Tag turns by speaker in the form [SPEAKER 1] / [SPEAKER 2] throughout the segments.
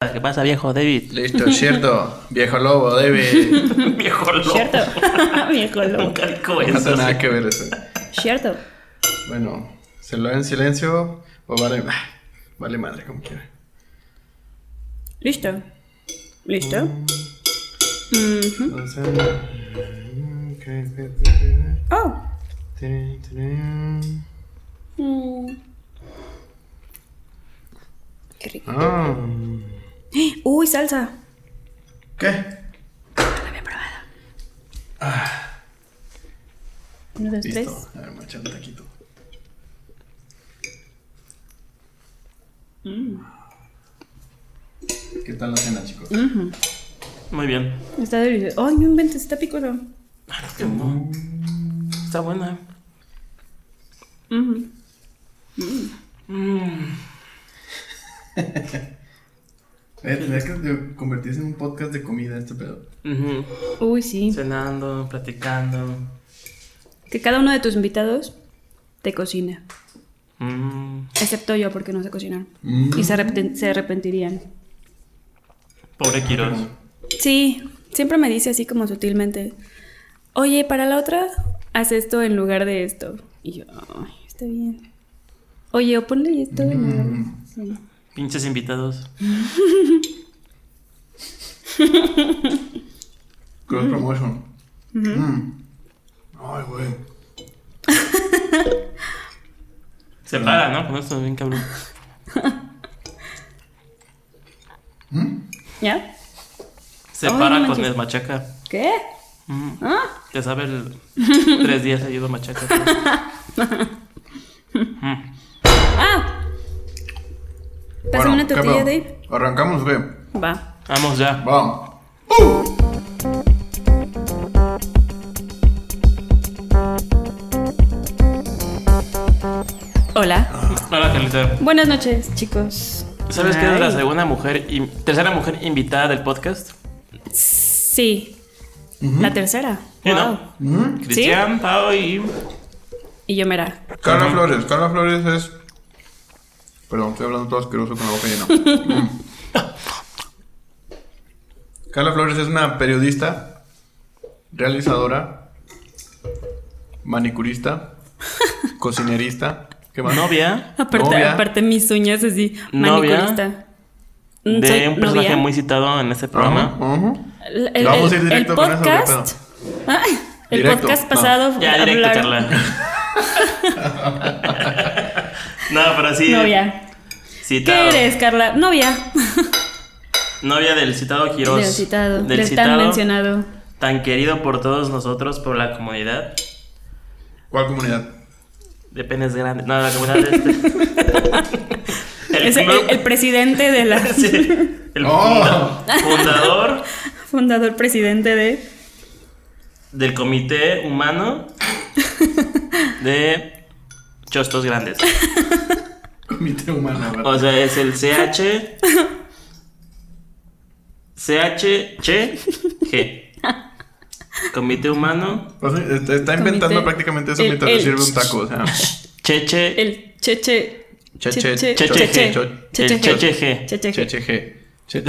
[SPEAKER 1] pasa? ¿Qué pasa, viejo David?
[SPEAKER 2] Listo, es cierto. Viejo lobo, David.
[SPEAKER 1] viejo loco.
[SPEAKER 3] ¿Cierto? Viejo loco.
[SPEAKER 1] Nunca dijo
[SPEAKER 2] No
[SPEAKER 1] eso.
[SPEAKER 2] tiene
[SPEAKER 1] sí.
[SPEAKER 2] nada que ver eso.
[SPEAKER 3] ¿Cierto?
[SPEAKER 2] Bueno, ¿se lo en silencio o vale, vale madre como quiera?
[SPEAKER 3] ¿Listo? ¿Listo? Mhm.
[SPEAKER 2] Entonces,
[SPEAKER 3] Oh.
[SPEAKER 2] tirin, tirin.
[SPEAKER 3] Mm. Qué rico.
[SPEAKER 2] Ah,
[SPEAKER 3] Uy, salsa.
[SPEAKER 2] ¿Qué?
[SPEAKER 3] No la había probado. Uno, dos, tres.
[SPEAKER 2] Listo. A ver, me echan un taquito.
[SPEAKER 3] Mm.
[SPEAKER 2] ¿Qué tal la cena, chicos?
[SPEAKER 3] Mm.
[SPEAKER 1] Muy bien.
[SPEAKER 3] Está delicioso. Ay, no inventes, está picoso.
[SPEAKER 1] Está buena.
[SPEAKER 3] Ujú.
[SPEAKER 2] Eh, tendrías que de- convertirse en un podcast de comida este pedo.
[SPEAKER 1] Ujú.
[SPEAKER 3] Uy, sí.
[SPEAKER 1] Cenando, platicando.
[SPEAKER 3] Que cada uno de tus invitados te cocina.
[SPEAKER 1] Mm,
[SPEAKER 3] Excepto yo, porque no sé cocinar.
[SPEAKER 2] Mm.
[SPEAKER 3] Y se, arrepent- se arrepentirían.
[SPEAKER 1] Pobre Quiroz.
[SPEAKER 3] Sí, siempre me dice así como sutilmente. Oye, para la otra, haz esto en lugar de esto. Y yo, ay, está bien. Oye, o ponle esto en lugar de
[SPEAKER 2] Mm.
[SPEAKER 3] Sí.
[SPEAKER 1] Pinches invitados.
[SPEAKER 2] Cross promotion. Mm. Ay, güey.
[SPEAKER 1] Se para, ¿no? Con esto, bien cabrón.
[SPEAKER 3] ¿Ya?
[SPEAKER 1] Se
[SPEAKER 3] Ay,
[SPEAKER 1] para
[SPEAKER 3] no
[SPEAKER 1] con
[SPEAKER 3] manches.
[SPEAKER 1] el machaca.
[SPEAKER 3] ¿Qué?
[SPEAKER 1] Mm,
[SPEAKER 3] ¿Ah?
[SPEAKER 1] Ya sabe, el- tres días ayudo a machaca. Mm,
[SPEAKER 3] ¡Ah! Pásame una
[SPEAKER 2] ¿qué
[SPEAKER 3] tortilla,
[SPEAKER 2] pedo?
[SPEAKER 3] Dave.
[SPEAKER 2] Arrancamos, güey.
[SPEAKER 3] Va.
[SPEAKER 1] Vamos ya.
[SPEAKER 2] Vamos.
[SPEAKER 3] Hola.
[SPEAKER 1] Hola, Carlita.
[SPEAKER 3] Buenas noches, chicos.
[SPEAKER 1] Ah. ¿Sabes que eres la
[SPEAKER 3] Ay.
[SPEAKER 1] segunda mujer, y tercera mujer invitada del podcast?
[SPEAKER 3] Sí. La tercera.
[SPEAKER 1] ¿Y
[SPEAKER 3] Wow.
[SPEAKER 1] no? Cristian, Pau y...
[SPEAKER 3] Y yo, mira.
[SPEAKER 2] Carla Flores. Carla Flores es. Perdón, estoy hablando todo asqueroso con la boca llena. Mm. Carla Flores es una periodista, realizadora, manicurista, cocinerista. ¿Qué más?
[SPEAKER 1] Novia
[SPEAKER 3] Aparte,
[SPEAKER 2] Novia.
[SPEAKER 3] aparte mis uñas así,
[SPEAKER 1] Novia
[SPEAKER 3] manicurista. Mm, soy
[SPEAKER 1] de un personaje
[SPEAKER 3] novia.
[SPEAKER 1] muy citado en este programa.
[SPEAKER 2] Ajá, ajá.
[SPEAKER 3] El, el-
[SPEAKER 2] Vamos a ir
[SPEAKER 3] el-
[SPEAKER 2] directo
[SPEAKER 3] el
[SPEAKER 2] con eso, ¿qué
[SPEAKER 3] podcast. Ah, el
[SPEAKER 2] Directo,
[SPEAKER 3] podcast
[SPEAKER 2] no.
[SPEAKER 3] pasado.
[SPEAKER 1] Ya, directo,
[SPEAKER 3] hablaron-
[SPEAKER 1] Carla. no, pero sí.
[SPEAKER 3] Novia. ¿Qué
[SPEAKER 1] Citado.
[SPEAKER 3] eres, Carla? Novia.
[SPEAKER 1] Novia del citado Quiroz.
[SPEAKER 3] Del citado.
[SPEAKER 1] Del
[SPEAKER 3] Del tan
[SPEAKER 1] citado,
[SPEAKER 3] mencionado.
[SPEAKER 1] tan querido por todos nosotros, por la comunidad
[SPEAKER 2] ¿Cuál comunidad?
[SPEAKER 1] de penes grandes. No, la comunidad de este. el,
[SPEAKER 3] Es el,
[SPEAKER 1] club-
[SPEAKER 3] el presidente de la.
[SPEAKER 1] sí, el
[SPEAKER 2] Oh.
[SPEAKER 1] funda- fundador
[SPEAKER 3] Fundador presidente de.
[SPEAKER 1] del comité humano de Chostos Grandes.
[SPEAKER 2] Comité humano, ¿verdad?
[SPEAKER 1] O sea, es el CH. CH, che, G. Comité humano,
[SPEAKER 2] O sea, Pues está, está inventando
[SPEAKER 3] Comité.
[SPEAKER 2] prácticamente eso
[SPEAKER 3] El-
[SPEAKER 2] mientras
[SPEAKER 3] el-
[SPEAKER 2] le sirve un taco. O sea,
[SPEAKER 1] cheche,
[SPEAKER 3] El cheche.
[SPEAKER 2] Che-
[SPEAKER 3] Che-
[SPEAKER 2] che-
[SPEAKER 3] che-
[SPEAKER 2] cho-
[SPEAKER 1] che- che-
[SPEAKER 2] cho-
[SPEAKER 3] che-
[SPEAKER 1] el cheche, G.
[SPEAKER 3] Cheche.
[SPEAKER 2] checheje. Che-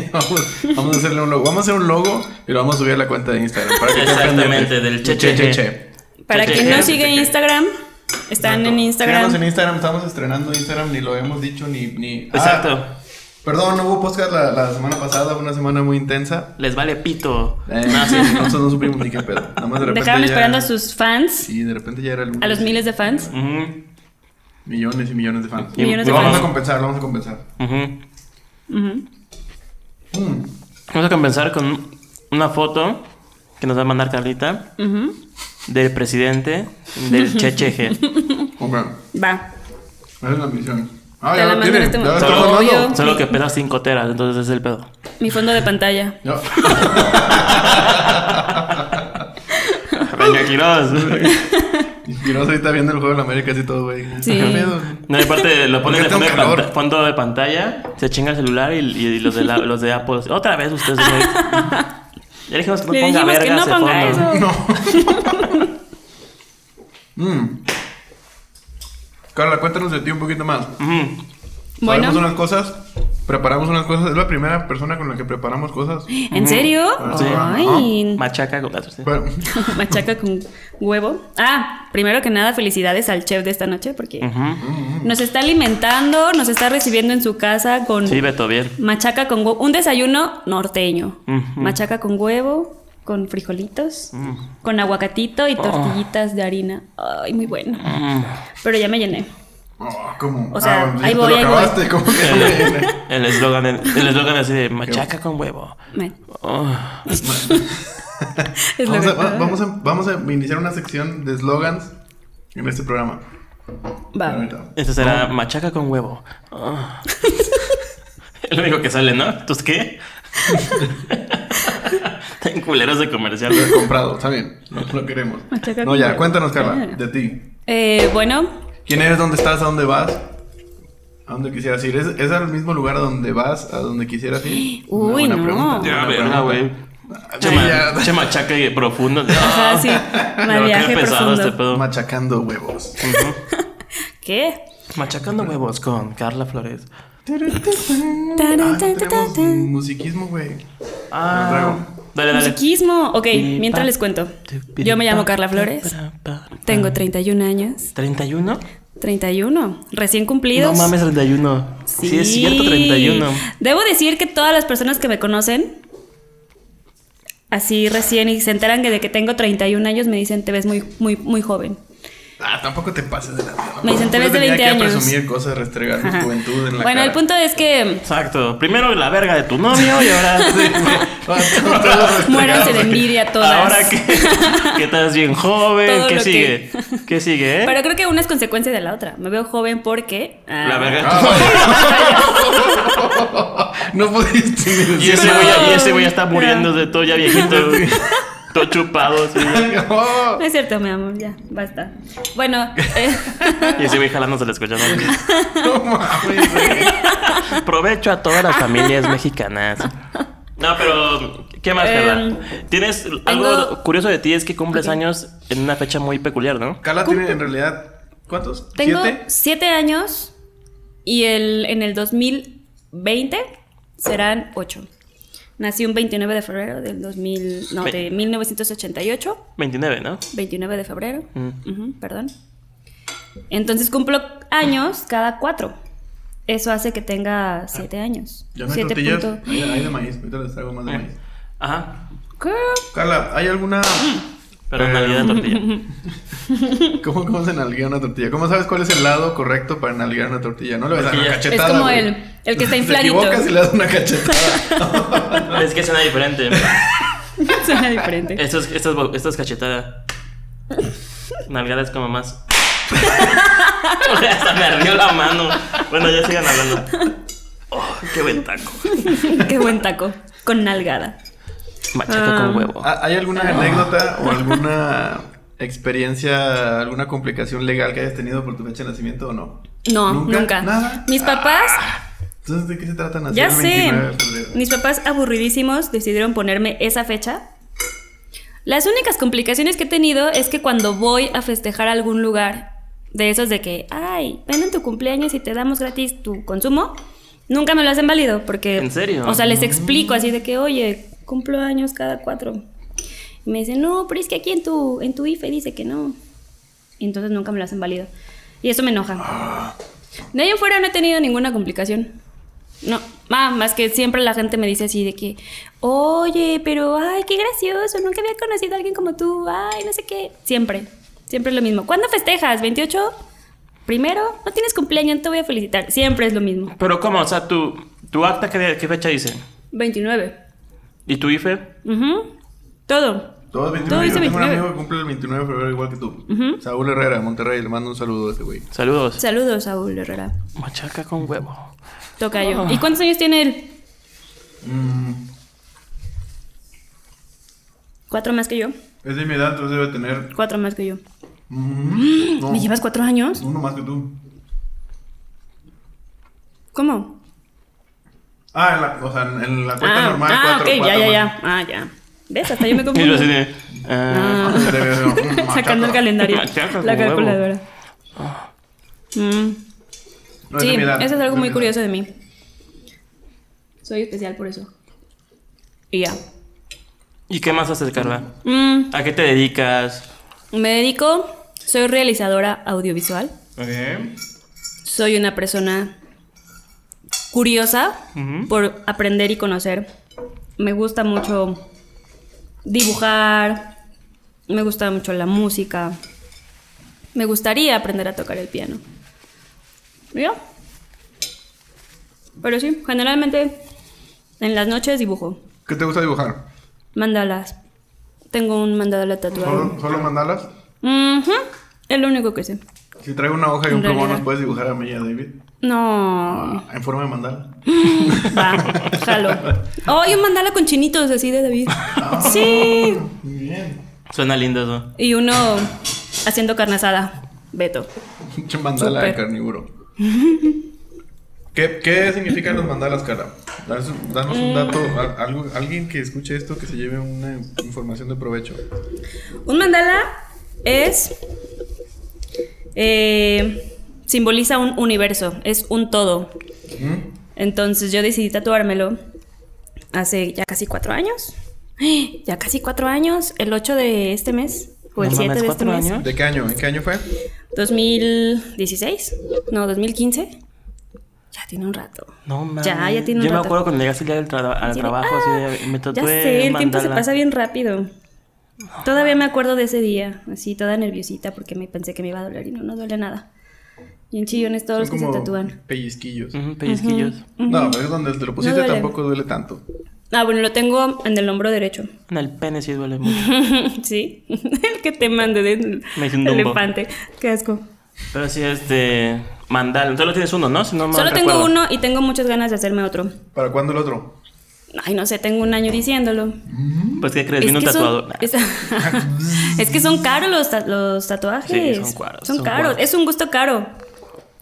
[SPEAKER 2] vamos, vamos a hacerle un logo. Vamos a hacer un logo y lo vamos a subir a la cuenta de Instagram. Para que estén
[SPEAKER 1] Exactamente,
[SPEAKER 2] pendientes.
[SPEAKER 1] del
[SPEAKER 2] Che-
[SPEAKER 1] checheje.
[SPEAKER 2] che- che.
[SPEAKER 3] Para
[SPEAKER 1] Cheche,
[SPEAKER 3] quien no
[SPEAKER 1] cheche,
[SPEAKER 3] sigue
[SPEAKER 2] cheche.
[SPEAKER 3] Instagram,
[SPEAKER 2] Síganos
[SPEAKER 3] están en
[SPEAKER 2] en
[SPEAKER 3] Instagram.
[SPEAKER 2] Instagram, estamos estrenando Instagram, ni lo hemos dicho ni. ni... Ah,
[SPEAKER 1] Exacto.
[SPEAKER 2] perdón, no hubo podcast la, la semana pasada, fue una semana muy intensa.
[SPEAKER 1] Les vale pito.
[SPEAKER 2] Eh,
[SPEAKER 1] No, Ah, sí.
[SPEAKER 2] Nosotros no supimos ni qué pedo. Nada más de repente.
[SPEAKER 3] Dejaron
[SPEAKER 2] ya-
[SPEAKER 3] esperando a sus fans,
[SPEAKER 2] Sí, de repente ya era el
[SPEAKER 3] a los miles de fans.
[SPEAKER 1] Ujú,
[SPEAKER 2] Millones y millones de fans.
[SPEAKER 3] Millones de
[SPEAKER 2] lo vamos
[SPEAKER 1] fans.
[SPEAKER 2] a compensar, lo vamos a compensar.
[SPEAKER 1] ujú.
[SPEAKER 3] Ujú.
[SPEAKER 2] Mm.
[SPEAKER 1] Vamos a compensar con una foto que nos va a mandar Carlita
[SPEAKER 3] Ujú.
[SPEAKER 1] del presidente del checheje.
[SPEAKER 2] Hombre,
[SPEAKER 3] Va.
[SPEAKER 2] esa es la misión. Ah,
[SPEAKER 3] Te
[SPEAKER 2] ya
[SPEAKER 3] la
[SPEAKER 2] lo
[SPEAKER 3] mando en
[SPEAKER 2] tiene.
[SPEAKER 3] este
[SPEAKER 2] ya lo
[SPEAKER 3] momento.
[SPEAKER 2] está
[SPEAKER 1] Solo-
[SPEAKER 2] formando.
[SPEAKER 1] Solo que pesa cinco teras, entonces es el pedo.
[SPEAKER 3] Mi fondo de pantalla.
[SPEAKER 2] Ya.
[SPEAKER 1] Venga, Quiroz.
[SPEAKER 2] Y no ahorita viendo el juego de la América así todo, güey.
[SPEAKER 3] Sí.
[SPEAKER 2] Qué miedo.
[SPEAKER 1] No, y aparte lo ponen
[SPEAKER 2] Porque
[SPEAKER 1] de
[SPEAKER 2] tengo
[SPEAKER 1] fondo de,
[SPEAKER 2] calor.
[SPEAKER 1] panta- fondo de pantalla, se chinga el celular y, y los, de la- los de Apple. Otra vez ustedes, güey. Ya dijimos que no
[SPEAKER 3] Le
[SPEAKER 1] ponga
[SPEAKER 3] dijimos
[SPEAKER 1] vergas
[SPEAKER 3] que no
[SPEAKER 1] de
[SPEAKER 3] ponga
[SPEAKER 1] fondo.
[SPEAKER 3] eso.
[SPEAKER 2] No. Mm. Carla, cuéntanos de ti un poquito más.
[SPEAKER 1] Ujú.
[SPEAKER 2] Sabemos
[SPEAKER 3] Bueno,
[SPEAKER 2] unas cosas, Preparamos unas cosas. Es la primera persona con la que preparamos cosas.
[SPEAKER 3] ¿En serio?
[SPEAKER 2] Sí.
[SPEAKER 3] Ay,
[SPEAKER 1] Machaca con las
[SPEAKER 2] Pero-
[SPEAKER 3] machaca con huevo. Ah, primero que nada, felicidades al chef de esta noche porque
[SPEAKER 1] Ujú.
[SPEAKER 3] nos está alimentando, nos está recibiendo en su casa con
[SPEAKER 1] Sí, Beto, bien.
[SPEAKER 3] machaca con huevo. Un desayuno norteño.
[SPEAKER 1] Ujú.
[SPEAKER 3] Machaca con huevo, con frijolitos, con aguacatito
[SPEAKER 1] Oh.
[SPEAKER 3] y tortillitas de harina. Ay, muy bueno.
[SPEAKER 1] Mm.
[SPEAKER 3] Pero ya me llené.
[SPEAKER 2] Oh, ¿cómo?
[SPEAKER 3] O sea,
[SPEAKER 2] Ah, bueno,
[SPEAKER 3] ahí
[SPEAKER 2] ya te
[SPEAKER 3] voy,
[SPEAKER 2] lo
[SPEAKER 3] ahí voy.
[SPEAKER 2] acabaste. ¿Cómo que
[SPEAKER 1] El eslogan el eslogan así de machaca con huevo.
[SPEAKER 3] Me-
[SPEAKER 1] Oh.
[SPEAKER 3] es lo
[SPEAKER 2] vamos, a,
[SPEAKER 3] que-
[SPEAKER 2] va- vamos, a, vamos a iniciar una sección de slogans en este programa.
[SPEAKER 3] Va.
[SPEAKER 2] Ahorita.
[SPEAKER 1] Este será machaca con huevo. Oh. Es lo único que sale, ¿no? ¿Entonces qué? Tan culeros de comercial.
[SPEAKER 2] Lo he comprado, está bien. No lo queremos.
[SPEAKER 3] Machaca
[SPEAKER 2] No, ya,
[SPEAKER 3] con-
[SPEAKER 2] cuéntanos, Carla,
[SPEAKER 3] Ah.
[SPEAKER 2] de ti.
[SPEAKER 3] Eh, bueno,
[SPEAKER 2] ¿Quién eres? ¿Dónde estás? ¿A dónde vas? ¿A dónde quisieras ir? ¿Es, es al mismo lugar a donde vas? ¿A donde quisieras ir?
[SPEAKER 3] Uy,
[SPEAKER 2] Una buena
[SPEAKER 3] no.
[SPEAKER 2] pregunta,
[SPEAKER 1] Ya,
[SPEAKER 2] buena
[SPEAKER 1] verga,
[SPEAKER 2] pregunta.
[SPEAKER 1] güey.
[SPEAKER 2] Ah,
[SPEAKER 1] Che,
[SPEAKER 2] sí,
[SPEAKER 1] ma-
[SPEAKER 2] ya.
[SPEAKER 1] che machaca y profundo.
[SPEAKER 3] Ajá, sí. Mal
[SPEAKER 1] Pero qué
[SPEAKER 3] viaje
[SPEAKER 1] pesado
[SPEAKER 3] profundo.
[SPEAKER 1] este pedo.
[SPEAKER 2] Machacando huevos.
[SPEAKER 1] Ujú.
[SPEAKER 3] ¿Qué?
[SPEAKER 1] Machacando huevos con Carla Flores.
[SPEAKER 2] Ah, tenemos musiquismo, güey.
[SPEAKER 1] Ah, dale, dale.
[SPEAKER 3] Musiquismo. Ok,
[SPEAKER 1] Y
[SPEAKER 3] mientras
[SPEAKER 1] pa-
[SPEAKER 3] les cuento. Yo me llamo Carla Flores. Tengo 31 años.
[SPEAKER 1] 31.
[SPEAKER 3] 31. Recién cumplidos.
[SPEAKER 1] No mames, 31. Sí, es cierto, 31.
[SPEAKER 3] Debo decir que todas las personas que me conocen, así recién y se enteran que de que tengo 31 años, me dicen, te ves muy, muy, muy joven.
[SPEAKER 2] Ah, tampoco te pases de la mierda.
[SPEAKER 3] Me dicen, te
[SPEAKER 2] Yo
[SPEAKER 3] ves de
[SPEAKER 2] tenía
[SPEAKER 3] 20
[SPEAKER 2] que
[SPEAKER 3] años.
[SPEAKER 2] presumir cosas, restregar mi
[SPEAKER 3] Ajá.
[SPEAKER 2] juventud en la
[SPEAKER 3] bueno, el
[SPEAKER 2] cara.
[SPEAKER 3] punto es que
[SPEAKER 1] Exacto. Primero la verga de tu novio y ahora.
[SPEAKER 3] muéranse de envidia todas.
[SPEAKER 1] Ahora que, que estás bien joven,
[SPEAKER 3] Todo
[SPEAKER 1] ¿qué
[SPEAKER 3] lo
[SPEAKER 1] sigue? ¿Qué sigue, eh?
[SPEAKER 3] Pero creo que una es consecuencia de la otra. Me veo joven porque... ah,
[SPEAKER 1] La verga.
[SPEAKER 2] No pudiste ni
[SPEAKER 1] Ah, Y
[SPEAKER 2] decir
[SPEAKER 1] ese
[SPEAKER 3] Pero-
[SPEAKER 1] güey ya- y ese güey ya está muriendo de todo ya viejito. todo chupado, así.
[SPEAKER 2] Oh.
[SPEAKER 3] No es cierto, mi amor, ya, basta. Bueno, eh,
[SPEAKER 1] Y ese güey jalándose la escucha. ¿no?
[SPEAKER 2] No mames, güey.
[SPEAKER 1] Provecho a todas las familias mexicanas. No, pero. ¿Qué más, Carla? Tienes. Algo
[SPEAKER 3] Em, tengo-
[SPEAKER 1] curioso de ti es que cumples años en una fecha muy peculiar, ¿no?
[SPEAKER 2] Carla tiene en realidad. ¿Cuántos?
[SPEAKER 3] tengo
[SPEAKER 2] ¿Siete?
[SPEAKER 3] siete años y el, en el 2020 serán ocho. Nací un 29 de febrero del 2000, no,
[SPEAKER 1] Ve-
[SPEAKER 3] de 1988,
[SPEAKER 1] 29, ¿no?
[SPEAKER 3] 29 de febrero,
[SPEAKER 1] Mm.
[SPEAKER 3] ujú, perdón. Entonces cumplo años cada cuatro. Eso hace que tenga siete años.
[SPEAKER 2] Ya no hay
[SPEAKER 3] Siete
[SPEAKER 2] tortillas.
[SPEAKER 3] punto-
[SPEAKER 2] Hay, hay de maíz. Ahorita les traigo más de maíz.
[SPEAKER 1] Ajá.
[SPEAKER 3] ¿Qué?
[SPEAKER 2] Carla, ¿hay alguna.
[SPEAKER 1] Pero
[SPEAKER 2] Eh,
[SPEAKER 1] en realidad tortilla.
[SPEAKER 2] ¿Cómo, ¿Cómo se nalguea una tortilla? ¿Cómo sabes cuál es el lado correcto para nalguear una tortilla? No le vas a dar una
[SPEAKER 1] Tortilla.
[SPEAKER 2] cachetada.
[SPEAKER 3] Es como
[SPEAKER 2] güey.
[SPEAKER 3] el- el que está
[SPEAKER 2] Te
[SPEAKER 3] infladito.
[SPEAKER 2] equivocas y le das una cachetada.
[SPEAKER 1] Es que suena diferente.
[SPEAKER 3] Suena diferente.
[SPEAKER 1] Esto es, esto es bo- esto es cachetada. Nalgada es como más. Hasta me ardió la mano. Bueno, ya sigan hablando. Oh, qué buen taco.
[SPEAKER 3] Qué buen taco. Con nalgada.
[SPEAKER 1] Machaca
[SPEAKER 3] Ah.
[SPEAKER 1] con huevo.
[SPEAKER 2] ¿Ha- ¿Hay alguna anécdota o alguna experiencia, alguna complicación legal que hayas tenido por tu fecha de nacimiento o no?
[SPEAKER 3] No, nunca.
[SPEAKER 2] Nada. Ah.
[SPEAKER 3] Mis papás,
[SPEAKER 2] Entonces, ¿de qué se trata nacer
[SPEAKER 3] ya
[SPEAKER 2] el
[SPEAKER 3] sé,
[SPEAKER 2] 29 de febrero?
[SPEAKER 3] mis papás aburridísimos decidieron ponerme esa fecha. Las únicas complicaciones que he tenido es que cuando voy a festejar a algún lugar de esos de que, ay, ven en tu cumpleaños y te damos gratis tu consumo, nunca me lo hacen válido porque...
[SPEAKER 1] ¿En serio?
[SPEAKER 3] O sea, les explico así de que, oye, cumplo años cada cuatro. Y me dicen, no, pero es que aquí en tu, en tu IFE dice que no. Y entonces nunca me lo hacen válido. Y eso me enoja. De ahí en fuera no he tenido ninguna complicación. No, ah, más que siempre la gente me dice así de que, oye, pero ay, qué gracioso, nunca había conocido a alguien como tú, ay, no sé qué. Siempre, siempre es lo mismo. ¿Cuándo festejas? ¿28? Primero, no tienes cumpleaños, no te voy a felicitar. Siempre es lo mismo.
[SPEAKER 1] Pero, ¿cómo? O sea, tu, tu acta, ¿qué, qué fecha dice?
[SPEAKER 3] 29.
[SPEAKER 1] ¿Y tu IFE?
[SPEAKER 3] Ujú. Todo.
[SPEAKER 2] Todos
[SPEAKER 3] Todo
[SPEAKER 2] 29.
[SPEAKER 3] dice
[SPEAKER 2] Yo tengo un
[SPEAKER 3] 29.
[SPEAKER 2] amigo que cumple el 29 de febrero igual que tú. Saúl Herrera, de Monterrey. Le mando un saludo a ese güey.
[SPEAKER 1] Saludos.
[SPEAKER 3] Saludos, Saúl Herrera.
[SPEAKER 1] Machaca con huevo.
[SPEAKER 3] Toca yo. ¿Y cuántos años tiene él?
[SPEAKER 2] Mm,
[SPEAKER 3] Cuatro más que yo.
[SPEAKER 2] es de mi edad, entonces debe tener...
[SPEAKER 3] Cuatro más que yo.
[SPEAKER 2] Mm, no,
[SPEAKER 3] ¿Me llevas cuatro años?
[SPEAKER 2] uno más que tú.
[SPEAKER 3] ¿Cómo?
[SPEAKER 2] Ah, en la, o sea, en la cuenta
[SPEAKER 3] ah,
[SPEAKER 2] normal.
[SPEAKER 3] ah,
[SPEAKER 2] cuatro,
[SPEAKER 3] ok,
[SPEAKER 2] cuatro
[SPEAKER 3] ya, ya,
[SPEAKER 2] más.
[SPEAKER 3] ya. Ah, ya. ¿Ves? Hasta yo me
[SPEAKER 1] Y
[SPEAKER 3] confundo.
[SPEAKER 1] yo así de. ah,
[SPEAKER 3] Ah.
[SPEAKER 2] Te veo, mm,
[SPEAKER 3] Sacando
[SPEAKER 2] machaca.
[SPEAKER 3] el calendario.
[SPEAKER 1] Machaca con
[SPEAKER 3] La calculadora. Mm.
[SPEAKER 2] No, es de
[SPEAKER 3] Sí,
[SPEAKER 2] mi edad,
[SPEAKER 3] eso es
[SPEAKER 2] de
[SPEAKER 3] algo
[SPEAKER 2] mi
[SPEAKER 3] muy
[SPEAKER 2] edad.
[SPEAKER 3] curioso de mí. Soy especial por eso. Y ya.
[SPEAKER 1] ¿Y qué más haces, Carla?
[SPEAKER 3] Mm,
[SPEAKER 1] ¿A qué te dedicas?
[SPEAKER 3] me dedico, soy realizadora audiovisual.
[SPEAKER 1] Ok.
[SPEAKER 3] Soy una persona curiosa
[SPEAKER 1] Ujú.
[SPEAKER 3] por aprender y conocer. Me gusta mucho dibujar, me gusta mucho la música. Me gustaría aprender a tocar el piano. ¿Yo? Pero sí, generalmente en las noches dibujo
[SPEAKER 2] ¿Qué te gusta dibujar?
[SPEAKER 3] mandalas. Tengo un mandala tatuado.
[SPEAKER 2] ¿Solo, solo mandalas?
[SPEAKER 3] Ujú, Es lo único que sé.
[SPEAKER 2] Si traigo una hoja y un
[SPEAKER 3] En
[SPEAKER 2] plumón,
[SPEAKER 3] realidad.
[SPEAKER 2] ¿nos puedes dibujar a mí y a David?
[SPEAKER 3] No.
[SPEAKER 2] En forma de mandala.
[SPEAKER 3] Va, jalo. Oh, y un mandala con chinitos así de David. Sí.
[SPEAKER 2] Muy bien.
[SPEAKER 1] Suena lindo eso.
[SPEAKER 3] Y uno haciendo carne asada. Beto.
[SPEAKER 2] Pinche mandala de
[SPEAKER 3] Súper.
[SPEAKER 2] carnívoro. ¿Qué, ¿Qué significan los mandalas, cara? Danos, danos
[SPEAKER 3] Eh.
[SPEAKER 2] un dato, al- algo, alguien que escuche esto que se lleve una información de provecho.
[SPEAKER 3] Un mandala es. eh, simboliza un universo, es un todo.
[SPEAKER 2] ¿Mm?
[SPEAKER 3] Entonces yo decidí tatuármelo hace ya casi cuatro años. Ya casi cuatro años, el 8 de este mes, o el
[SPEAKER 1] No
[SPEAKER 3] 7
[SPEAKER 1] mames,
[SPEAKER 3] de este
[SPEAKER 1] ¿cuatro
[SPEAKER 3] mes.
[SPEAKER 1] años?
[SPEAKER 2] ¿De qué año? ¿En qué año fue?
[SPEAKER 3] 2016, no, 2015. Ya tiene un rato.
[SPEAKER 1] No mames.
[SPEAKER 3] Ya, ya tiene un
[SPEAKER 1] Yo me
[SPEAKER 3] rato.
[SPEAKER 1] acuerdo cuando llegaste ya del traba- al
[SPEAKER 3] Así de,
[SPEAKER 1] trabajo,
[SPEAKER 3] "Ah,
[SPEAKER 1] así de, me tatué.
[SPEAKER 3] Ya sé, el tiempo se
[SPEAKER 1] mandala".
[SPEAKER 3] pasa bien rápido. Todavía me acuerdo de ese día, así toda nerviosita porque me pensé que me iba a doler y no, no duele nada. Bien chillones todos los que se tatúan.
[SPEAKER 2] pellizquillos.
[SPEAKER 1] Ujú, pellizquillos.
[SPEAKER 2] No, pero es donde te lo pusiste
[SPEAKER 3] No duele.
[SPEAKER 2] tampoco duele tanto.
[SPEAKER 3] Ah, bueno, lo tengo en el hombro derecho.
[SPEAKER 1] En el pene sí duele mucho.
[SPEAKER 3] sí, el que te mande del
[SPEAKER 1] Me hice un Dumbo.
[SPEAKER 3] elefante. Qué asco.
[SPEAKER 1] Pero sí, este. Mandal. Solo tienes uno, ¿no? Si no mal
[SPEAKER 3] Solo tengo
[SPEAKER 1] recuerdo.
[SPEAKER 3] uno y tengo muchas ganas de hacerme otro.
[SPEAKER 2] ¿Para cuándo el otro?
[SPEAKER 3] Ay, no sé, tengo un año diciéndolo.
[SPEAKER 1] Pues, ¿qué crees? Vino un
[SPEAKER 3] que
[SPEAKER 1] tatuador.
[SPEAKER 3] Son, es, es que son caros los, ta- los tatuajes.
[SPEAKER 1] Sí, son caros,
[SPEAKER 3] Son
[SPEAKER 1] son
[SPEAKER 3] caros.
[SPEAKER 1] caros.
[SPEAKER 3] Es un gusto caro.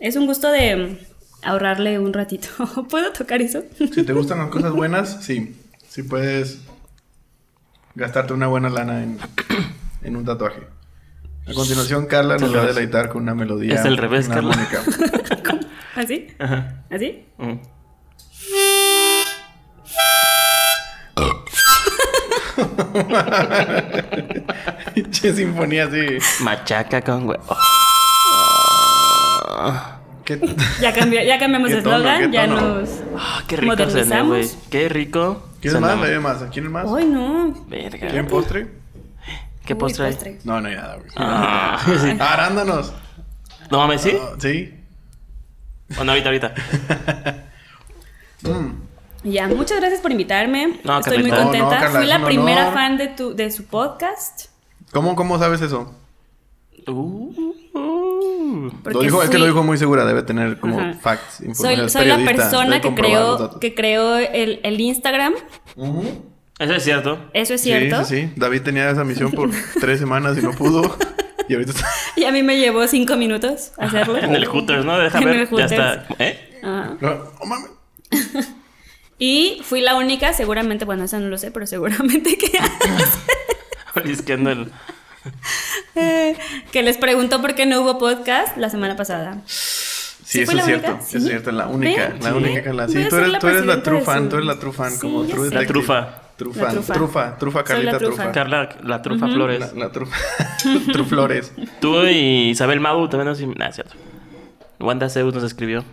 [SPEAKER 3] Es un gusto de mm, ahorrarle un ratito. ¿Puedo tocar eso?
[SPEAKER 2] Si te gustan las cosas buenas, sí. Sí puedes gastarte una buena lana en, en un tatuaje. A continuación, Carla nos va a deleitar con una melodía.
[SPEAKER 1] Es al revés,
[SPEAKER 2] una
[SPEAKER 1] Carla.
[SPEAKER 2] armónica.
[SPEAKER 3] ¿Así?
[SPEAKER 1] Ajá. Mm.
[SPEAKER 3] ¿Así?
[SPEAKER 1] Ujú.
[SPEAKER 2] Pinche sinfonía así.
[SPEAKER 1] Machaca con huevo.
[SPEAKER 2] ¿Qué?
[SPEAKER 3] Ya, cambió, ya cambiamos
[SPEAKER 2] ¿Qué
[SPEAKER 3] de
[SPEAKER 2] tono,
[SPEAKER 3] eslogan.
[SPEAKER 2] qué
[SPEAKER 3] Ya
[SPEAKER 2] tono?
[SPEAKER 3] nos.
[SPEAKER 1] Ah, qué rico
[SPEAKER 3] Modernizamos.
[SPEAKER 1] cené, güey. Qué rico.
[SPEAKER 2] ¿Quién más?
[SPEAKER 1] cenamos.
[SPEAKER 2] ¿Nadie más? ¿Quién más?
[SPEAKER 3] ¡Ay, no!
[SPEAKER 1] Verga.
[SPEAKER 2] ¿Quieren postre?
[SPEAKER 1] ¿Qué
[SPEAKER 3] Uy,
[SPEAKER 1] postre hay?
[SPEAKER 3] postre.
[SPEAKER 2] No, no hay nada, güey.
[SPEAKER 1] Ah, sí.
[SPEAKER 2] Arándanos.
[SPEAKER 1] No mames, ¿sí?
[SPEAKER 2] Ah, sí.
[SPEAKER 1] O no, ahorita, ahorita.
[SPEAKER 2] Mm.
[SPEAKER 3] Ya, muchas gracias por invitarme.
[SPEAKER 1] No,
[SPEAKER 3] Estoy muy
[SPEAKER 1] Carlita.
[SPEAKER 2] No, no,
[SPEAKER 3] contenta.
[SPEAKER 2] Carla,
[SPEAKER 3] Fui
[SPEAKER 2] es
[SPEAKER 3] la
[SPEAKER 2] un
[SPEAKER 3] primera
[SPEAKER 2] honor.
[SPEAKER 3] fan de, tu, de su podcast.
[SPEAKER 2] ¿Cómo, ¿Cómo sabes eso?
[SPEAKER 1] Uh, uh.
[SPEAKER 3] porque
[SPEAKER 2] Lo dijo, Es que
[SPEAKER 3] fui-
[SPEAKER 2] lo dijo muy segura, debe tener como
[SPEAKER 3] Ajá.
[SPEAKER 2] facts, información.
[SPEAKER 3] Soy,
[SPEAKER 2] es
[SPEAKER 3] soy la
[SPEAKER 2] periodista,
[SPEAKER 3] persona
[SPEAKER 2] debe
[SPEAKER 3] que
[SPEAKER 2] comprobar los datos.
[SPEAKER 3] creó, que creó el, el Instagram.
[SPEAKER 2] Ujú.
[SPEAKER 1] Eso es cierto.
[SPEAKER 3] Eso es cierto.
[SPEAKER 2] Sí, sí, sí. David tenía esa misión por tres semanas y no pudo. Y ahorita está...
[SPEAKER 3] Y a mí me llevó cinco minutos hacerlo.
[SPEAKER 1] En el Hooters, ¿no? Deja
[SPEAKER 3] En el
[SPEAKER 1] ver. Ya
[SPEAKER 3] Hooters.
[SPEAKER 1] está. ¿Eh?
[SPEAKER 3] Ajá.
[SPEAKER 2] No, oh, mames.
[SPEAKER 3] Y fui la única, seguramente, bueno, eso no lo sé, pero seguramente que,
[SPEAKER 1] Olisqueando el.
[SPEAKER 3] eh, que les preguntó por qué no hubo podcast la semana pasada.
[SPEAKER 2] Sí,
[SPEAKER 3] ¿Sí
[SPEAKER 2] eso
[SPEAKER 3] fue
[SPEAKER 2] es
[SPEAKER 3] la
[SPEAKER 2] cierto.
[SPEAKER 3] única?
[SPEAKER 2] Eso
[SPEAKER 3] Sí.
[SPEAKER 2] es cierto. La única.
[SPEAKER 3] Ven,
[SPEAKER 2] La
[SPEAKER 1] sí.
[SPEAKER 2] única Carla.
[SPEAKER 3] Voy
[SPEAKER 2] Sí,
[SPEAKER 3] a
[SPEAKER 2] tú
[SPEAKER 3] ser
[SPEAKER 2] eres,
[SPEAKER 3] la
[SPEAKER 2] tú eres la
[SPEAKER 3] presidenta de
[SPEAKER 2] true fan.
[SPEAKER 3] su-
[SPEAKER 2] Tú eres la true fan.
[SPEAKER 3] Sí,
[SPEAKER 2] como
[SPEAKER 3] ya
[SPEAKER 2] true
[SPEAKER 3] sé.
[SPEAKER 1] La
[SPEAKER 2] detective.
[SPEAKER 1] trufa.
[SPEAKER 2] True
[SPEAKER 3] La
[SPEAKER 2] fan.
[SPEAKER 3] trufa.
[SPEAKER 2] Trufa. Trufa,
[SPEAKER 3] Soy la
[SPEAKER 2] Carlita.
[SPEAKER 3] trufa.
[SPEAKER 2] Trufa.
[SPEAKER 1] Carla, la trufa Flores.
[SPEAKER 2] La, la trufa. True flores.
[SPEAKER 1] Tú y Isabel Mau también nos. Nah, es cierto. Wanda Zeus nos escribió.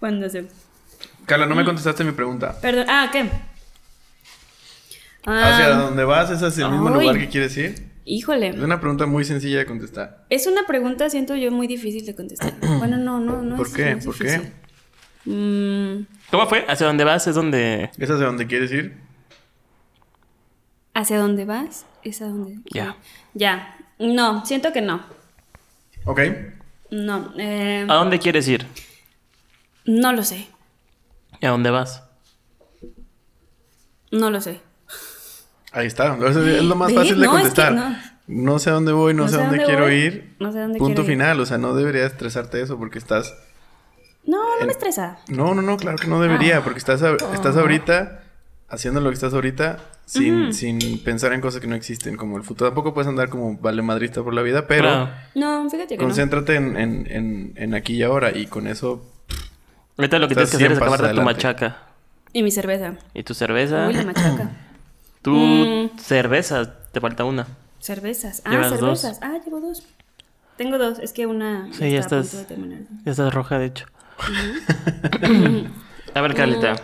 [SPEAKER 3] Cuando se...
[SPEAKER 2] Carla, no me contestaste mi pregunta.
[SPEAKER 3] Perdón, ah, ¿qué? Ah,
[SPEAKER 2] ¿Hacia dónde vas? ¿Es hacia el mismo
[SPEAKER 3] Ay.
[SPEAKER 2] lugar que quieres ir? Es
[SPEAKER 3] híjole.
[SPEAKER 2] una pregunta muy sencilla de contestar.
[SPEAKER 3] Es una pregunta, siento yo, muy difícil de contestar. Bueno, no, no, no.
[SPEAKER 2] ¿Por
[SPEAKER 3] es-
[SPEAKER 2] qué?
[SPEAKER 3] no es
[SPEAKER 2] ¿Por
[SPEAKER 3] difícil.
[SPEAKER 2] qué?
[SPEAKER 3] Mm,
[SPEAKER 1] ¿Cómo fue? ¿Hacia dónde vas? Es donde.
[SPEAKER 2] ¿Es hacia dónde quieres ir?
[SPEAKER 3] ¿Hacia dónde vas? ¿Es a dónde?
[SPEAKER 1] Ya.
[SPEAKER 3] Ya. No, siento que no.
[SPEAKER 2] Ok.
[SPEAKER 3] No. eh,
[SPEAKER 1] ¿A dónde quieres ir?
[SPEAKER 3] No lo sé.
[SPEAKER 1] ¿Y a dónde vas?
[SPEAKER 3] No lo sé.
[SPEAKER 2] Ahí está. Eso es lo más
[SPEAKER 3] Ve,
[SPEAKER 2] fácil de
[SPEAKER 3] no, es que
[SPEAKER 2] contestar.
[SPEAKER 3] no.
[SPEAKER 2] no. sé a dónde voy, no, sé a dónde, quiero
[SPEAKER 3] voy,
[SPEAKER 2] ir.
[SPEAKER 3] No sé a dónde
[SPEAKER 2] Punto
[SPEAKER 3] quiero ir.
[SPEAKER 2] final. O sea, no debería estresarte eso porque estás
[SPEAKER 3] No, no
[SPEAKER 2] El-
[SPEAKER 3] me estresa.
[SPEAKER 2] No, no, no, claro que no
[SPEAKER 3] Ah.
[SPEAKER 2] debería, porque estás, a-
[SPEAKER 3] Oh.
[SPEAKER 2] estás ahorita haciendo lo que estás ahorita sin, sin pensar en cosas que no existen, como el futuro. Tampoco puedes andar como vale madrista por la vida, pero
[SPEAKER 1] Claro.
[SPEAKER 3] No, fíjate que
[SPEAKER 2] concéntrate en, en- en- en aquí y ahora y con eso
[SPEAKER 1] Ahorita lo que tienes
[SPEAKER 2] Estás
[SPEAKER 1] que hacer es
[SPEAKER 2] 100 pasos
[SPEAKER 1] acabarte tu
[SPEAKER 2] adelante.
[SPEAKER 1] machaca.
[SPEAKER 3] Y mi cerveza.
[SPEAKER 1] ¿Y tu cerveza?
[SPEAKER 3] Uy, la machaca.
[SPEAKER 1] tu
[SPEAKER 3] Mm.
[SPEAKER 1] cerveza, te falta una.
[SPEAKER 3] Cervezas. Ah,
[SPEAKER 1] Llevas dos.
[SPEAKER 3] cervezas. Ah, llevo dos. Tengo dos. Es que una.
[SPEAKER 1] Sí, ya
[SPEAKER 3] está a
[SPEAKER 1] estás-
[SPEAKER 3] punto de terminar.
[SPEAKER 1] Ya estás roja, de hecho. A ver, Carlita.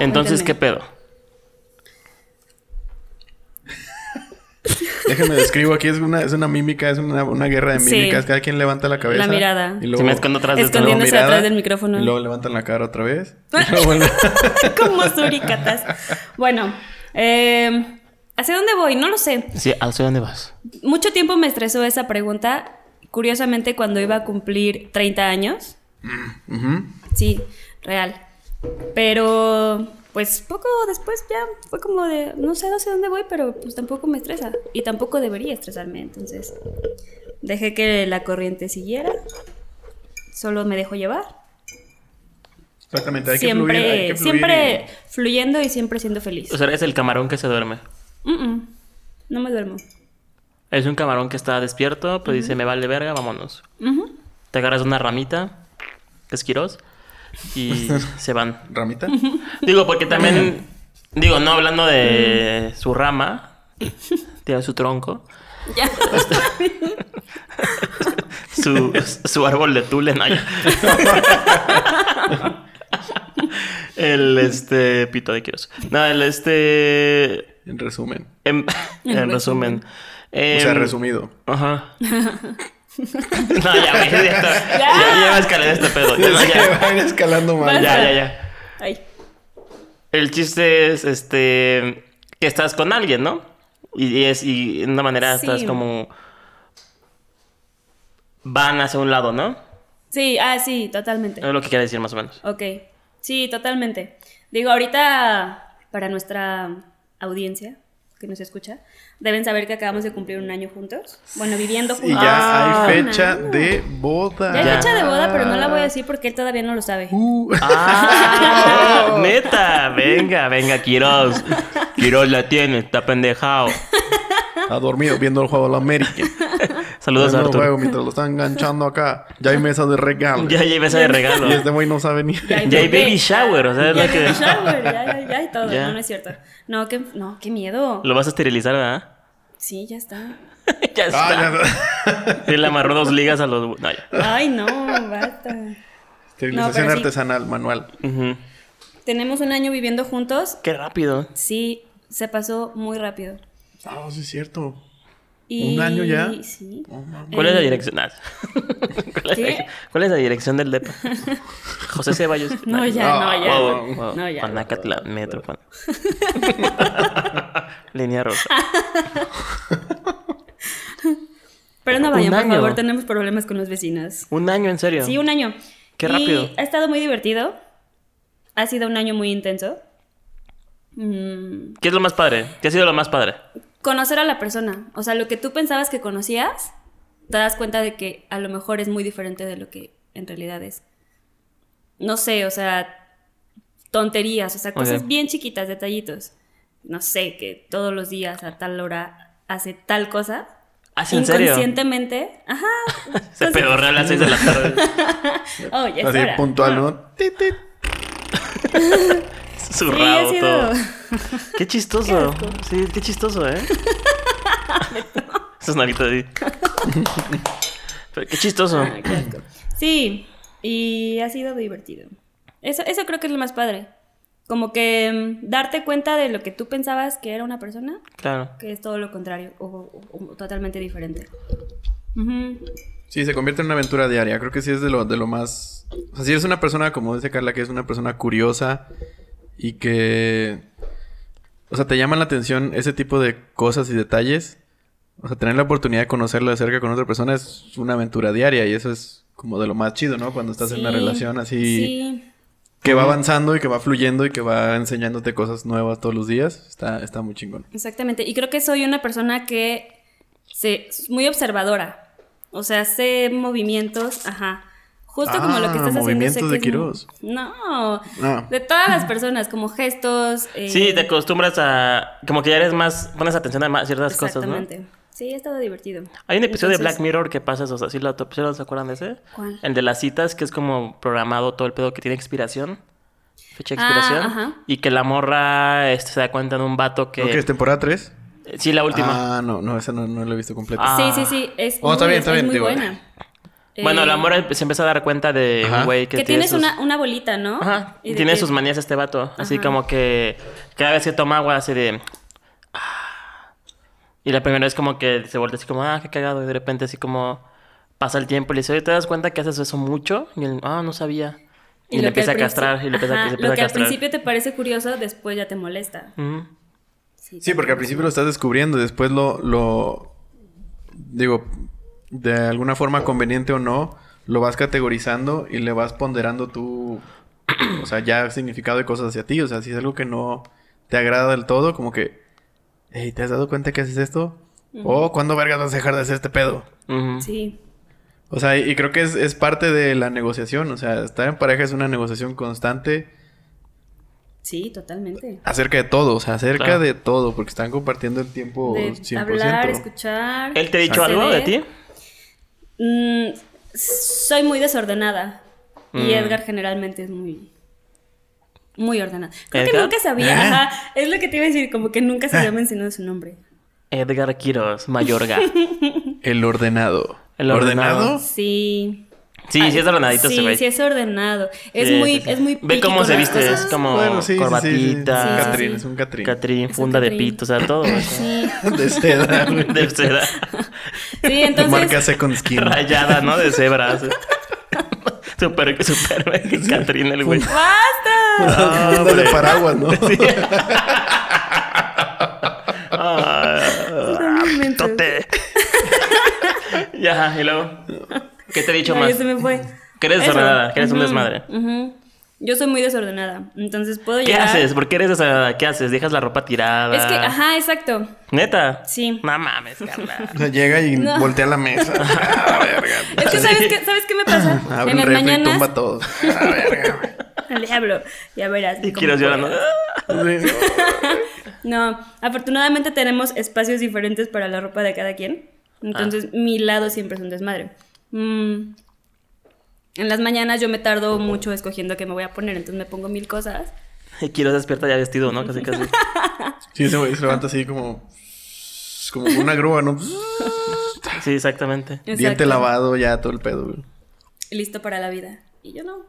[SPEAKER 1] Entonces,
[SPEAKER 3] Mm. Cuéntame.
[SPEAKER 1] ¿qué pedo?
[SPEAKER 2] Déjenme describo aquí, es una, es una mímica, es una, una guerra de
[SPEAKER 3] Sí.
[SPEAKER 2] mímicas. Cada quien levanta la cabeza.
[SPEAKER 3] La mirada.
[SPEAKER 2] Y luego,
[SPEAKER 1] Si me escondo atrás de esto, ¿no?
[SPEAKER 2] luego
[SPEAKER 3] Escondiéndose
[SPEAKER 2] mirada,
[SPEAKER 3] atrás del micrófono.
[SPEAKER 2] Y luego levantan la cara otra vez. Y luego vuelven.
[SPEAKER 3] Como suricatas. Bueno, eh, ¿hacia dónde voy? No lo sé.
[SPEAKER 1] Sí, ¿hacia dónde vas?
[SPEAKER 3] Mucho tiempo me estresó esa pregunta. Curiosamente, cuando iba a cumplir 30 años.
[SPEAKER 2] Ujú.
[SPEAKER 3] Sí, real. Pero, pues poco después ya fue como de, no sé, no sé dónde voy, pero pues tampoco me estresa. Y tampoco debería estresarme. Entonces, dejé que la corriente siguiera. Solo me dejo llevar.
[SPEAKER 2] Exactamente, hay que
[SPEAKER 3] siempre,
[SPEAKER 2] fluir. Hay que fluir
[SPEAKER 3] siempre fluyendo y siempre siendo feliz.
[SPEAKER 1] O sea, es el camarón que se duerme.
[SPEAKER 3] Mm, mm, no me duermo.
[SPEAKER 1] Es un camarón que está despierto, pero dice, me vale verga, vámonos.
[SPEAKER 3] Ujú.
[SPEAKER 1] Te agarras una ramita, que es Quirós, y se van.
[SPEAKER 2] y- ¿Ramita?
[SPEAKER 1] Digo, porque también, digo, no hablando de su rama, tiene su tronco,
[SPEAKER 3] Ya.
[SPEAKER 1] su, su árbol de tule, no, ya. El, este, pito de Quirós. No, el, este,
[SPEAKER 2] En resumen.
[SPEAKER 1] en, en
[SPEAKER 3] En
[SPEAKER 1] resumen.
[SPEAKER 2] o sea,
[SPEAKER 1] em,
[SPEAKER 2] resumido.
[SPEAKER 1] Ajá. no, ya, güey, ya está. Ya, ya va a escalar este pedo. Ya,
[SPEAKER 2] Es que
[SPEAKER 1] ya,
[SPEAKER 2] van escalando
[SPEAKER 1] ya,
[SPEAKER 2] mal.
[SPEAKER 1] ya, ya.
[SPEAKER 3] Ay.
[SPEAKER 1] El chiste es, este, que estás con alguien, ¿no? Y, y es, y de una manera
[SPEAKER 3] Sí.
[SPEAKER 1] estás como... Van hacia un lado, ¿no?
[SPEAKER 3] Sí, ah, sí, totalmente.
[SPEAKER 1] Es lo que quiere decir más o menos.
[SPEAKER 3] Ok, sí, totalmente. Digo, ahorita para nuestra audiencia que nos escucha, deben saber que acabamos de cumplir un año juntos. Bueno, viviendo
[SPEAKER 2] Y
[SPEAKER 3] juntos.
[SPEAKER 2] ya
[SPEAKER 1] Ah.
[SPEAKER 2] hay fecha
[SPEAKER 3] Un año.
[SPEAKER 2] de boda.
[SPEAKER 3] Ya hay
[SPEAKER 1] Ya.
[SPEAKER 3] fecha de boda, pero no la voy a decir porque él todavía no lo sabe.
[SPEAKER 2] Uh.
[SPEAKER 1] ¡Ah! ¡Neta! Venga, venga, Quiroz. Quiroz la tiene, está pendejado.
[SPEAKER 2] Ha dormido viendo el juego de la América.
[SPEAKER 1] Saludos a
[SPEAKER 2] Viendo el
[SPEAKER 1] Arturo.
[SPEAKER 2] juego mientras lo están enganchando acá. Ya hay mesa de regalo.
[SPEAKER 1] Ya llevé ese de regalo.
[SPEAKER 2] Y este güey no sabe ni.
[SPEAKER 3] Ya hay
[SPEAKER 1] Ya hay
[SPEAKER 3] bebé.
[SPEAKER 1] baby shower, o sea, es
[SPEAKER 3] Ya
[SPEAKER 1] lo
[SPEAKER 3] hay baby
[SPEAKER 1] que...
[SPEAKER 3] shower, ya, ya, ya y todo.
[SPEAKER 1] Ya.
[SPEAKER 3] No, no es cierto. No, qué, no, qué miedo.
[SPEAKER 1] Lo vas a esterilizar, ¿verdad?
[SPEAKER 3] Sí, ya está.
[SPEAKER 1] ya
[SPEAKER 2] Ah,
[SPEAKER 1] está.
[SPEAKER 2] ya.
[SPEAKER 1] Sí, le amarró dos ligas a los. No, ya.
[SPEAKER 3] Ay, no, basta.
[SPEAKER 2] Esterilización
[SPEAKER 3] No, pero sí.
[SPEAKER 2] artesanal, manual.
[SPEAKER 1] Ujú.
[SPEAKER 3] Tenemos un año viviendo juntos.
[SPEAKER 1] Qué rápido.
[SPEAKER 3] Sí, se pasó muy rápido.
[SPEAKER 2] Ah, sí, es cierto. Oh,
[SPEAKER 3] Y-
[SPEAKER 2] ¿Un año ya?
[SPEAKER 3] Sí.
[SPEAKER 2] No mames.
[SPEAKER 1] ¿Cuál es la
[SPEAKER 3] Eh.
[SPEAKER 1] dirección? Nah. ¿Cuál, es la
[SPEAKER 3] ¿Qué?
[SPEAKER 1] dirección? ¿Cuál es la dirección del DEPA? José Ceballos.
[SPEAKER 3] No, ya, no, ya.
[SPEAKER 1] Wow, wow, wow.
[SPEAKER 3] No, ya.
[SPEAKER 1] Panacatlán, metro. Pan- Línea rosa.
[SPEAKER 3] Pero no
[SPEAKER 1] Un
[SPEAKER 3] vayan, por
[SPEAKER 1] año.
[SPEAKER 3] favor, tenemos problemas con los vecinos.
[SPEAKER 1] Un año, en serio.
[SPEAKER 3] Sí, un año.
[SPEAKER 1] Qué
[SPEAKER 3] Y
[SPEAKER 1] rápido.
[SPEAKER 3] ha estado muy divertido. Ha sido un año muy intenso. Mm,
[SPEAKER 1] ¿Qué es lo más padre? ¿Qué ha sido lo más padre?
[SPEAKER 3] conocer a la persona. O sea, lo que tú pensabas que conocías, te das cuenta de que a lo mejor es muy diferente de lo que en realidad es. No sé, o sea, tonterías, o sea, cosas
[SPEAKER 1] Ok.
[SPEAKER 3] bien chiquitas, detallitos. No sé, que todos los días a tal hora hace tal cosa.
[SPEAKER 1] Ah, ¿sí, ¿en serio?
[SPEAKER 3] inconscientemente. Ajá.
[SPEAKER 1] Se
[SPEAKER 3] Entonces-
[SPEAKER 1] pedorrea a las 6 de la tarde.
[SPEAKER 3] Oh, ya es
[SPEAKER 2] Así
[SPEAKER 3] hora.
[SPEAKER 2] puntual, ¿no? Tit, tit.
[SPEAKER 1] Su
[SPEAKER 3] Sí, ha
[SPEAKER 1] rabo,
[SPEAKER 3] sido-
[SPEAKER 1] todo. Qué chistoso. sí, qué chistoso, ¿eh? Esas naritas ahí. Pero qué chistoso.
[SPEAKER 3] Ah, qué asco. Sí, y ha sido divertido. Eso, eso creo que es lo más padre. Como que mm, darte cuenta de lo que tú pensabas que era una persona,
[SPEAKER 1] Claro.
[SPEAKER 3] que es todo lo contrario, o, o- o totalmente diferente. Ujú.
[SPEAKER 2] Sí, se convierte en una aventura diaria. Creo que sí es de lo, de lo más. O sea, si eres una persona, como dice Carla, que es una persona curiosa y que. O sea, te llaman la atención ese tipo de cosas y detalles. O sea, tener la oportunidad de conocerlo de cerca con otra persona es una aventura diaria y eso es como de lo más chido, ¿no? Cuando estás en una
[SPEAKER 3] Sí,
[SPEAKER 2] relación así
[SPEAKER 3] Sí,
[SPEAKER 2] que va avanzando y que va fluyendo y que va enseñándote cosas nuevas todos los días. Está, está muy chingón.
[SPEAKER 3] exactamente. Y creo que soy una persona que se, es muy observadora. O sea, sé movimientos, ajá. Justo como lo
[SPEAKER 2] Ah,
[SPEAKER 3] que estás haciendo. sé
[SPEAKER 2] movimientos
[SPEAKER 3] que
[SPEAKER 2] de
[SPEAKER 3] es-
[SPEAKER 2] Quirós.
[SPEAKER 3] No,
[SPEAKER 2] Ah.
[SPEAKER 3] de todas las personas, como gestos. eh,
[SPEAKER 1] Sí, te acostumbras a. Como que ya eres más. Pones atención a más ciertas cosas, ¿no?
[SPEAKER 3] Exactamente. Sí, ha estado divertido.
[SPEAKER 1] Hay un episodio de
[SPEAKER 3] Entonces-
[SPEAKER 1] Black Mirror que pasa eso. O sea, ¿sí, lo, ¿sí lo- se acuerdan de ese?
[SPEAKER 3] ¿Cuál?
[SPEAKER 1] El de las citas, que es como programado todo el pedo que tiene expiración. fecha de expiración.
[SPEAKER 3] Ah, ajá.
[SPEAKER 1] Y que la morra este, se da cuenta de un vato que.
[SPEAKER 2] Creo que es temporada 3.
[SPEAKER 1] Sí, la última.
[SPEAKER 2] Ah, no, no, esa no, no la he visto completa.
[SPEAKER 1] Ah.
[SPEAKER 3] Sí, sí, sí. Es
[SPEAKER 2] Oh, está
[SPEAKER 3] muy-
[SPEAKER 2] bien, está
[SPEAKER 3] es
[SPEAKER 2] bien,
[SPEAKER 3] muy
[SPEAKER 2] digo.
[SPEAKER 3] buena.
[SPEAKER 1] Bueno,
[SPEAKER 3] Eh,
[SPEAKER 1] la morra se empieza a dar cuenta de
[SPEAKER 2] Ajá.
[SPEAKER 1] un güey que,
[SPEAKER 3] Que, tienes
[SPEAKER 1] sus-
[SPEAKER 3] una, una bolita, ¿no?
[SPEAKER 1] Ajá.
[SPEAKER 3] Y de
[SPEAKER 1] Tiene
[SPEAKER 3] que-
[SPEAKER 1] sus manías este vato. Así
[SPEAKER 3] Ajá.
[SPEAKER 1] como que cada vez que toma agua hace de. "Ah". Y la primera vez como que se vuelve así como, ah, qué cagado. Y de repente así como pasa el tiempo y le dice, oye, ¿te das cuenta que haces eso mucho? Y él, ah, no sabía. Y, le
[SPEAKER 3] lo que
[SPEAKER 1] empieza a
[SPEAKER 3] al princi-
[SPEAKER 1] castrar. Y le empieza,
[SPEAKER 3] Ajá,
[SPEAKER 1] se empieza
[SPEAKER 3] Lo
[SPEAKER 1] a
[SPEAKER 3] que al
[SPEAKER 1] castrar.
[SPEAKER 3] principio te parece curioso, después ya te molesta.
[SPEAKER 1] Ujú.
[SPEAKER 2] Sí, porque al principio lo estás descubriendo, después lo, lo digo, de alguna forma conveniente o no, lo vas categorizando y le vas ponderando tu, o sea, ya significado de cosas hacia ti, o sea, si es algo que no te agrada del todo, como que, hey, ¿te has dado cuenta que haces esto? O, ¿cuándo vergas vas a dejar de hacer este pedo?
[SPEAKER 1] Ujú.
[SPEAKER 3] Sí.
[SPEAKER 2] O sea, y y creo que es, es parte de la negociación, o sea, estar en pareja es una negociación constante
[SPEAKER 3] Sí, totalmente.
[SPEAKER 2] acerca de todo, o sea, acerca
[SPEAKER 1] Claro.
[SPEAKER 2] de todo, porque están compartiendo el tiempo
[SPEAKER 3] De
[SPEAKER 2] 100%.
[SPEAKER 3] hablar, escuchar.
[SPEAKER 1] ¿Él te ha dicho
[SPEAKER 3] acceder.
[SPEAKER 1] algo de ti?
[SPEAKER 3] Mm, soy muy desordenada.
[SPEAKER 1] Mm.
[SPEAKER 3] Y Edgar generalmente es muy. Muy ordenada. Creo que
[SPEAKER 1] ¿Edgar?
[SPEAKER 3] nunca sabía. Ajá, es lo que te iba a decir, como que nunca se había mencionado su nombre.
[SPEAKER 1] Edgar Quiroz, Mayorga.
[SPEAKER 2] El ordenado.
[SPEAKER 1] El ordenado.
[SPEAKER 3] Sí.
[SPEAKER 1] Sí, sí es ordenadito
[SPEAKER 3] sí,
[SPEAKER 1] ese güey.
[SPEAKER 3] Sí, es ordenado. Es
[SPEAKER 1] Sí,
[SPEAKER 3] muy,
[SPEAKER 1] sí, sí.
[SPEAKER 3] es muy
[SPEAKER 1] Ve
[SPEAKER 3] picky
[SPEAKER 1] cómo
[SPEAKER 3] con
[SPEAKER 1] se
[SPEAKER 3] las
[SPEAKER 1] viste,
[SPEAKER 3] cosas.
[SPEAKER 1] es como
[SPEAKER 2] Bueno, sí, sí, sí, sí.
[SPEAKER 1] corbatita,
[SPEAKER 3] Sí, sí, sí.
[SPEAKER 2] Catrín, es un Catrín.
[SPEAKER 1] Catrín,
[SPEAKER 3] un
[SPEAKER 1] funda de
[SPEAKER 3] Catrín.
[SPEAKER 1] pito, o sea, todo. o sea,
[SPEAKER 3] Sí.
[SPEAKER 2] De seda, güey.
[SPEAKER 1] De seda
[SPEAKER 3] Sí,
[SPEAKER 2] De marca
[SPEAKER 3] entonces.
[SPEAKER 2] Second Skin.
[SPEAKER 1] rayada, ¿no? De cebra. así. Super, super, güey, Catrín el güey.
[SPEAKER 3] ¡Basta!
[SPEAKER 2] Ah, funda de paraguas, ¿no?
[SPEAKER 1] Ah,
[SPEAKER 3] No inventes.
[SPEAKER 1] tote. Ya, y luego. ¿Qué te he dicho
[SPEAKER 3] Ay,
[SPEAKER 1] más?
[SPEAKER 3] se me fue.
[SPEAKER 1] Que eres
[SPEAKER 3] Eso.
[SPEAKER 1] desordenada, que eres un
[SPEAKER 3] Ujú,
[SPEAKER 1] desmadre.
[SPEAKER 3] ujú. Yo soy muy desordenada. Entonces puedo
[SPEAKER 1] ¿Qué
[SPEAKER 3] llegar.
[SPEAKER 1] haces? ¿Por qué eres desordenada? ¿Qué haces? ¿Dejas la ropa tirada?
[SPEAKER 3] Es que, ajá, exacto.
[SPEAKER 1] ¿Neta?
[SPEAKER 3] Sí.
[SPEAKER 1] No mames, carnal.
[SPEAKER 2] O sea, llega y
[SPEAKER 3] No.
[SPEAKER 2] voltea la mesa. Ah, verga.
[SPEAKER 3] Es que, ¿sabes qué, ¿sabes qué me pasa?
[SPEAKER 2] Abre
[SPEAKER 3] en
[SPEAKER 2] el
[SPEAKER 3] las
[SPEAKER 2] refri y
[SPEAKER 3] mañanas.
[SPEAKER 2] tumba todo. Ah, verga.
[SPEAKER 3] Al diablo. Ya verás.
[SPEAKER 1] Y
[SPEAKER 3] cómo
[SPEAKER 1] Quiroz
[SPEAKER 3] puedo.
[SPEAKER 1] llorando.
[SPEAKER 2] güey. Sí.
[SPEAKER 3] No, afortunadamente tenemos espacios diferentes para la ropa de cada quien.
[SPEAKER 1] Ah.
[SPEAKER 3] Entonces, mi lado siempre es un desmadre. Mm, En las mañanas yo me tardo mucho escogiendo qué me voy a poner, entonces me pongo mil cosas.
[SPEAKER 1] Y Quiroz despierta ya vestido, ¿no? Casi, casi.
[SPEAKER 2] Sí, ese güey se levanta así como... Como una grúa, ¿no?
[SPEAKER 1] Sí, exactamente.
[SPEAKER 2] Diente
[SPEAKER 3] Exacto.
[SPEAKER 2] lavado, ya todo el pedo, güey.
[SPEAKER 3] Listo para la vida. Y yo no.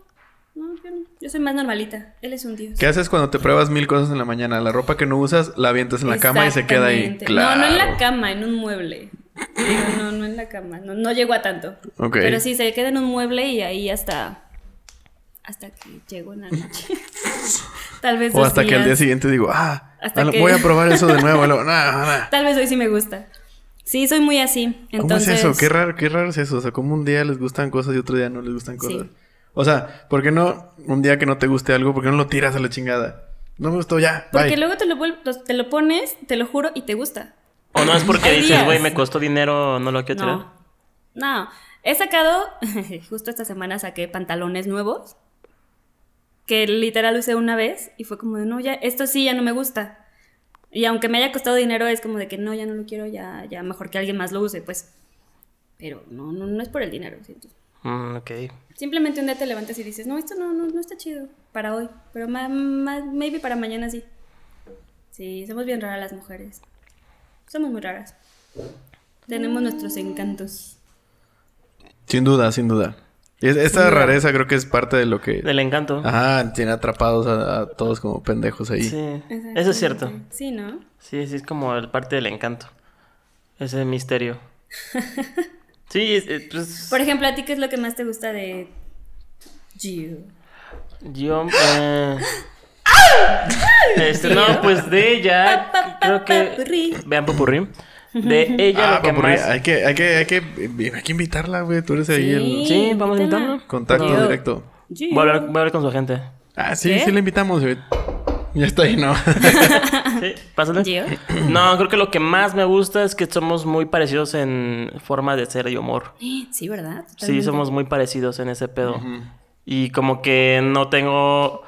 [SPEAKER 3] No, yo no. Yo soy más normalita. Él es un dios.
[SPEAKER 2] ¿Qué haces cuando te pruebas mil cosas en la mañana? La ropa que no usas, la avientas en la cama y se queda ahí.
[SPEAKER 3] Exactamente. No, no en la
[SPEAKER 2] Claro.
[SPEAKER 3] cama, en un mueble. Digo, No, no en la cama. No, no llego a tanto.
[SPEAKER 2] Ok.
[SPEAKER 3] Pero sí, se queda en un mueble y ahí hasta. Hasta que llego en la noche. Tal vez.
[SPEAKER 2] O
[SPEAKER 3] dos
[SPEAKER 2] hasta que al día
[SPEAKER 3] días.
[SPEAKER 2] siguiente digo, ah,
[SPEAKER 3] Hasta
[SPEAKER 2] a lo-
[SPEAKER 3] que-
[SPEAKER 2] voy a probar eso de nuevo. Luego, nah, nah.
[SPEAKER 3] Tal vez hoy sí me gusta. Sí, soy muy así.
[SPEAKER 2] ¿Cómo es
[SPEAKER 3] Entonces,
[SPEAKER 2] eso? Qué raro, qué raro es eso. O sea, como un día les gustan cosas y otro día no les gustan
[SPEAKER 3] Sí.
[SPEAKER 2] cosas. O sea, ¿por qué no un día que no te guste algo, por qué no lo tiras a la chingada? No me gustó ya.
[SPEAKER 3] Porque
[SPEAKER 2] Bye.
[SPEAKER 3] luego te lo, vuel- te lo pones, te lo juro, y te gusta.
[SPEAKER 1] O no es porque
[SPEAKER 3] Hay
[SPEAKER 1] dices,
[SPEAKER 3] días.
[SPEAKER 1] güey, me costó dinero, no lo quiero tirar.
[SPEAKER 3] No. No. He sacado, justo esta semana saqué pantalones nuevos que literal usé una vez y fue como de, no, ya, esto sí, ya no me gusta. Y aunque me haya costado dinero, es como de que no, ya no lo quiero, ya, ya mejor que alguien más lo use, pues. Pero no, no, no es por el dinero. siento.
[SPEAKER 1] Mm, ok.
[SPEAKER 3] Simplemente un día te levantas y dices, no, esto no, no, no está chido para hoy, pero ma- ma- maybe para mañana sí. Sí, somos bien raras las mujeres. Somos muy raras. Tenemos nuestros encantos.
[SPEAKER 2] Sin duda, sin duda. Es- esta rareza creo que es parte de lo que...
[SPEAKER 1] Del encanto.
[SPEAKER 3] Ah,
[SPEAKER 2] Ajá, tiene atrapados a, a todos como pendejos ahí.
[SPEAKER 1] Sí. Eso es cierto.
[SPEAKER 3] Sí, ¿no?
[SPEAKER 1] Sí, sí, es como el parte del encanto. Ese misterio. Sí, es- eh, pues.
[SPEAKER 3] Por ejemplo, ¿a ti qué es lo que más te gusta de Gio?
[SPEAKER 1] Yo. eh, este, no, pues de ella.
[SPEAKER 3] Pa, pa, pa,
[SPEAKER 1] Creo
[SPEAKER 3] papurrí.
[SPEAKER 1] que. Vean Popurrí. De ella
[SPEAKER 2] Ah,
[SPEAKER 1] lo que
[SPEAKER 2] papurrí,
[SPEAKER 1] más.
[SPEAKER 2] hay, que, hay, que, hay, que, hay que invitarla, güey. Tú eres ahí el
[SPEAKER 1] Sí, vamos a
[SPEAKER 3] invítala.
[SPEAKER 1] invitarlo.
[SPEAKER 2] contacto
[SPEAKER 3] Pero-
[SPEAKER 2] directo.
[SPEAKER 3] Gio.
[SPEAKER 1] Voy a hablar, voy a hablar con su agente.
[SPEAKER 2] Ah, sí,
[SPEAKER 3] ¿Qué?
[SPEAKER 2] sí la invitamos, güey. Ya está ahí, ¿no?
[SPEAKER 1] Sí, pásale.
[SPEAKER 3] Gio.
[SPEAKER 1] No, creo que lo que más me gusta es que somos muy parecidos en forma de ser y humor.
[SPEAKER 3] Eh, Sí, ¿verdad?
[SPEAKER 1] Sí,
[SPEAKER 3] Totalmente.
[SPEAKER 1] somos muy parecidos en ese pedo. Y como que no tengo.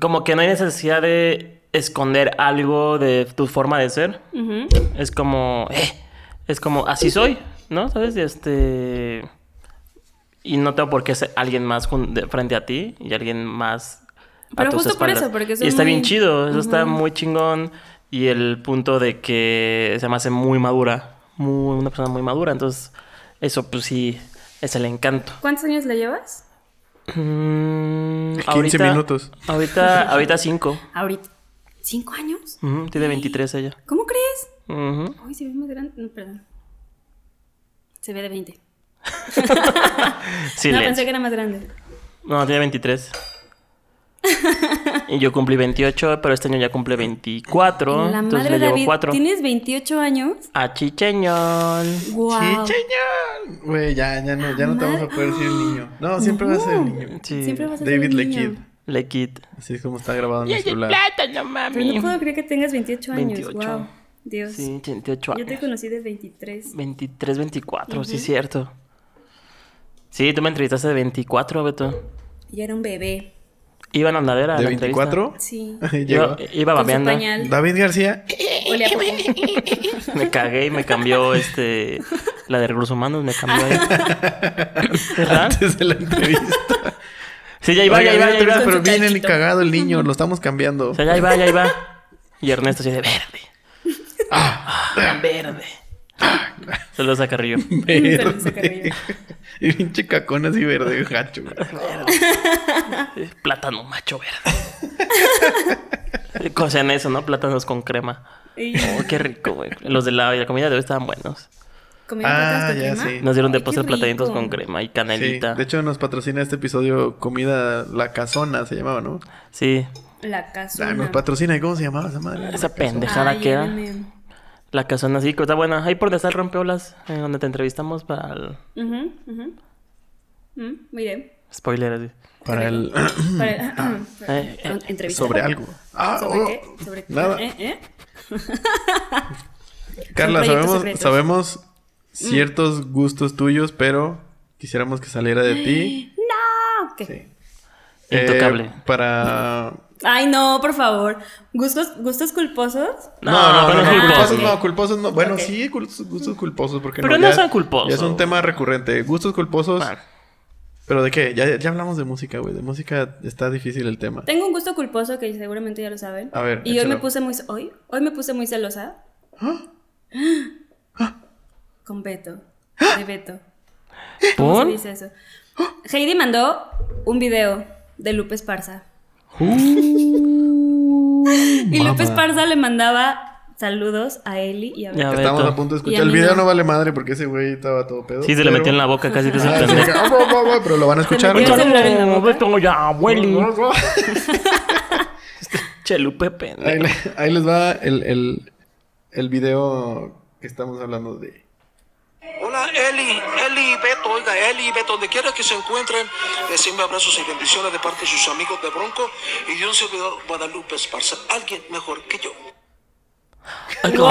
[SPEAKER 1] Como que no hay necesidad de esconder algo de tu forma de ser.
[SPEAKER 3] Ujú.
[SPEAKER 1] Es como. "Eh", Es como, así soy, ¿no? ¿Sabes? Este. Y no tengo por qué ser alguien más jun- de- frente a ti y alguien más a
[SPEAKER 3] Pero
[SPEAKER 1] tus
[SPEAKER 3] justo por
[SPEAKER 1] espaldas.
[SPEAKER 3] eso, porque son
[SPEAKER 1] Y está
[SPEAKER 3] muy-
[SPEAKER 1] bien chido, eso está
[SPEAKER 3] Ujú.
[SPEAKER 1] muy chingón. Y el punto de que se me hace muy madura, muy, una persona muy madura. Entonces, eso pues sí es el encanto.
[SPEAKER 3] ¿Cuántos años le llevas?
[SPEAKER 1] Mm,
[SPEAKER 2] 15
[SPEAKER 1] ahorita-
[SPEAKER 2] minutos.
[SPEAKER 1] Ahorita, ahorita 5.
[SPEAKER 3] Ahorita. ¿Cinco años?
[SPEAKER 1] tiene 23 ella.
[SPEAKER 3] ¿Cómo crees?
[SPEAKER 1] Ujú.
[SPEAKER 3] Ay, se ve más grande. No, perdón. Se ve de 20.
[SPEAKER 1] Silencio.
[SPEAKER 3] No, pensé que era más grande.
[SPEAKER 1] No, tiene 23. y yo cumplí 28, pero este año ya cumple 24.
[SPEAKER 3] La
[SPEAKER 1] Oh, entonces
[SPEAKER 3] madre
[SPEAKER 1] le llevo
[SPEAKER 3] David,
[SPEAKER 1] 4.
[SPEAKER 3] ¿tienes 28 años?
[SPEAKER 1] A Chicheñón.
[SPEAKER 3] Wow.
[SPEAKER 2] Sí, señor. Güey, ya, ya no, ya no te vamos a poder decir niño. No, siempre va a ser el niño.
[SPEAKER 1] Sí.
[SPEAKER 3] Siempre vas a ser
[SPEAKER 2] David
[SPEAKER 3] un
[SPEAKER 2] Le
[SPEAKER 3] niño.
[SPEAKER 2] Kid.
[SPEAKER 1] Le Kid.
[SPEAKER 2] Así es como está grabado en mi celular.
[SPEAKER 1] plátano,
[SPEAKER 3] Pero no
[SPEAKER 1] mami.
[SPEAKER 3] puedo creer que tengas 28 años.
[SPEAKER 1] 28.
[SPEAKER 3] Wow. Dios.
[SPEAKER 1] Sí, 28
[SPEAKER 3] Yo te
[SPEAKER 1] años.
[SPEAKER 3] conocí de 23.
[SPEAKER 1] 23, 24, sí, cierto. Sí, tú me entrevistaste de 24, Beto.
[SPEAKER 3] Y era un bebé.
[SPEAKER 1] Iba en andadera. a
[SPEAKER 2] ¿De
[SPEAKER 1] la entrevista.
[SPEAKER 2] 24?
[SPEAKER 3] Sí.
[SPEAKER 1] Yo
[SPEAKER 2] Llegó.
[SPEAKER 1] eh, iba
[SPEAKER 3] Con su
[SPEAKER 1] babeando.
[SPEAKER 3] pañal.
[SPEAKER 2] David García.
[SPEAKER 3] Olía a popó.
[SPEAKER 1] Me cagué y me cambió este. La de recursos humanos me cambió ahí. ¿Verdad?
[SPEAKER 2] Antes de la entrevista.
[SPEAKER 1] Sí, ya iba,
[SPEAKER 2] Oiga,
[SPEAKER 1] ya iba,
[SPEAKER 2] mira,
[SPEAKER 1] ya
[SPEAKER 2] mira,
[SPEAKER 1] iba.
[SPEAKER 2] pero
[SPEAKER 3] Con su
[SPEAKER 2] viene el
[SPEAKER 3] chanchito.
[SPEAKER 2] cagado el niño, lo estamos cambiando.
[SPEAKER 1] O sea, ya iba, ya iba. Y Ernesto así de verde. Ah, verde. Saludos a Carrillo.
[SPEAKER 3] Saludos,
[SPEAKER 2] Verde.
[SPEAKER 3] Carrillo.
[SPEAKER 2] y pinche cacón así verde, gacho. güey.
[SPEAKER 1] Eh, Plátano macho verde. Cocían eso, ¿no? Plátanos con crema.
[SPEAKER 3] Y
[SPEAKER 1] Oh, qué rico, güey. Los de la, de la comida de hoy estaban buenos.
[SPEAKER 3] comieron
[SPEAKER 2] Ah,
[SPEAKER 3] patatas con
[SPEAKER 2] ya
[SPEAKER 3] crema.
[SPEAKER 2] sí.
[SPEAKER 1] Nos dieron de
[SPEAKER 3] Ay, qué
[SPEAKER 1] postre platanitos
[SPEAKER 3] rico.
[SPEAKER 1] con crema y
[SPEAKER 2] Sí,
[SPEAKER 1] canelita.
[SPEAKER 2] de hecho nos patrocina este episodio Comida La Casona, se llamaba, ¿no?
[SPEAKER 1] Sí.
[SPEAKER 3] La
[SPEAKER 2] Ah,
[SPEAKER 3] casa.
[SPEAKER 2] nos patrocina, ¿y cómo se llamaba esa madre?
[SPEAKER 1] Esa pendejada que era. La casona así, que está buena. Ahí por donde está el rompeolas, eh, donde te entrevistamos para el
[SPEAKER 3] Mm, Mire.
[SPEAKER 1] spoiler así.
[SPEAKER 2] Para el...
[SPEAKER 3] Para-
[SPEAKER 1] Eh, eh,
[SPEAKER 3] Con- Entrevista.
[SPEAKER 2] sobre algo. Ah,
[SPEAKER 3] ¿Sobre
[SPEAKER 2] oh,
[SPEAKER 3] qué? ¿Sobre qué?
[SPEAKER 2] Nada.
[SPEAKER 3] ¿Eh? ¿Eh?
[SPEAKER 2] Carla,
[SPEAKER 3] Son
[SPEAKER 2] sabemos,
[SPEAKER 3] proyectos secretos. Mm.
[SPEAKER 2] sabemos ciertos gustos tuyos, pero quisiéramos que saliera de ti.
[SPEAKER 3] ¡No! ¿Qué?
[SPEAKER 2] Sí.
[SPEAKER 1] Intocable.
[SPEAKER 2] Eh, para...
[SPEAKER 3] Ay, no, por favor. ¿Gustos, gustos culposos?
[SPEAKER 1] No, no, no,
[SPEAKER 3] no, no,
[SPEAKER 2] culposos
[SPEAKER 3] ok.
[SPEAKER 2] no, culposos no. Bueno,
[SPEAKER 3] Ok.
[SPEAKER 2] sí, gustos, gustos culposos, porque
[SPEAKER 1] Pero no
[SPEAKER 2] Ya-
[SPEAKER 1] son culposos.
[SPEAKER 2] Ya es un tema recurrente. Gustos culposos,
[SPEAKER 1] Bueno,
[SPEAKER 2] pero ¿de qué? Ya, ya hablamos de música, güey. De música está difícil el tema.
[SPEAKER 3] Tengo un gusto culposo que seguramente ya lo saben.
[SPEAKER 2] A ver,
[SPEAKER 3] Y hoy
[SPEAKER 2] échalo. ¿Ah?
[SPEAKER 3] me puse muy hoy, hoy me puse muy celosa. Con Beto.
[SPEAKER 2] ¿Ah?
[SPEAKER 3] De Beto. ¿Cómo se
[SPEAKER 1] ¿Por?
[SPEAKER 3] dice eso? Heidi mandó un video de Lupe Esparza. y Lupe Esparza le mandaba saludos a Eli y a Beto.
[SPEAKER 1] Ya ves.
[SPEAKER 2] Estamos
[SPEAKER 1] Beto.
[SPEAKER 2] a punto de
[SPEAKER 3] Y
[SPEAKER 2] escuchar.
[SPEAKER 3] a
[SPEAKER 2] El
[SPEAKER 3] mí
[SPEAKER 2] video
[SPEAKER 3] no.
[SPEAKER 2] no. vale madre porque ese güey estaba todo pedo.
[SPEAKER 1] Sí, se le metió en la boca casi te
[SPEAKER 2] Ah, sí,
[SPEAKER 1] sorprende.
[SPEAKER 2] ah, va, va, va, pero lo van a escuchar.
[SPEAKER 3] Se metió
[SPEAKER 2] güey.
[SPEAKER 3] el celular en la boca.
[SPEAKER 1] Beto, ya, abueli. Chelupe
[SPEAKER 2] Ahí,
[SPEAKER 1] pendejo.
[SPEAKER 2] le- ahí les va el, el, el video que estamos hablando de.
[SPEAKER 4] Hola Eli, Eli y Beto, oiga, Eli y Beto, donde quiera que se encuentren, reciben abrazos y bendiciones de parte de sus amigos de Bronco y de un servidor Guadalupe Esparza, alguien mejor que yo.
[SPEAKER 3] ¡Wow!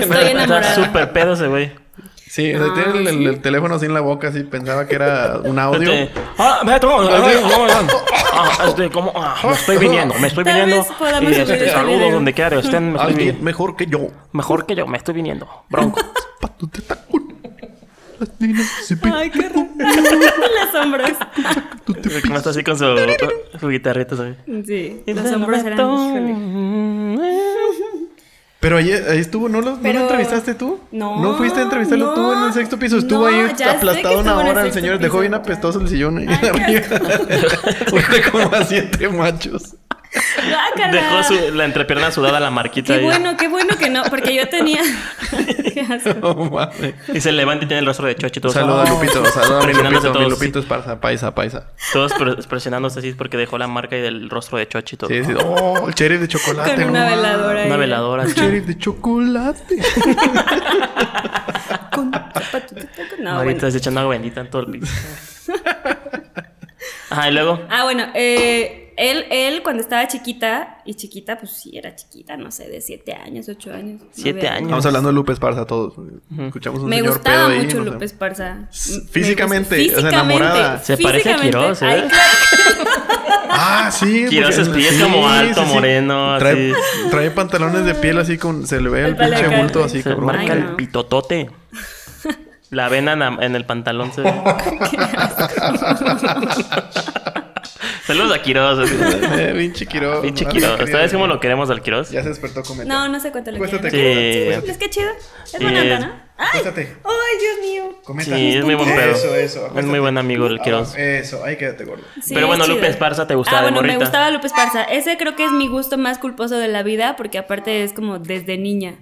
[SPEAKER 1] Está
[SPEAKER 3] enamorada.
[SPEAKER 1] súper pedo ese güey.
[SPEAKER 2] Sí,
[SPEAKER 3] Ah,
[SPEAKER 2] o sea, tiene el, el- el teléfono así en la boca, así pensaba que era un audio.
[SPEAKER 1] Este, ah, Beto, ah, ah, este, ¿cómo? Ah, me estoy viniendo, me estoy
[SPEAKER 3] Tal
[SPEAKER 1] viniendo.
[SPEAKER 3] vez podamos
[SPEAKER 1] Y
[SPEAKER 3] subir
[SPEAKER 1] este,
[SPEAKER 3] ese
[SPEAKER 1] saludos
[SPEAKER 3] video.
[SPEAKER 1] donde quiera que estén. me estoy
[SPEAKER 2] Alguien
[SPEAKER 1] viniendo.
[SPEAKER 2] mejor que yo.
[SPEAKER 1] Mejor que yo, me estoy viniendo. Bronco.
[SPEAKER 2] Pato de tacón. Las nenas se
[SPEAKER 3] Ay, qué raro. Los hombros.
[SPEAKER 1] ¿Cómo está así con su, su guitarrita? ¿sabes?
[SPEAKER 3] Sí, los hombros eran. híjole.
[SPEAKER 2] Pero ahí, ahí estuvo, ¿no lo, no lo
[SPEAKER 3] Pero-
[SPEAKER 2] entrevistaste tú?
[SPEAKER 3] No,
[SPEAKER 2] ¿No fuiste a entrevistarlo
[SPEAKER 3] no,
[SPEAKER 2] tú en el sexto piso? Estuvo
[SPEAKER 3] no,
[SPEAKER 2] ahí
[SPEAKER 3] ya sé que
[SPEAKER 2] aplastado una
[SPEAKER 3] estuvo en
[SPEAKER 2] hora
[SPEAKER 3] el
[SPEAKER 2] el
[SPEAKER 3] sexto
[SPEAKER 2] señor. Dejó
[SPEAKER 3] piso,
[SPEAKER 2] bien
[SPEAKER 3] ya.
[SPEAKER 2] apestoso el sillón ahí
[SPEAKER 3] Ay, qué
[SPEAKER 2] arriba. Fue como a siete machos.
[SPEAKER 3] Guácala.
[SPEAKER 1] Dejó su- la entrepierna sudada la marquita
[SPEAKER 3] Ah, Qué
[SPEAKER 1] ahí.
[SPEAKER 3] bueno, qué bueno que no, porque yo tenía. Qué asco.
[SPEAKER 2] No mames.
[SPEAKER 1] Y se levanta y tiene el rostro de chochi. Todos,
[SPEAKER 2] Saluda a Lupito, saluda a mi
[SPEAKER 1] Presionándose
[SPEAKER 2] Lupito, mi
[SPEAKER 1] todos,
[SPEAKER 2] Lupito Esparza, paisa, paisa.
[SPEAKER 1] Todos pre- presionándose así porque dejó la marca y del rostro de chochi. Todo.
[SPEAKER 2] Sí, sí. Oh, el sheriff de chocolate.
[SPEAKER 3] Con
[SPEAKER 2] no
[SPEAKER 3] una
[SPEAKER 2] mames.
[SPEAKER 3] veladora.
[SPEAKER 1] Una
[SPEAKER 3] ahí.
[SPEAKER 1] veladora.
[SPEAKER 2] El
[SPEAKER 1] así.
[SPEAKER 2] sheriff de chocolate.
[SPEAKER 3] Con zapatito. No,
[SPEAKER 1] Ahorita
[SPEAKER 3] bueno.
[SPEAKER 1] está echando agua bendita en todo el piso. Ajá, y luego.
[SPEAKER 3] Ah, bueno, eh, él, él cuando estaba chiquita, y chiquita, pues sí, era chiquita, no sé, de siete años, ocho años. nueve
[SPEAKER 1] Siete años.
[SPEAKER 2] Estamos hablando de Lupe Esparza todos. Escuchamos un
[SPEAKER 3] Me
[SPEAKER 2] señor
[SPEAKER 3] gustaba
[SPEAKER 2] pedo ahí.
[SPEAKER 3] mucho
[SPEAKER 2] no sé.
[SPEAKER 3] Lupe Esparza.
[SPEAKER 2] S-
[SPEAKER 3] Me
[SPEAKER 2] físicamente,
[SPEAKER 3] gusta-
[SPEAKER 2] o sea, enamorada.
[SPEAKER 3] físicamente,
[SPEAKER 1] Se parece a
[SPEAKER 3] físicamente.
[SPEAKER 1] Quiroz, ¿eh?
[SPEAKER 3] Ay, claro.
[SPEAKER 2] Ah, sí.
[SPEAKER 1] Quiroz
[SPEAKER 2] porque-
[SPEAKER 1] Espilla es como alto, moreno,
[SPEAKER 2] Trae,
[SPEAKER 1] así.
[SPEAKER 2] trae pantalones de piel así con... Se le ve el,
[SPEAKER 3] El
[SPEAKER 2] pinche
[SPEAKER 3] palacal.
[SPEAKER 2] bulto así,
[SPEAKER 1] Se
[SPEAKER 2] cabrón.
[SPEAKER 1] marca
[SPEAKER 3] Ay,
[SPEAKER 1] el
[SPEAKER 3] no.
[SPEAKER 1] pitotote. La avena en, la- en el pantalón se ve. Saludos a Quiroz. así.
[SPEAKER 2] Eh, Pinche Quiroz.
[SPEAKER 1] Pinche
[SPEAKER 2] ¿no?
[SPEAKER 1] Quiroz. ¿Sabes cómo lo queremos al Quiroz?
[SPEAKER 5] Ya se despertó cometa.
[SPEAKER 3] No, no sé cuánto le
[SPEAKER 5] Cuéstate,
[SPEAKER 3] quieran.
[SPEAKER 1] Sí.
[SPEAKER 3] Sí, Es que chido. Es
[SPEAKER 1] Sí.
[SPEAKER 3] buena onda, ¿no? ¡Ay!
[SPEAKER 5] Cuéstate.
[SPEAKER 3] ¡Ay, Dios mío!
[SPEAKER 5] Cometa.
[SPEAKER 1] Sí, es muy buen pedo.
[SPEAKER 5] Eso, eso.
[SPEAKER 1] Es
[SPEAKER 5] acuéstate.
[SPEAKER 1] muy buen amigo el
[SPEAKER 5] Ah,
[SPEAKER 1] Quiroz.
[SPEAKER 5] Eso, ahí quédate gordo.
[SPEAKER 3] Sí,
[SPEAKER 1] Pero bueno,
[SPEAKER 3] es chido.
[SPEAKER 1] Lupe Esparza te gustaba
[SPEAKER 3] Ah,
[SPEAKER 1] de
[SPEAKER 3] bueno, me
[SPEAKER 1] morrita.
[SPEAKER 3] gustaba Lupe Esparza. Ese creo que es mi gusto más culposo de la vida, porque aparte es como desde niña.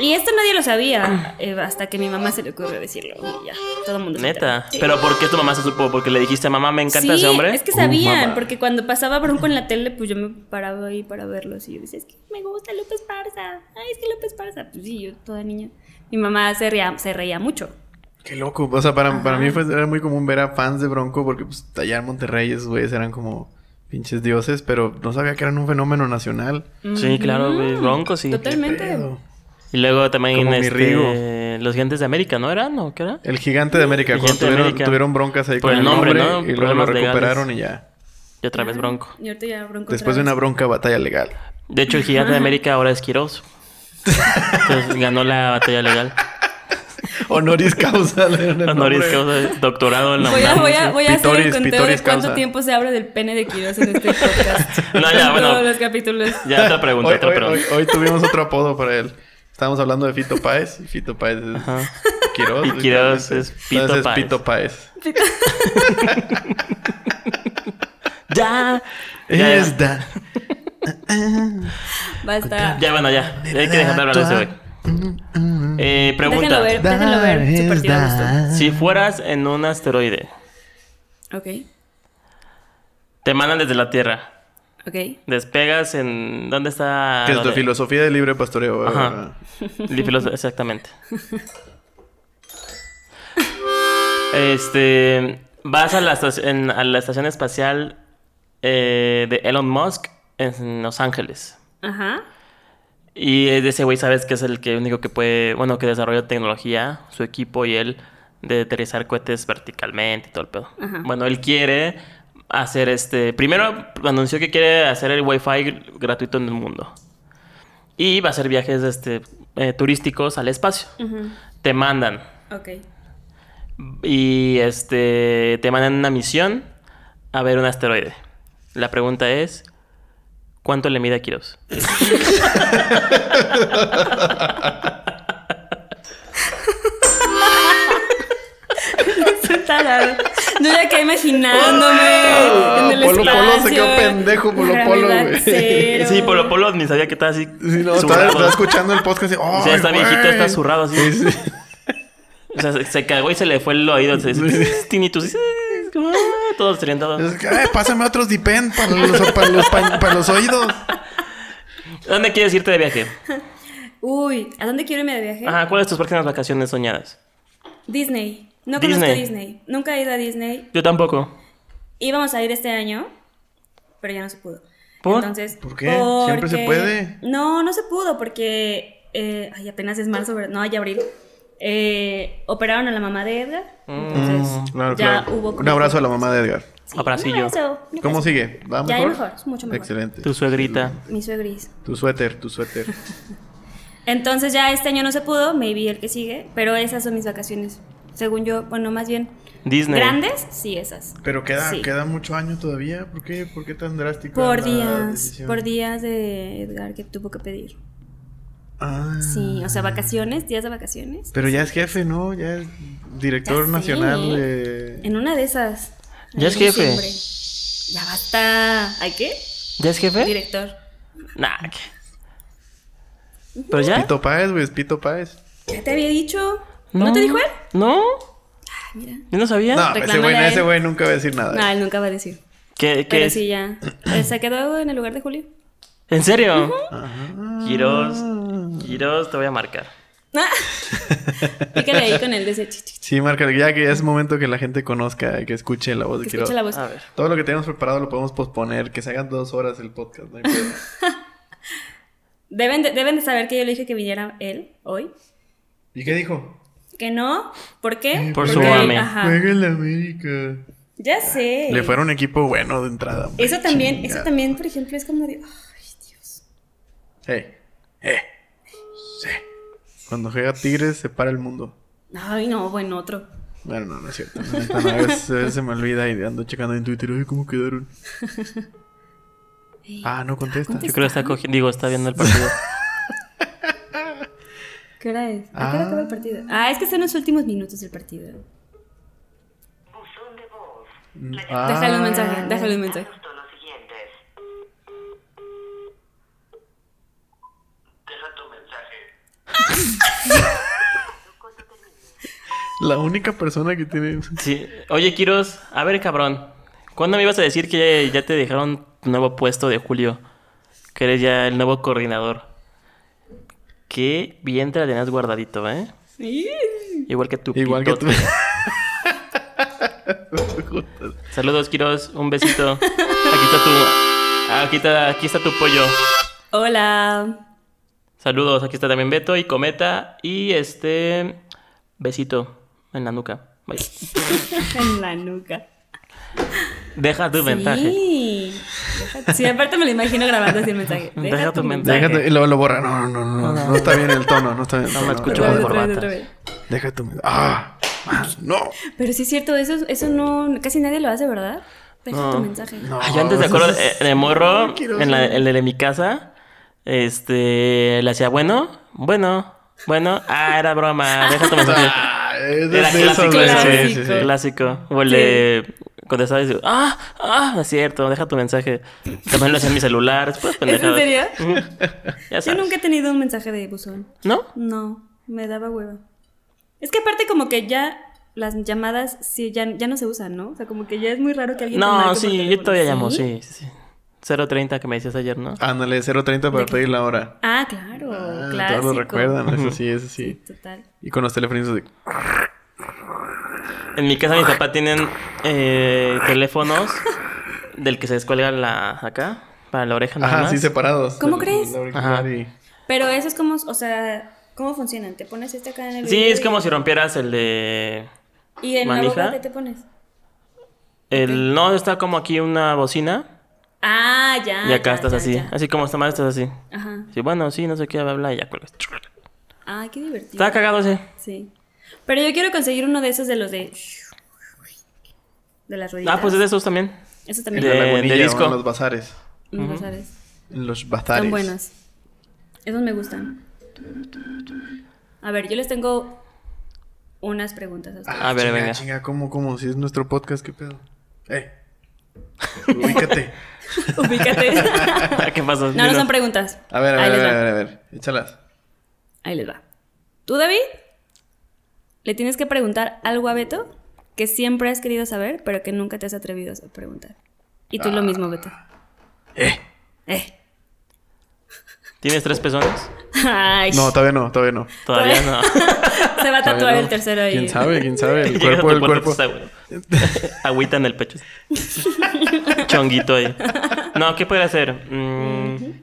[SPEAKER 3] Y esto nadie lo sabía, eh, hasta que mi mamá se le ocurrió decirlo. Y ya, todo el mundo. se
[SPEAKER 1] Neta.
[SPEAKER 3] enteró. Sí.
[SPEAKER 1] Pero ¿por qué tu mamá se supo? Porque le dijiste, mamá, me encanta
[SPEAKER 3] Sí,
[SPEAKER 1] ese hombre.
[SPEAKER 3] es que
[SPEAKER 2] Uh,
[SPEAKER 3] sabían,
[SPEAKER 2] mamá.
[SPEAKER 3] porque cuando pasaba Bronco en la tele, pues yo me paraba ahí para verlos y yo decía, es que me gusta Lupe Esparza, ay, es que Lupe Esparza, pues sí, yo toda niña. Mi mamá se reía, se reía mucho.
[SPEAKER 2] Qué loco. O sea, para, para mí fue, era muy común ver a fans de Bronco porque pues, allá en Monterrey esos güeyes eran como pinches dioses, pero no sabía que eran un fenómeno nacional.
[SPEAKER 1] Sí, claro, güey. Bronco, sí.
[SPEAKER 3] Totalmente.
[SPEAKER 1] Y luego también
[SPEAKER 2] Como mi
[SPEAKER 1] este,
[SPEAKER 2] Rigo.
[SPEAKER 1] los gigantes de América, ¿no eran? ¿O qué era?
[SPEAKER 2] El gigante de América.
[SPEAKER 1] El
[SPEAKER 2] cuando
[SPEAKER 1] gigante de
[SPEAKER 2] tuvieron,
[SPEAKER 1] América.
[SPEAKER 2] tuvieron broncas ahí
[SPEAKER 1] Por el
[SPEAKER 2] con el
[SPEAKER 1] nombre,
[SPEAKER 2] nombre,
[SPEAKER 1] ¿no?
[SPEAKER 2] y luego lo
[SPEAKER 1] Problemas legales.
[SPEAKER 2] recuperaron y ya.
[SPEAKER 1] Y otra
[SPEAKER 3] Ah.
[SPEAKER 1] vez Bronco.
[SPEAKER 3] Y ahorita ya Bronco.
[SPEAKER 2] Después de una
[SPEAKER 3] otra vez.
[SPEAKER 2] bronca batalla legal.
[SPEAKER 1] De hecho, el gigante de América ahora es Quiroz. Entonces ganó la batalla legal.
[SPEAKER 2] Honoris causa. le dieron el
[SPEAKER 1] Honoris
[SPEAKER 2] nombre.
[SPEAKER 1] causa, doctorado en la
[SPEAKER 3] Voy a,
[SPEAKER 1] UNAM,
[SPEAKER 3] voy a,
[SPEAKER 1] sí.
[SPEAKER 3] voy a hacer el
[SPEAKER 2] Pitoris-
[SPEAKER 3] conteo
[SPEAKER 2] pitoris
[SPEAKER 3] de cuánto
[SPEAKER 2] causa.
[SPEAKER 3] tiempo se habla del pene de Quiroz en este podcast.
[SPEAKER 1] No, ya,
[SPEAKER 3] En
[SPEAKER 1] bueno.
[SPEAKER 3] Todos los capítulos.
[SPEAKER 1] Ya otra pregunta,
[SPEAKER 2] hoy,
[SPEAKER 1] otra
[SPEAKER 2] hoy-
[SPEAKER 1] pregunta.
[SPEAKER 2] hoy- hoy tuvimos otro apodo para él. Estábamos hablando de Fito Páez y Fito Páez es Quiroz.
[SPEAKER 1] Y Quiroz
[SPEAKER 2] literalmente.
[SPEAKER 1] es Pito
[SPEAKER 2] Entonces es
[SPEAKER 1] Páez.
[SPEAKER 2] Pito Páez.
[SPEAKER 1] Ya. Ya, ya.
[SPEAKER 2] Es da-
[SPEAKER 3] Basta.
[SPEAKER 1] Ya, bueno, ya. Hay que dejar de hablar de ese güey. Eh,
[SPEAKER 3] Déjenlo
[SPEAKER 1] pregunta.
[SPEAKER 3] ver, déjenlo ver. Su partido a gusto.
[SPEAKER 1] Si fueras en un asteroide,
[SPEAKER 3] Ok,
[SPEAKER 1] te mandan desde la Tierra.
[SPEAKER 3] ok.
[SPEAKER 1] Despegas en... ¿Dónde está?
[SPEAKER 2] Que es la
[SPEAKER 1] dónde?
[SPEAKER 2] filosofía del libre pastoreo.
[SPEAKER 1] Ah, Ajá.
[SPEAKER 2] ¿verdad?
[SPEAKER 1] Li- filoso- exactamente. Este. Vas a la, estaci- en- a la estación espacial eh, de Elon Musk en Los Ángeles.
[SPEAKER 3] Ajá.
[SPEAKER 1] Y eh, de ese güey sabes que es el que único que puede, bueno, que desarrolla tecnología, su equipo y él, de aterrizar cohetes verticalmente y todo el pedo.
[SPEAKER 3] Ajá.
[SPEAKER 1] Bueno, él quiere hacer este. Primero anunció que quiere hacer el Wi-Fi gratuito en el mundo. Y va a hacer viajes este, eh, turísticos al espacio.
[SPEAKER 3] Ujú.
[SPEAKER 1] Te mandan.
[SPEAKER 3] Ok.
[SPEAKER 1] Y este. Te mandan una misión a ver un asteroide. La pregunta es: ¿cuánto le mide a Kiros?
[SPEAKER 3] Estoy tarado. Yo ya quedé imaginándome. en el
[SPEAKER 2] Ah, Polo Polo se
[SPEAKER 3] espacio,
[SPEAKER 2] quedó pendejo, Polo
[SPEAKER 3] gravedad
[SPEAKER 2] Polo, güey.
[SPEAKER 3] cero.
[SPEAKER 1] Sí, Polo Polo ni sabía que estaba así.
[SPEAKER 2] Sí, no, estaba,
[SPEAKER 1] zurrado.
[SPEAKER 2] estaba escuchando el podcast y... ¡Ay,
[SPEAKER 1] sea, esta
[SPEAKER 2] güey!
[SPEAKER 1] viejita está zurrado así.
[SPEAKER 2] Sí, sí.
[SPEAKER 1] O sea, se, se cagó y se le fue el oído. Se dice, tinnitus. Ah, Todo desorientado.
[SPEAKER 2] Es que, "Ay, pásame otros dipen para los, para, los, pa- para los oídos.
[SPEAKER 1] ¿Dónde quieres irte de viaje?
[SPEAKER 3] Uy, ¿a dónde quiero irme de viaje?
[SPEAKER 1] Ajá, ¿cuáles tus próximas vacaciones soñadas?
[SPEAKER 3] Disney. No
[SPEAKER 1] Disney.
[SPEAKER 3] conozco Disney. Nunca he ido a Disney.
[SPEAKER 1] Yo tampoco.
[SPEAKER 3] Íbamos a ir este año, pero ya no se pudo.
[SPEAKER 1] ¿Por?
[SPEAKER 3] Entonces,
[SPEAKER 2] ¿Por qué? Siempre se puede.
[SPEAKER 3] No, no se pudo porque eh, ay, apenas es marzo, ¿verdad? no, ya abril. Eh, operaron a la mamá de Edgar.
[SPEAKER 1] Mm.
[SPEAKER 3] Entonces,
[SPEAKER 2] Mm, Claro,
[SPEAKER 3] ya
[SPEAKER 2] claro.
[SPEAKER 3] hubo
[SPEAKER 2] Un abrazo a la mamá de Edgar.
[SPEAKER 1] Abracillo.
[SPEAKER 3] Un abrazo, un
[SPEAKER 2] ¿Cómo
[SPEAKER 3] abrazo.
[SPEAKER 2] sigue? ¿Va
[SPEAKER 3] Ya, ya
[SPEAKER 2] mejor?
[SPEAKER 3] mejor, es mucho mejor.
[SPEAKER 2] Excelente.
[SPEAKER 1] Tu suegrita.
[SPEAKER 3] Mi suegris.
[SPEAKER 2] Tu suéter, tu suéter.
[SPEAKER 3] Entonces ya este año no se pudo, maybe el que sigue, pero esas son mis vacaciones. Según yo, bueno, más bien.
[SPEAKER 1] Disney.
[SPEAKER 3] ¿Grandes? Sí, esas.
[SPEAKER 2] Pero queda,
[SPEAKER 3] Sí.
[SPEAKER 2] queda mucho año todavía. ¿Por qué, por qué tan drástico?
[SPEAKER 3] Por días, por días de Edgar que tuvo que pedir. Sí, o sea, vacaciones, días de vacaciones.
[SPEAKER 2] Ah, Pero ya es jefe, ¿no? Ya es director
[SPEAKER 3] Ya sé.
[SPEAKER 2] nacional de...
[SPEAKER 3] En una de esas.
[SPEAKER 1] Ya es
[SPEAKER 3] Ahí en
[SPEAKER 1] jefe.
[SPEAKER 3] diciembre. Ya basta. ¿Hay qué?
[SPEAKER 1] ¿Ya es jefe?
[SPEAKER 3] Director.
[SPEAKER 1] Nah. ¿qué? ¿Pero ya?
[SPEAKER 2] Pito Páez, güey, es Pito Páez.
[SPEAKER 3] Ya te había dicho. ¿No, te dijo él?
[SPEAKER 1] No.
[SPEAKER 3] Mira.
[SPEAKER 1] Yo no sabía.
[SPEAKER 2] No, ese
[SPEAKER 3] Reclámale
[SPEAKER 2] güey,
[SPEAKER 3] a él.
[SPEAKER 2] ese güey nunca va a decir nada.
[SPEAKER 3] No, él nunca va a decir.
[SPEAKER 1] ¿Qué, qué
[SPEAKER 3] Pero
[SPEAKER 1] es?
[SPEAKER 3] sí, ya. Eh, Se quedó en el lugar de Julio.
[SPEAKER 1] ¿En serio? Giros. Giros, te voy a marcar.
[SPEAKER 3] Ah. Pícale ahí con él de ese chi, chi, chi,
[SPEAKER 2] Sí, marca, ya que ya es momento que la gente conozca, que escuche la voz de
[SPEAKER 3] que
[SPEAKER 2] Quiroz.
[SPEAKER 3] escucha la voz.
[SPEAKER 1] A ver.
[SPEAKER 2] Todo lo que tenemos preparado lo podemos posponer, que se hagan dos horas el podcast. No hay pedo.
[SPEAKER 3] Deben de, deben de saber que yo le dije que viniera él hoy.
[SPEAKER 2] ¿Y qué dijo?
[SPEAKER 3] Que no. ¿Por qué?
[SPEAKER 1] Por
[SPEAKER 3] Porque-
[SPEAKER 1] su mame.
[SPEAKER 3] Ajá.
[SPEAKER 2] Juega en la América.
[SPEAKER 3] Ya sé.
[SPEAKER 2] Le fueron un equipo bueno de entrada. hombre,
[SPEAKER 3] Eso también,
[SPEAKER 2] chingada.
[SPEAKER 3] eso también, por ejemplo, es como de. Ay, Dios.
[SPEAKER 2] Hey, eh, sí. Cuando juega Tigres se para el mundo.
[SPEAKER 3] Ay, no, bueno, otro.
[SPEAKER 2] Bueno, no, no es cierto. La neta, no, a veces- a veces se me olvida y ando checando en Twitter. Ay, ¿cómo quedaron? Ah, no contesta.
[SPEAKER 1] Yo creo que está cogiendo, digo, está viendo el partido.
[SPEAKER 3] ¿Qué hora es? ¿A qué hora
[SPEAKER 2] Ah.
[SPEAKER 3] acaba el partido? Ah, es que están los últimos minutos del partido.
[SPEAKER 5] Buzón de voz.
[SPEAKER 2] Ah.
[SPEAKER 3] Déjale un mensaje, déjale un mensaje.
[SPEAKER 5] Justo los siguientes. Deja tu mensaje.
[SPEAKER 2] La única persona que tiene.
[SPEAKER 1] Sí. Oye, Kiros, a ver, cabrón. ¿Cuándo me ibas a decir que ya, ya te dejaron tu nuevo puesto de Julio? Que eres ya el nuevo coordinador. Qué bien te la tenías guardadito, ¿eh? Igual que tu
[SPEAKER 2] Igual que tú.
[SPEAKER 1] pitote. Saludos, Kiros. Un besito. Aquí está tu... Aquí está, aquí está tu pollo.
[SPEAKER 3] Hola.
[SPEAKER 1] Saludos. Aquí está también Beto y Cometa. Y este... Besito en la nuca. Bye.
[SPEAKER 3] En la nuca.
[SPEAKER 1] Deja tu mensaje.
[SPEAKER 3] Sí. Deja- Sí, aparte me lo imagino grabando así el mensaje.
[SPEAKER 1] Deja tu mensaje.
[SPEAKER 2] Déjate, y luego lo borra. No, no, no, no. No está bien el tono. No está bien. el
[SPEAKER 1] No me
[SPEAKER 2] tono.
[SPEAKER 1] escucho
[SPEAKER 3] Otra
[SPEAKER 1] con
[SPEAKER 3] vez, otra vez,
[SPEAKER 1] corbata.
[SPEAKER 3] otra vez.
[SPEAKER 2] Deja tu. ¡Ah! man, ¡No!
[SPEAKER 3] Pero sí es cierto, eso, eso no, casi nadie lo hace, ¿verdad? Deja
[SPEAKER 1] No.
[SPEAKER 3] tu mensaje.
[SPEAKER 2] No.
[SPEAKER 1] Ay, yo antes de
[SPEAKER 2] eso
[SPEAKER 1] acuerdo,
[SPEAKER 2] es-
[SPEAKER 1] eh, de morro,
[SPEAKER 2] quiero
[SPEAKER 1] en la-
[SPEAKER 2] ser-
[SPEAKER 1] el de mi casa, este, le hacía, bueno, bueno, bueno, ah, era broma, deja tu mensaje.
[SPEAKER 2] Ah, eso
[SPEAKER 1] Era
[SPEAKER 2] es eso,
[SPEAKER 1] clásico,
[SPEAKER 2] güey.
[SPEAKER 1] ese,
[SPEAKER 2] Sí, sí, sí.
[SPEAKER 1] clásico. O el de contestar y decir, ah, ah, no es cierto, deja tu mensaje. También lo hacía en mi celular, después
[SPEAKER 3] ¿Es en
[SPEAKER 1] pendejadas.
[SPEAKER 3] serio?
[SPEAKER 1] Ya
[SPEAKER 3] Yo
[SPEAKER 1] sabes.
[SPEAKER 3] nunca he tenido un mensaje de buzón.
[SPEAKER 1] ¿No?
[SPEAKER 3] No, me daba hueva. Es que aparte como que ya las llamadas sí ya, ya no se usan, ¿no? O sea, como que ya es muy raro que alguien te marque
[SPEAKER 1] No,
[SPEAKER 3] por
[SPEAKER 1] sí, yo
[SPEAKER 3] teléfono.
[SPEAKER 1] todavía llamo, sí, sí, sí. 030 que me decías ayer, ¿no?
[SPEAKER 2] Ándale, 0.30 para pedir la hora.
[SPEAKER 3] Ah, claro,
[SPEAKER 2] Ah,
[SPEAKER 3] claro.
[SPEAKER 2] Todos lo recuerdan. Eso sí, eso sí.
[SPEAKER 3] Total.
[SPEAKER 2] Y con los teléfonos de.
[SPEAKER 1] En mi casa mis papás tienen eh, teléfonos del que se descuelga la acá para la oreja nada
[SPEAKER 2] Ajá,
[SPEAKER 1] más.
[SPEAKER 2] sí, separados.
[SPEAKER 3] ¿Cómo
[SPEAKER 2] El-
[SPEAKER 3] crees?
[SPEAKER 2] el auricular
[SPEAKER 1] Ajá.
[SPEAKER 2] y-
[SPEAKER 3] Pero eso es como, o sea, ¿cómo funcionan? ¿Te pones este acá en el
[SPEAKER 1] Sí,
[SPEAKER 3] oído
[SPEAKER 1] es
[SPEAKER 3] y-
[SPEAKER 1] como si rompieras el de
[SPEAKER 3] ¿Y en
[SPEAKER 1] manija.
[SPEAKER 3] la boca qué te pones?
[SPEAKER 1] el no está como aquí una bocina
[SPEAKER 3] Ah, ya.
[SPEAKER 1] y acá
[SPEAKER 3] ya,
[SPEAKER 1] estás
[SPEAKER 3] ya,
[SPEAKER 1] así,
[SPEAKER 3] ya.
[SPEAKER 1] así como está mal estás así.
[SPEAKER 3] Ajá.
[SPEAKER 1] Sí, bueno, sí, no sé qué, bla bla, y ya cuelgas.
[SPEAKER 3] Ay, qué divertido.
[SPEAKER 1] Está cagado ese.
[SPEAKER 3] Sí. Pero yo quiero conseguir uno de esos de los de. De las rueditas.
[SPEAKER 1] Ah, pues es de esos también.
[SPEAKER 3] Eso
[SPEAKER 2] En
[SPEAKER 3] también.
[SPEAKER 2] la
[SPEAKER 1] De-
[SPEAKER 2] lagunilla
[SPEAKER 1] de
[SPEAKER 2] o
[SPEAKER 1] disco.
[SPEAKER 2] En los bazares.
[SPEAKER 3] No lo sabes.
[SPEAKER 2] En los
[SPEAKER 3] Están
[SPEAKER 2] bazares.
[SPEAKER 3] buenos. Esos me gustan. A ver, yo les tengo unas preguntas a ustedes.
[SPEAKER 1] A ver,
[SPEAKER 2] Ah, chinga,
[SPEAKER 1] venga.
[SPEAKER 2] Chinga, ¿cómo, cómo? Si es nuestro podcast, ¿qué pedo? ¡Eh! Ubícate.
[SPEAKER 3] Ubícate.
[SPEAKER 1] ¿Qué pasó?
[SPEAKER 3] no, no
[SPEAKER 1] Dilo.
[SPEAKER 3] son preguntas.
[SPEAKER 2] A ver, a
[SPEAKER 3] Ahí
[SPEAKER 2] ver, a
[SPEAKER 3] les
[SPEAKER 2] ver,
[SPEAKER 3] va.
[SPEAKER 2] a ver, a ver. Échalas.
[SPEAKER 3] Ahí les va. ¿Tú, David? Le tienes que preguntar algo a Beto que siempre has querido saber, pero que nunca te has atrevido a preguntar. Y tú
[SPEAKER 2] Ah.
[SPEAKER 3] lo mismo, Beto.
[SPEAKER 2] ¡Eh!
[SPEAKER 3] Eh.
[SPEAKER 1] ¿Tienes tres pezones?
[SPEAKER 3] Ay,
[SPEAKER 2] No, todavía no, todavía no.
[SPEAKER 1] Todavía no.
[SPEAKER 3] se va a
[SPEAKER 2] Todavía
[SPEAKER 3] tatuar
[SPEAKER 2] no.
[SPEAKER 3] el tercero ahí.
[SPEAKER 2] ¿Quién sabe? ¿Quién sabe? El
[SPEAKER 1] Llegas a
[SPEAKER 2] cuerpo,
[SPEAKER 1] tu
[SPEAKER 2] el
[SPEAKER 1] puerta,
[SPEAKER 2] cuerpo.
[SPEAKER 1] está, güey. Agüita en el pecho. Chonguito ahí. No, ¿qué podría hacer? Mm,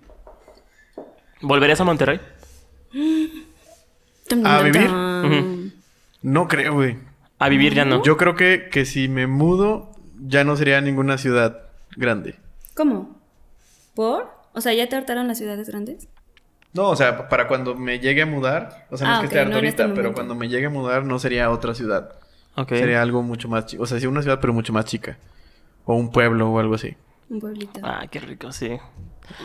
[SPEAKER 1] ¿Volverías a Monterrey?
[SPEAKER 3] Tum,
[SPEAKER 2] ¿A
[SPEAKER 3] tum,
[SPEAKER 2] vivir?
[SPEAKER 3] tum.
[SPEAKER 2] No creo, güey.
[SPEAKER 1] A vivir ya no.
[SPEAKER 2] Yo creo que, que si me mudo, ya no sería ninguna ciudad grande.
[SPEAKER 3] ¿Cómo? ¿Por? O sea, ¿ya te hartaron las ciudades grandes?
[SPEAKER 2] No, o sea, para cuando me llegue a mudar, o sea, no
[SPEAKER 3] Ah,
[SPEAKER 2] es que
[SPEAKER 3] ok,
[SPEAKER 2] esté harto
[SPEAKER 3] no en este
[SPEAKER 2] ahorita, pero
[SPEAKER 3] momento.
[SPEAKER 2] cuando me llegue a mudar no sería otra ciudad.
[SPEAKER 1] Ok.
[SPEAKER 2] Sería algo mucho más chico. O sea, sí una ciudad, pero mucho más chica. O un pueblo o algo así.
[SPEAKER 3] Un pueblito.
[SPEAKER 1] Ah, qué rico, sí.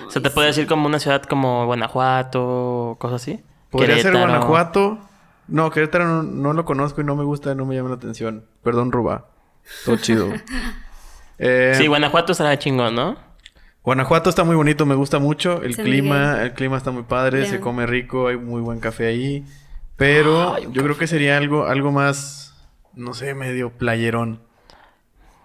[SPEAKER 1] ¿Se te puede decir como una ciudad como Guanajuato o cosas así?
[SPEAKER 2] Podría ser
[SPEAKER 1] Querétaro.
[SPEAKER 2] Guanajuato. No, Querétaro no, no lo conozco y no me gusta, no me llama la atención. Perdón, Ruba. Todo chido. Eh,
[SPEAKER 1] Sí, Guanajuato será chingón, ¿no?
[SPEAKER 2] Guanajuato está muy bonito, me gusta mucho. El
[SPEAKER 3] San
[SPEAKER 2] clima, el clima está muy padre, se
[SPEAKER 3] León.
[SPEAKER 2] come rico, hay muy buen café ahí. Pero yo creo que sería algo, algo más, no sé, medio playerón.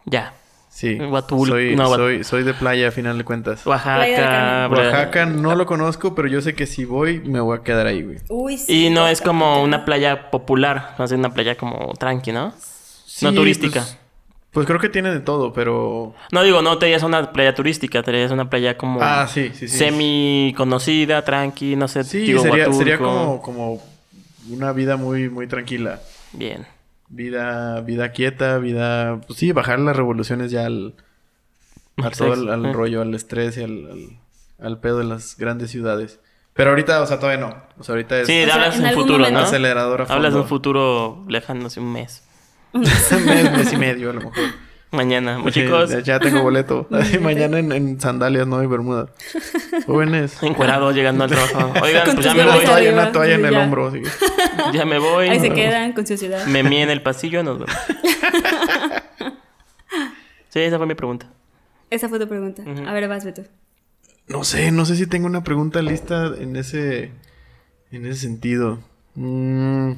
[SPEAKER 1] Ya.
[SPEAKER 2] Sí.
[SPEAKER 1] Huatul-
[SPEAKER 2] soy,
[SPEAKER 1] no, Huat-
[SPEAKER 2] soy, soy de playa a final de cuentas.
[SPEAKER 3] Playa del
[SPEAKER 1] Oaxaca.
[SPEAKER 3] Carmen.
[SPEAKER 1] Bra-
[SPEAKER 2] Oaxaca no lo conozco, pero yo sé que si voy me voy a quedar ahí, güey.
[SPEAKER 3] Uy, sí.
[SPEAKER 1] Y no es
[SPEAKER 3] Oaxaca.
[SPEAKER 1] como una playa popular, no es una playa como tranqui, ¿no? no
[SPEAKER 2] Sí,
[SPEAKER 1] turística.
[SPEAKER 2] Pues, pues creo que tiene de todo, pero
[SPEAKER 1] No digo, no te irías a una playa turística, te irías a una playa como
[SPEAKER 2] Ah, sí, sí, sí.
[SPEAKER 1] semi conocida, tranqui, no sé,
[SPEAKER 2] sí,
[SPEAKER 1] digo,
[SPEAKER 2] sería,
[SPEAKER 1] Huatulco.
[SPEAKER 2] sería como, como una vida muy, muy tranquila.
[SPEAKER 1] Bien.
[SPEAKER 2] Vida, vida quieta, vida. Pues sí, bajar las revoluciones ya al. A
[SPEAKER 1] Al
[SPEAKER 2] todo
[SPEAKER 1] sexo,
[SPEAKER 2] al, al
[SPEAKER 1] eh.
[SPEAKER 2] rollo, al estrés y al, al, al pedo de las grandes ciudades. Pero ahorita, o sea, todavía no. O sea, ahorita es
[SPEAKER 1] Sí,
[SPEAKER 3] sea,
[SPEAKER 1] hablas
[SPEAKER 3] en
[SPEAKER 1] en
[SPEAKER 3] algún
[SPEAKER 1] futuro, ¿no?
[SPEAKER 3] momento.
[SPEAKER 2] acelerador a fondo.
[SPEAKER 1] Hablas de un futuro lejano, así un mes.
[SPEAKER 2] mes, mes y medio a lo mejor.
[SPEAKER 1] Mañana.
[SPEAKER 2] Porque
[SPEAKER 1] chicos,
[SPEAKER 2] ya- Ya tengo boleto. Así, mañana en, en sandalias, no y bermuda. Jóvenes.
[SPEAKER 1] encuerado llegando al trabajo. Oigan,
[SPEAKER 3] Con
[SPEAKER 1] pues ya
[SPEAKER 3] tus
[SPEAKER 1] me
[SPEAKER 2] Una
[SPEAKER 1] voy.
[SPEAKER 3] brazos.
[SPEAKER 2] toalla,
[SPEAKER 3] arriba,
[SPEAKER 2] una toalla en el
[SPEAKER 3] ya.
[SPEAKER 2] hombro. así que-
[SPEAKER 1] Ya me voy.
[SPEAKER 3] Ahí se quedan con su ciudad.
[SPEAKER 1] Me mía en el pasillo, nos vemos. Sí, esa fue mi pregunta.
[SPEAKER 3] Esa fue tu pregunta. A ver, vas, Beto.
[SPEAKER 2] No sé, no sé si tengo una pregunta lista en ese, en ese sentido. Mm,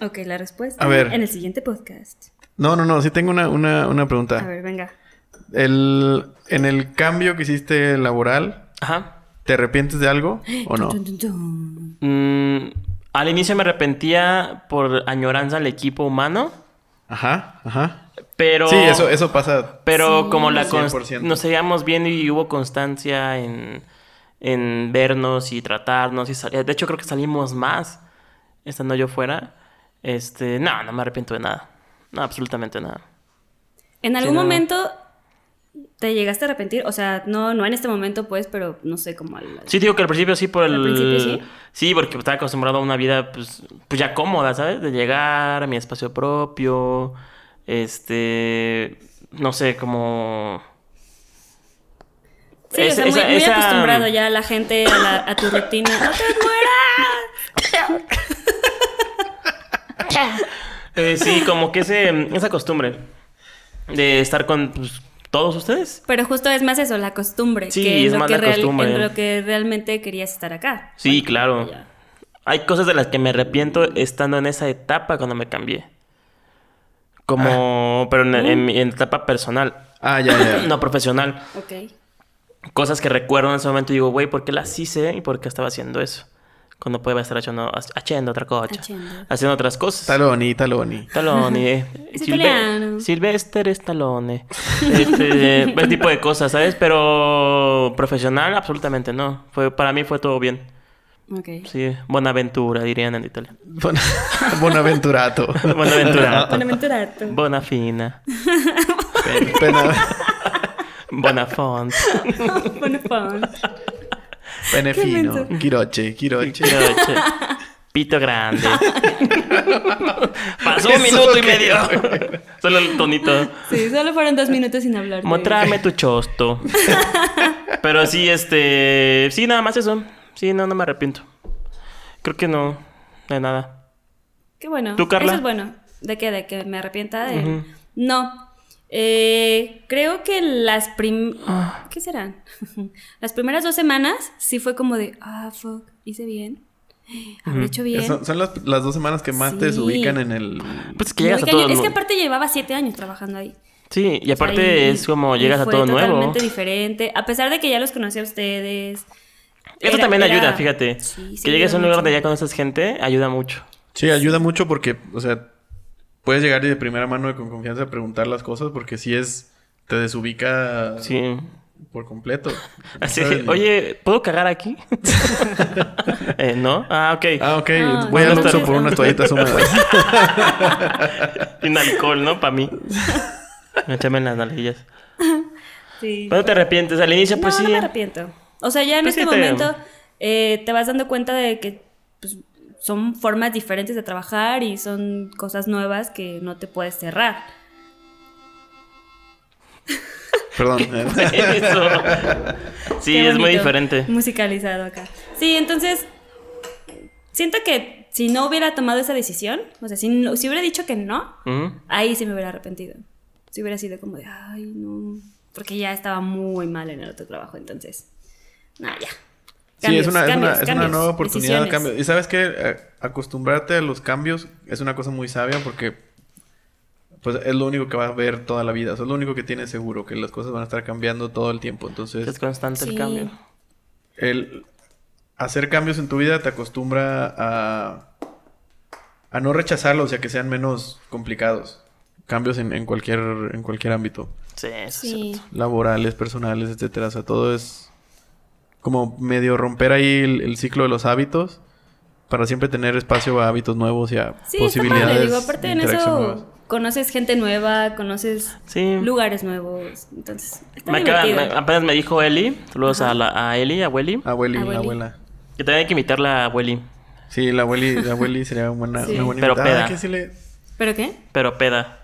[SPEAKER 3] Ok, la respuesta
[SPEAKER 2] A ver.
[SPEAKER 3] en el siguiente podcast.
[SPEAKER 2] no, no, no, sí tengo una, una, una
[SPEAKER 3] A
[SPEAKER 2] pregunta.
[SPEAKER 3] ver, venga.
[SPEAKER 2] El, en el cambio que hiciste laboral,
[SPEAKER 1] Ajá.
[SPEAKER 2] ¿te arrepientes de algo o no?
[SPEAKER 3] Tun, tun, tun.
[SPEAKER 1] Mm, al inicio me arrepentía por añoranza al equipo humano,
[SPEAKER 2] Ajá, ajá.
[SPEAKER 1] pero...
[SPEAKER 2] Sí, eso, eso pasa.
[SPEAKER 1] Pero como la cons-
[SPEAKER 2] 100%.
[SPEAKER 1] nos seguíamos viendo y hubo constancia en, en vernos y tratarnos. y sal- De hecho, creo que salimos más estando yo fuera. Este, no, no me arrepiento de nada. No, absolutamente nada.
[SPEAKER 3] En algún
[SPEAKER 1] no.
[SPEAKER 3] momento te llegaste a arrepentir. O sea, no, no en este momento, pues, pero no sé cómo. al-
[SPEAKER 1] Sí, digo que al principio sí por el...
[SPEAKER 3] ¿Al principio sí?
[SPEAKER 1] Sí, porque estaba acostumbrado a una vida, pues, pues ya cómoda, ¿sabes? De llegar a mi espacio propio, este... No sé, como...
[SPEAKER 3] Sí,
[SPEAKER 1] Esa-
[SPEAKER 3] o sea, muy,
[SPEAKER 1] esa-
[SPEAKER 3] muy
[SPEAKER 1] esa-
[SPEAKER 3] acostumbrado ya a la gente a, la- a tu rutina. ¡No te mueras!
[SPEAKER 1] Eh, sí, como que ese, esa costumbre de estar con pues, todos ustedes.
[SPEAKER 3] Pero justo es más eso, la costumbre.
[SPEAKER 1] Sí,
[SPEAKER 3] que en
[SPEAKER 1] es
[SPEAKER 3] lo
[SPEAKER 1] más
[SPEAKER 3] que
[SPEAKER 1] la costumbre.
[SPEAKER 3] En lo que realmente querías estar acá.
[SPEAKER 1] Sí, claro.
[SPEAKER 3] ya.
[SPEAKER 1] Hay cosas de las que me arrepiento estando en esa etapa cuando me cambié.
[SPEAKER 3] Ah.
[SPEAKER 1] Como, pero en,
[SPEAKER 3] Mm.
[SPEAKER 1] en mi- en etapa personal,
[SPEAKER 2] Ah, ya, ya.
[SPEAKER 1] no profesional.
[SPEAKER 3] Ok.
[SPEAKER 1] Cosas que recuerdo en ese momento y digo, güey, ¿por qué las hice y por qué estaba haciendo eso? Cuando podía estar haciendo, haciendo otra cosa,
[SPEAKER 3] Haciendo.
[SPEAKER 1] haciendo otras cosas.
[SPEAKER 2] Taloni, taloni.
[SPEAKER 1] Stallone.
[SPEAKER 3] Es
[SPEAKER 1] Silve-
[SPEAKER 3] italiano.
[SPEAKER 1] Sylvester Stallone. Este, ese tipo de cosas, ¿sabes? Pero profesional, absolutamente no. Fue, para mí fue todo bien.
[SPEAKER 3] Ok.
[SPEAKER 1] Sí, Bonaventura, dirían en Italia.
[SPEAKER 2] Bon- Bonaventurato.
[SPEAKER 1] Bonaventura.
[SPEAKER 3] Buenaventura, tú.
[SPEAKER 1] Bonafina.
[SPEAKER 2] Pe- pena-
[SPEAKER 1] Bonafont.
[SPEAKER 3] Bonafón.
[SPEAKER 2] Penefino.
[SPEAKER 3] menso.
[SPEAKER 2] Quiroche, Quiroche.
[SPEAKER 1] Chiroche. Pito grande. Pasó un
[SPEAKER 2] Eso
[SPEAKER 1] minuto y
[SPEAKER 2] que-
[SPEAKER 1] medio. Solo el tonito.
[SPEAKER 3] Sí, solo fueron dos minutos sin hablar. de-
[SPEAKER 1] Mostrame tu chosto. Pero sí, este. Sí, nada más eso. Sí, no, no me arrepiento. Creo que no. De nada.
[SPEAKER 3] Qué bueno.
[SPEAKER 1] ¿Tú, Carla?
[SPEAKER 3] Eso es bueno. ¿De qué? ¿De que me arrepienta de...?
[SPEAKER 1] Ujú.
[SPEAKER 3] No. Eh, creo que las prim...
[SPEAKER 1] Ah.
[SPEAKER 3] ¿Qué serán? las primeras dos semanas sí fue como de... Ah, fuck, hice bien. Habré hecho bien.
[SPEAKER 2] Son, son las, las dos semanas que más te
[SPEAKER 3] Sí.
[SPEAKER 2] desubican en el...
[SPEAKER 1] Pues es que
[SPEAKER 3] Muy
[SPEAKER 1] llegas a
[SPEAKER 3] cañón.
[SPEAKER 1] todo.
[SPEAKER 3] Es que
[SPEAKER 1] nuevo.
[SPEAKER 3] aparte llevaba siete años trabajando ahí.
[SPEAKER 1] Sí, y aparte
[SPEAKER 3] Ahí-
[SPEAKER 1] es como
[SPEAKER 3] y
[SPEAKER 1] llegas a
[SPEAKER 3] fue
[SPEAKER 1] todo nuevo.
[SPEAKER 3] totalmente diferente. A pesar de que ya los conocía a ustedes.
[SPEAKER 1] Eso
[SPEAKER 3] Era-
[SPEAKER 1] también
[SPEAKER 3] era-
[SPEAKER 1] ayuda, fíjate.
[SPEAKER 3] Sí, sí
[SPEAKER 1] que llegues a un lugar
[SPEAKER 3] ayuda
[SPEAKER 1] donde
[SPEAKER 3] mucho.
[SPEAKER 1] ya conoces gente, ayuda mucho.
[SPEAKER 2] Sí, ayuda mucho porque, o sea, puedes llegar y de primera mano y con confianza a preguntar las cosas porque si es... Te desubica
[SPEAKER 1] Sí.
[SPEAKER 2] por completo.
[SPEAKER 1] Así,
[SPEAKER 2] ¿Sabes?
[SPEAKER 1] oye, ¿puedo cagar aquí? Eh, ¿No? Ah, ok.
[SPEAKER 2] Ah, ok.
[SPEAKER 3] Ah,
[SPEAKER 2] Voy
[SPEAKER 1] no,
[SPEAKER 2] al
[SPEAKER 1] no,
[SPEAKER 2] Oxxo
[SPEAKER 1] no.
[SPEAKER 2] por unas toallitas húmedas.
[SPEAKER 1] Sin alcohol, ¿no? Para mí. Échame en las nalguillas.
[SPEAKER 3] Sí.
[SPEAKER 1] Pero no te arrepientes. Al inicio, pues
[SPEAKER 3] no,
[SPEAKER 1] sí.
[SPEAKER 3] no me arrepiento. O sea, ya en
[SPEAKER 1] Pues sí
[SPEAKER 3] este
[SPEAKER 1] te-
[SPEAKER 3] momento eh, te vas dando cuenta de que pues, son formas diferentes de trabajar y son cosas nuevas que no te puedes cerrar.
[SPEAKER 2] Perdón. eh.
[SPEAKER 1] Eso. Sí,
[SPEAKER 3] Qué
[SPEAKER 1] es muy
[SPEAKER 3] bonito. Mm.
[SPEAKER 1] diferente.
[SPEAKER 3] Musicalizado acá. Sí, entonces siento que si no hubiera tomado esa decisión, o sea, si, no- si hubiera dicho que no,
[SPEAKER 1] Ujú.
[SPEAKER 3] ahí sí me hubiera arrepentido. Si hubiera sido como de, ay, no. Porque ya estaba muy mal en el otro trabajo, entonces. No, ya.
[SPEAKER 2] Sí, es
[SPEAKER 3] Cambios,
[SPEAKER 2] una, es una-
[SPEAKER 3] cambios,
[SPEAKER 2] es una
[SPEAKER 3] cambios,
[SPEAKER 2] nueva oportunidad de
[SPEAKER 3] decisiones.
[SPEAKER 2] cambio. Y sabes que acostumbrarte a los cambios es una cosa muy sabia porque pues es lo único que vas a ver toda la vida. O sea, es lo único que tienes seguro, que las cosas van a estar cambiando todo el tiempo.
[SPEAKER 1] Es
[SPEAKER 2] Entonces,
[SPEAKER 1] constante el
[SPEAKER 3] Sí.
[SPEAKER 1] cambio.
[SPEAKER 2] el hacer cambios en tu vida te acostumbra a, a no rechazarlos, o sea, que sean menos complicados. Cambios en, en cualquier, en cualquier ámbito.
[SPEAKER 1] Sí, eso es
[SPEAKER 3] Sí.
[SPEAKER 1] cierto.
[SPEAKER 2] laborales, personales, etcétera. O sea, todo es como medio romper ahí el, el ciclo de los hábitos para siempre tener espacio a hábitos nuevos y a
[SPEAKER 3] Sí, está padre,
[SPEAKER 2] posibilidades.
[SPEAKER 3] digo, aparte
[SPEAKER 2] de
[SPEAKER 3] en
[SPEAKER 2] interacción nuevas.
[SPEAKER 3] eso conoces gente nueva, conoces
[SPEAKER 1] Sí.
[SPEAKER 3] lugares nuevos. Entonces, está
[SPEAKER 1] Me acaba-
[SPEAKER 3] divertido.
[SPEAKER 1] me- apenas me dijo Eli. Saludos a, la, a Eli, a Welly.
[SPEAKER 2] Abueli,
[SPEAKER 3] Abueli.
[SPEAKER 2] abuela.
[SPEAKER 1] Que también hay que invitarla a Welly.
[SPEAKER 2] Sí, la abueli, la abueli sería una buena,
[SPEAKER 3] Sí.
[SPEAKER 2] una buena
[SPEAKER 1] Pero
[SPEAKER 2] invitada.
[SPEAKER 1] peda.
[SPEAKER 2] Hay que decirle-
[SPEAKER 3] ¿Pero qué?
[SPEAKER 1] Pero peda.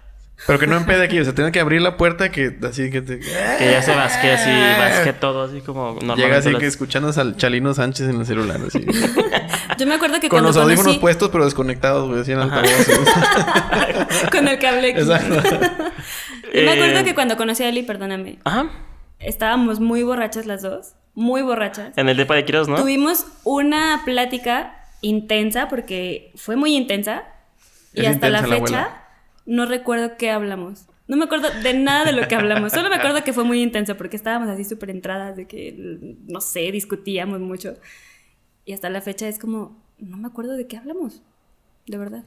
[SPEAKER 2] Pero que no empede aquí, o sea, tiene que abrir la puerta que así que te... eh,
[SPEAKER 1] Que ya se vasque así,
[SPEAKER 3] Eh.
[SPEAKER 1] vasque todo, así como normalmente.
[SPEAKER 2] Llega así
[SPEAKER 1] las-
[SPEAKER 2] que escuchando al Chalino Sánchez en el celular, así.
[SPEAKER 3] Yo me acuerdo que
[SPEAKER 2] Con
[SPEAKER 3] cuando
[SPEAKER 2] los audífonos
[SPEAKER 3] conocí-
[SPEAKER 2] puestos, pero desconectados, güey, así en altavoz.
[SPEAKER 3] con el cable aquí.
[SPEAKER 2] Exacto.
[SPEAKER 3] Yo me acuerdo
[SPEAKER 1] Eh.
[SPEAKER 3] que cuando conocí a Eli, perdóname,
[SPEAKER 1] Ajá.
[SPEAKER 3] estábamos muy borrachas las dos, muy borrachas.
[SPEAKER 1] En el depa de Quiroz, ¿no?
[SPEAKER 3] Tuvimos una plática intensa porque fue muy intensa y
[SPEAKER 2] Es
[SPEAKER 3] hasta la
[SPEAKER 2] intensa la
[SPEAKER 3] fecha
[SPEAKER 2] abuela.
[SPEAKER 3] no recuerdo qué hablamos. No me acuerdo de nada de lo que hablamos, solo me acuerdo que fue muy intenso porque estábamos así súper entradas de que, no sé, discutíamos mucho. Y hasta la fecha es como, no me acuerdo de qué hablamos, de verdad.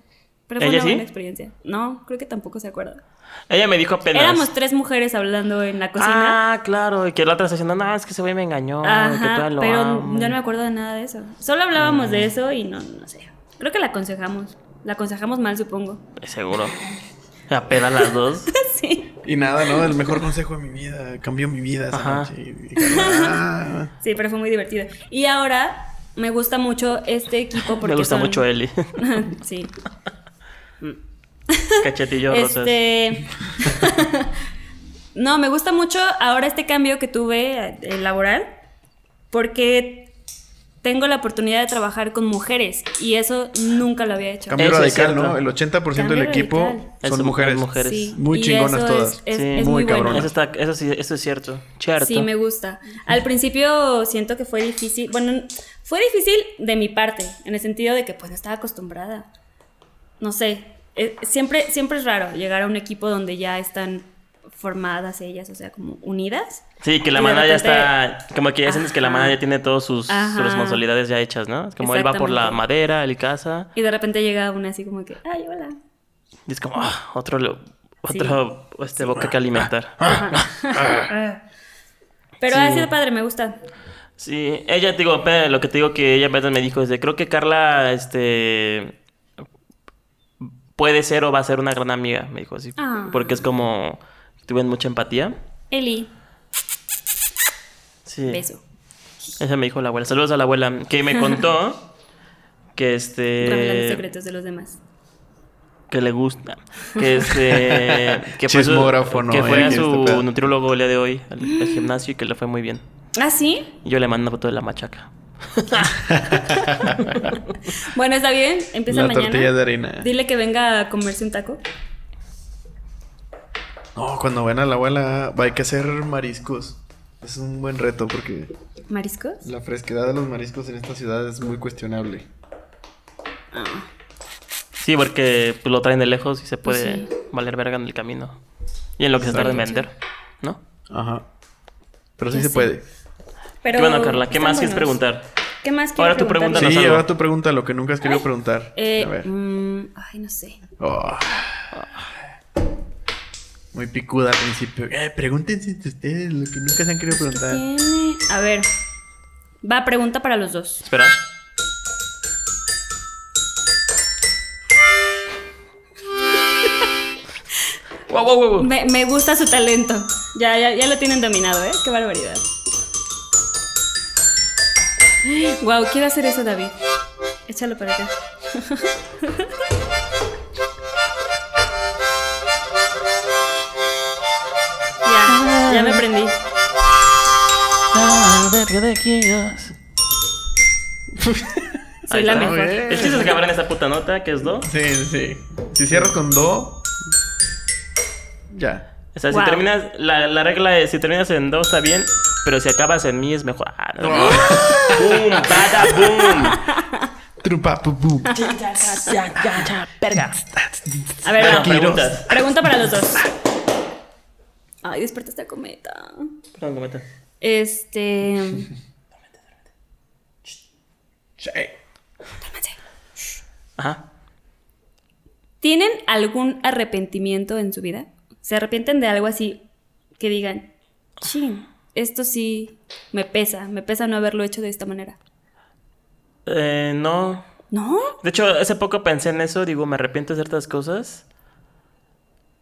[SPEAKER 3] Pero fue
[SPEAKER 1] ¿Ella
[SPEAKER 3] una
[SPEAKER 1] sí?
[SPEAKER 3] buena experiencia. No, creo que tampoco se acuerda.
[SPEAKER 1] Ella me dijo apenas.
[SPEAKER 3] Éramos tres mujeres hablando en la cocina.
[SPEAKER 1] Ah, claro. Y que la otra está diciendo, no, es que ese güey me engañó. que
[SPEAKER 3] Ajá,
[SPEAKER 1] todavía lo
[SPEAKER 3] pero
[SPEAKER 1] amo". Mm.
[SPEAKER 3] yo no me acuerdo de nada de eso. Solo hablábamos de eso y no, no sé. Creo que la aconsejamos. La aconsejamos mal, supongo.
[SPEAKER 1] Seguro. La peda las dos.
[SPEAKER 3] sí.
[SPEAKER 2] Y nada, ¿no? El mejor consejo de mi vida. Cambió mi vida esa
[SPEAKER 1] Ajá.
[SPEAKER 2] noche. Y dije, "Ah".
[SPEAKER 3] Sí, pero fue muy divertido. Y ahora me gusta mucho este equipo porque
[SPEAKER 1] me gusta
[SPEAKER 3] son-
[SPEAKER 1] mucho Eli.
[SPEAKER 3] sí.
[SPEAKER 1] Cachetillo rosas.
[SPEAKER 3] Este. no, me gusta mucho ahora este cambio que tuve eh, laboral porque tengo la oportunidad de trabajar con mujeres y eso nunca lo había hecho.
[SPEAKER 2] Cambio
[SPEAKER 1] Eso es
[SPEAKER 2] radical,
[SPEAKER 1] cierto.
[SPEAKER 2] ¿no? El 80% del
[SPEAKER 3] Cambio
[SPEAKER 2] equipo
[SPEAKER 3] radical.
[SPEAKER 1] Es-
[SPEAKER 2] son mujeres.
[SPEAKER 1] mujeres.
[SPEAKER 3] Sí,
[SPEAKER 2] Muy
[SPEAKER 3] y
[SPEAKER 2] chingonas
[SPEAKER 3] eso es-
[SPEAKER 2] todas.
[SPEAKER 3] Es,
[SPEAKER 1] Sí.
[SPEAKER 3] es
[SPEAKER 2] Muy
[SPEAKER 3] muy,
[SPEAKER 2] cabrona.
[SPEAKER 3] bueno.
[SPEAKER 1] Eso, está, eso sí, eso es cierto. Cierto.
[SPEAKER 3] Sí, me gusta. Al principio siento que fue difícil. Bueno, fue difícil de mi parte, en el sentido de que pues no estaba acostumbrada. No sé. eh, siempre, siempre es raro llegar a un equipo donde ya están formadas ellas, o sea, como unidas.
[SPEAKER 1] Sí, que la
[SPEAKER 3] Y de
[SPEAKER 1] mana ya
[SPEAKER 3] repente-
[SPEAKER 1] está. Como que ya sientes que la
[SPEAKER 3] Ajá.
[SPEAKER 1] mana ya tiene todas sus, sus
[SPEAKER 3] Ajá.
[SPEAKER 1] responsabilidades ya hechas, ¿no? Es como él va por la
[SPEAKER 3] Exactamente.
[SPEAKER 1] madera, él casa.
[SPEAKER 3] Y de repente llega una así como que, ay, hola.
[SPEAKER 1] Y es como, ah, otro, lo- otro este, boca que alimentar.
[SPEAKER 2] Ah.
[SPEAKER 3] Pero
[SPEAKER 1] Sí.
[SPEAKER 3] ha sido padre, me gusta.
[SPEAKER 1] Sí, ella, te digo, apenas- lo que te digo que ella apenas me dijo es de, creo que Carla, este. Puede ser o va a ser una gran amiga, me dijo así.
[SPEAKER 3] Ah.
[SPEAKER 1] Porque es como. Tuvieron mucha empatía.
[SPEAKER 3] Eli,
[SPEAKER 1] Sí.
[SPEAKER 3] beso.
[SPEAKER 1] Esa me dijo la abuela. Saludos a la abuela. Que me contó que
[SPEAKER 3] Revelando
[SPEAKER 1] este.
[SPEAKER 3] secretos de los demás.
[SPEAKER 1] Que le gusta. Que este. Que su-
[SPEAKER 2] Chismógrafo, no,
[SPEAKER 1] Que fue
[SPEAKER 2] eh,
[SPEAKER 1] a
[SPEAKER 2] este
[SPEAKER 1] su
[SPEAKER 2] pedo.
[SPEAKER 1] nutriólogo el día de hoy al, al gimnasio y que le fue muy bien.
[SPEAKER 3] ¿Ah, sí?
[SPEAKER 1] Y yo le mando una foto de la machaca.
[SPEAKER 3] Bueno, está bien. Empieza
[SPEAKER 2] La
[SPEAKER 3] mañana.
[SPEAKER 2] tortilla de harina.
[SPEAKER 3] Dile que venga a comerse un taco.
[SPEAKER 2] No, cuando ven a la abuela, va, hay que hacer mariscos. Es un buen reto porque
[SPEAKER 3] ¿Mariscos?
[SPEAKER 2] la fresquedad de los mariscos en esta ciudad es muy cuestionable.
[SPEAKER 1] Sí, porque pues, lo traen de lejos y se
[SPEAKER 3] Pues
[SPEAKER 1] puede
[SPEAKER 3] sí.
[SPEAKER 1] valer verga en el camino. Y en lo que se tarda en vender, ¿no?
[SPEAKER 2] Ajá. Pero sí
[SPEAKER 3] Ya
[SPEAKER 2] se
[SPEAKER 3] sé.
[SPEAKER 2] puede.
[SPEAKER 3] Pero
[SPEAKER 1] bueno, Carla, ¿qué
[SPEAKER 3] están
[SPEAKER 1] más quieres
[SPEAKER 3] buenos.
[SPEAKER 1] preguntar?
[SPEAKER 3] ¿Qué más
[SPEAKER 1] Ahora
[SPEAKER 3] quieres
[SPEAKER 1] tú
[SPEAKER 3] preguntar?
[SPEAKER 1] pregúntanos
[SPEAKER 2] sí,
[SPEAKER 1] algo.
[SPEAKER 2] ahora tu pregunta, lo que nunca has querido preguntar.
[SPEAKER 3] Eh,
[SPEAKER 2] a ver.
[SPEAKER 3] mm, ay, no sé.
[SPEAKER 2] Oh. Muy picuda al principio. Eh, pregúntense entre ustedes lo que nunca se han querido preguntar.
[SPEAKER 3] Tiene- A ver. Va, pregunta para los dos.
[SPEAKER 1] Espera. wow, wow, wow, wow.
[SPEAKER 3] Me, me gusta su talento. Ya, ya, ya lo tienen dominado, ¿eh? Qué barbaridad. Wow, quiero hacer eso, David. Échalo para acá. ya, ya me prendí.
[SPEAKER 1] Ah, verga de Dios.
[SPEAKER 3] Soy
[SPEAKER 1] Ahí
[SPEAKER 3] la
[SPEAKER 1] está.
[SPEAKER 3] mejor.
[SPEAKER 2] Muy bien.
[SPEAKER 1] Es que se acabaron esta puta nota, que es do.
[SPEAKER 2] Sí, sí. Si cierras con do, ya.
[SPEAKER 1] O sea,
[SPEAKER 3] Wow.
[SPEAKER 1] si terminas, la, la regla es, si terminas en do está bien, pero si acabas en mi es mejor. Ah, no. boom, bada, boom.
[SPEAKER 2] Trupa, pu, pu.
[SPEAKER 3] A ver,
[SPEAKER 1] Bueno,
[SPEAKER 3] va.
[SPEAKER 1] preguntas.
[SPEAKER 3] Pregunta para los dos. Ay, despierta esta cometa.
[SPEAKER 1] Perdón, comenta.
[SPEAKER 3] Este.
[SPEAKER 2] Sí.
[SPEAKER 3] cálmense.
[SPEAKER 1] Ajá.
[SPEAKER 3] ¿Tienen algún arrepentimiento en su vida? ¿Se arrepienten de algo así que digan, chin, esto sí me pesa, me pesa no haberlo hecho de esta manera?
[SPEAKER 1] Eh, no.
[SPEAKER 3] ¿No?
[SPEAKER 1] De hecho, hace poco pensé en eso, digo, me arrepiento de ciertas cosas.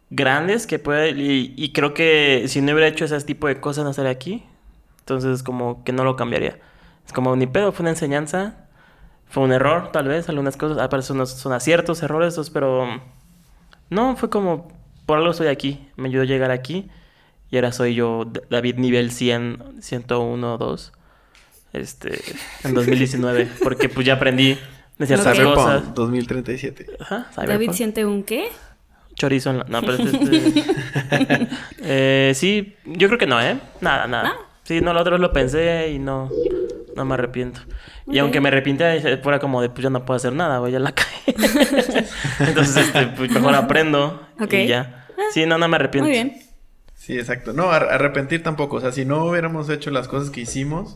[SPEAKER 1] grandes que puede. Y, y creo que si no hubiera hecho ese tipo de cosas, no estaría aquí. Entonces, como que no lo cambiaría. Es como ni pedo, fue una enseñanza. Fue un error, tal vez, algunas cosas. Ah, pero son, son aciertos, errores, esos, pero. No, fue como. Por algo estoy aquí. Me ayudó a llegar aquí. Y ahora soy yo, D- David, nivel 100, 101, 2. Este. En 2019. porque pues ya aprendí de ciertas
[SPEAKER 2] Cyberpunk
[SPEAKER 1] cosas.
[SPEAKER 2] 2037.
[SPEAKER 1] Ajá,
[SPEAKER 3] David
[SPEAKER 1] Cyberpunk.
[SPEAKER 3] siente un qué?
[SPEAKER 1] Chorizo en la... No, pero este- este- Eh, sí, yo creo que no, ¿eh? Nada, nada. Sí, no, la otra vez lo pensé y no... No me arrepiento. Y aunque me arrepienta, eh, fuera como de, pues ya no puedo hacer nada, güey, ya la caí. Entonces, este, pues mejor aprendo
[SPEAKER 3] Ok. Ah,
[SPEAKER 1] y ya. Sí, no, no me arrepiento.
[SPEAKER 3] Muy bien.
[SPEAKER 2] Sí, exacto. No, ar- arrepentir tampoco. O sea, si no hubiéramos hecho las cosas que hicimos.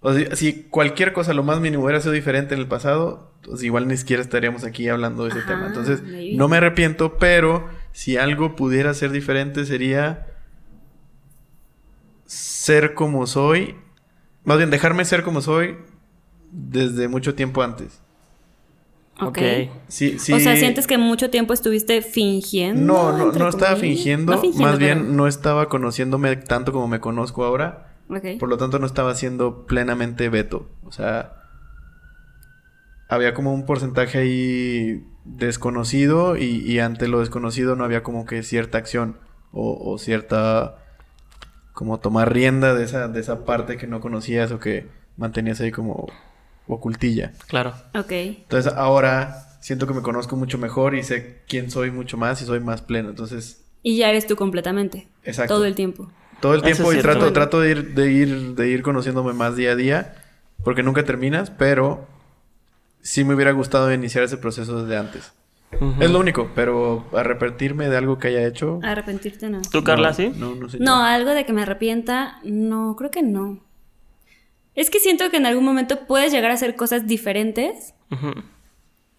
[SPEAKER 2] O si, si cualquier cosa, lo más mínimo, hubiera sido diferente en el pasado, pues igual ni siquiera estaríamos aquí hablando de ese
[SPEAKER 3] Ajá,
[SPEAKER 2] tema. Entonces,
[SPEAKER 3] maybe.
[SPEAKER 2] no me arrepiento, pero si algo pudiera ser diferente sería ser como soy. Más bien, dejarme ser como soy desde mucho tiempo antes.
[SPEAKER 3] Ok.
[SPEAKER 1] ok.
[SPEAKER 2] Sí, sí.
[SPEAKER 3] O sea, sientes que mucho tiempo estuviste fingiendo.
[SPEAKER 2] No, no,
[SPEAKER 3] entre
[SPEAKER 2] no estaba
[SPEAKER 3] comillas?
[SPEAKER 2] fingiendo,
[SPEAKER 3] No fingiendo,
[SPEAKER 2] más bien
[SPEAKER 3] pero-
[SPEAKER 2] no estaba conociéndome tanto como me conozco ahora,
[SPEAKER 3] Ok.
[SPEAKER 2] por lo tanto no estaba siendo plenamente Beto, o sea, había como un porcentaje ahí desconocido y, y ante lo desconocido no había como que cierta acción o, o cierta, como tomar rienda de esa, de esa parte que no conocías o que mantenías ahí como ocultilla.
[SPEAKER 1] Claro.
[SPEAKER 3] Ok.
[SPEAKER 2] Entonces ahora siento que me conozco mucho mejor y sé quién soy mucho más y soy más pleno. Entonces,
[SPEAKER 3] Y ya eres tú completamente.
[SPEAKER 2] Exacto.
[SPEAKER 3] Todo el tiempo.
[SPEAKER 2] todo el
[SPEAKER 1] Eso es
[SPEAKER 2] tiempo y
[SPEAKER 1] cierto.
[SPEAKER 2] trato, trato de ir, de ir, de ir conociéndome más día a día, porque nunca terminas, pero sí me hubiera gustado iniciar ese proceso desde antes.
[SPEAKER 1] Ujú.
[SPEAKER 2] Es lo único, pero arrepentirme de algo que haya hecho.
[SPEAKER 3] Arrepentirte no.
[SPEAKER 1] ¿Tú, Carla,
[SPEAKER 2] no,
[SPEAKER 1] sí?
[SPEAKER 2] No, no sé.
[SPEAKER 3] Ah. No, algo de que me arrepienta, no, creo que no. Es que siento que en algún momento puedes llegar a hacer cosas diferentes
[SPEAKER 1] Ujú.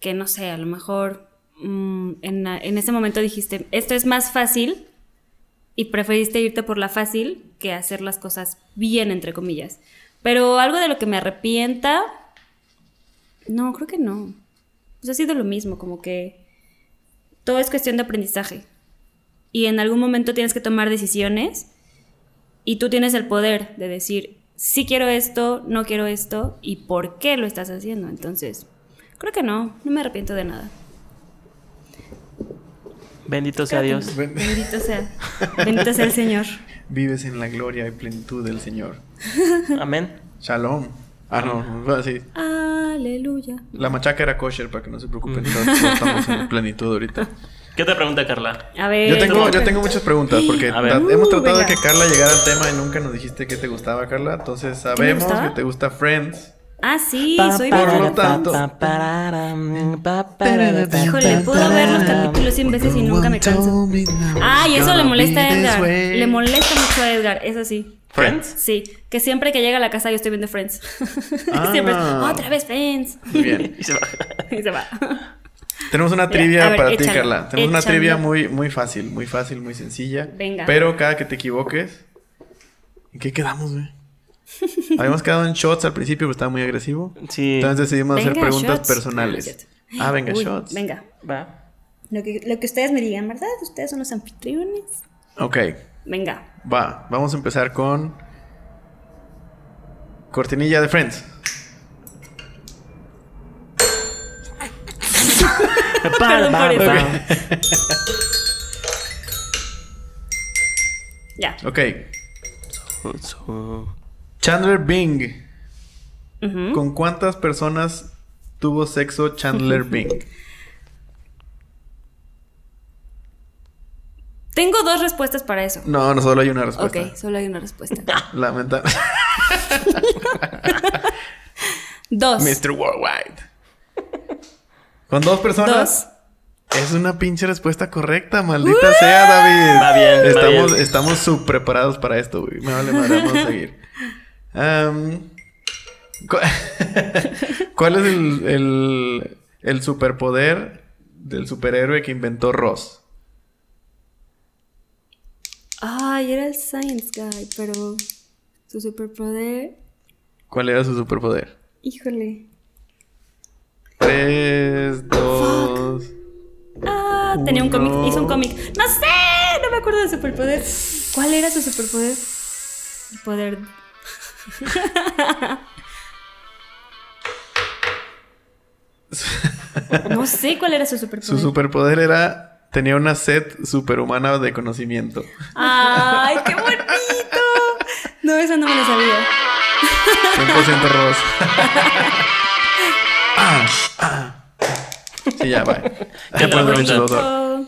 [SPEAKER 3] que no sé, a lo mejor mm, en, a- en ese momento dijiste, esto es más fácil y preferiste irte por la fácil que hacer las cosas bien, entre comillas. Pero algo de lo que me arrepienta, no, creo que no. Pues ha sido lo mismo, como que todo es cuestión de aprendizaje. Y en algún momento tienes que tomar decisiones y tú tienes el poder de decir, sí quiero esto, no quiero esto y por qué lo estás haciendo. Entonces, creo que no, no me arrepiento de nada.
[SPEAKER 1] Bendito sea
[SPEAKER 3] Creo que
[SPEAKER 1] Dios.
[SPEAKER 3] no. Bendito sea, bendito sea el Señor.
[SPEAKER 2] Vives en la gloria y plenitud del Señor.
[SPEAKER 1] Amén.
[SPEAKER 2] Shalom. Ah, no, así.
[SPEAKER 3] Aleluya.
[SPEAKER 2] La machaca era kosher, para que no se preocupen.
[SPEAKER 1] Mm.
[SPEAKER 2] todos- todos Estamos en plenitud ahorita.
[SPEAKER 1] ¿Qué otra pregunta, Carla?
[SPEAKER 3] A ver.
[SPEAKER 2] Yo tengo, yo tengo muchas preguntas porque
[SPEAKER 1] A ver.
[SPEAKER 2] tra- hemos
[SPEAKER 3] Eh, Uh,
[SPEAKER 2] tratado de
[SPEAKER 3] venga.
[SPEAKER 2] que Carla llegara al tema y nunca nos dijiste que te gustaba, Carla. Entonces
[SPEAKER 3] me
[SPEAKER 2] sabemos
[SPEAKER 3] gustaba?
[SPEAKER 2] que te gusta Friends.
[SPEAKER 3] Ah, sí, soy
[SPEAKER 2] pa,
[SPEAKER 3] bien.
[SPEAKER 2] lo tanto.
[SPEAKER 1] mm,
[SPEAKER 3] Híjole, puedo ver los capítulos 100 veces y nunca me canso. Ay, eso le molesta a Edgar. Le molesta mucho a Edgar, eso sí.
[SPEAKER 1] ¿Friends?
[SPEAKER 3] Sí, que siempre que llega a la casa yo estoy viendo Friends.
[SPEAKER 2] Ah.
[SPEAKER 3] siempre, otra vez Friends.
[SPEAKER 2] Muy bien.
[SPEAKER 1] Y se va.
[SPEAKER 3] y se va.
[SPEAKER 2] Tenemos una
[SPEAKER 3] Mira,
[SPEAKER 2] trivia
[SPEAKER 3] a ver,
[SPEAKER 2] para ti,
[SPEAKER 3] échala,
[SPEAKER 2] Carla. Tenemos una
[SPEAKER 3] échala.
[SPEAKER 2] trivia muy, muy fácil, muy fácil, muy sencilla.
[SPEAKER 3] Venga.
[SPEAKER 2] Pero cada que te equivoques. ¿En qué quedamos, güey? Habíamos quedado en shots al principio, pero estaba muy agresivo.
[SPEAKER 1] Sí.
[SPEAKER 2] Entonces decidimos hacer
[SPEAKER 3] Venga,
[SPEAKER 2] preguntas
[SPEAKER 3] shots. Ah,
[SPEAKER 2] personales.
[SPEAKER 3] cierto.
[SPEAKER 2] Ah, venga,
[SPEAKER 3] Uy,
[SPEAKER 2] shots.
[SPEAKER 3] Venga.
[SPEAKER 1] Va.
[SPEAKER 3] Lo que, lo que ustedes me digan, ¿verdad? Ustedes son los anfitriones.
[SPEAKER 2] Ok,
[SPEAKER 3] Venga.
[SPEAKER 2] va. Vamos a empezar con. Cortinilla de Friends.
[SPEAKER 1] Pam,
[SPEAKER 3] por
[SPEAKER 1] pam,
[SPEAKER 3] eso.
[SPEAKER 1] pam.
[SPEAKER 3] Ya.
[SPEAKER 2] Ok. Chandler Bing. ¿Con cuántas personas tuvo sexo Chandler Bing?
[SPEAKER 3] Tengo dos respuestas para eso.
[SPEAKER 2] No, no solo hay una respuesta.
[SPEAKER 3] Ok, solo hay una respuesta.
[SPEAKER 2] Lamentable.
[SPEAKER 3] Dos.
[SPEAKER 2] Mr. Worldwide. Con dos personas.
[SPEAKER 3] Dos.
[SPEAKER 2] Es una pinche respuesta correcta, maldita sea, David.
[SPEAKER 1] Va bien, va
[SPEAKER 2] Estamos,
[SPEAKER 1] bien.
[SPEAKER 2] estamos sub preparados para esto, güey. Me vale madre, vamos a seguir. Am, cu- ¿Cuál es el, el, el superpoder del superhéroe que inventó Ross?
[SPEAKER 3] Ay, era el Science Guy, pero su superpoder.
[SPEAKER 2] ¿Cuál era su superpoder?
[SPEAKER 3] Híjole.
[SPEAKER 2] Tres, dos.
[SPEAKER 3] Ah, Ah, tenía un cómic,
[SPEAKER 2] no.
[SPEAKER 3] hizo un cómic. No sé, no me acuerdo de superpoder. ¿Cuál era su superpoder? El poder. no sé cuál era su superpoder.
[SPEAKER 2] Su superpoder era. Tenía una sed superhumana de conocimiento.
[SPEAKER 3] Ay, qué bonito. No, eso no me lo sabía.
[SPEAKER 2] 100% rosa. ah, ah. Sí, ya, va.
[SPEAKER 1] Qué pregunta.
[SPEAKER 3] Oh,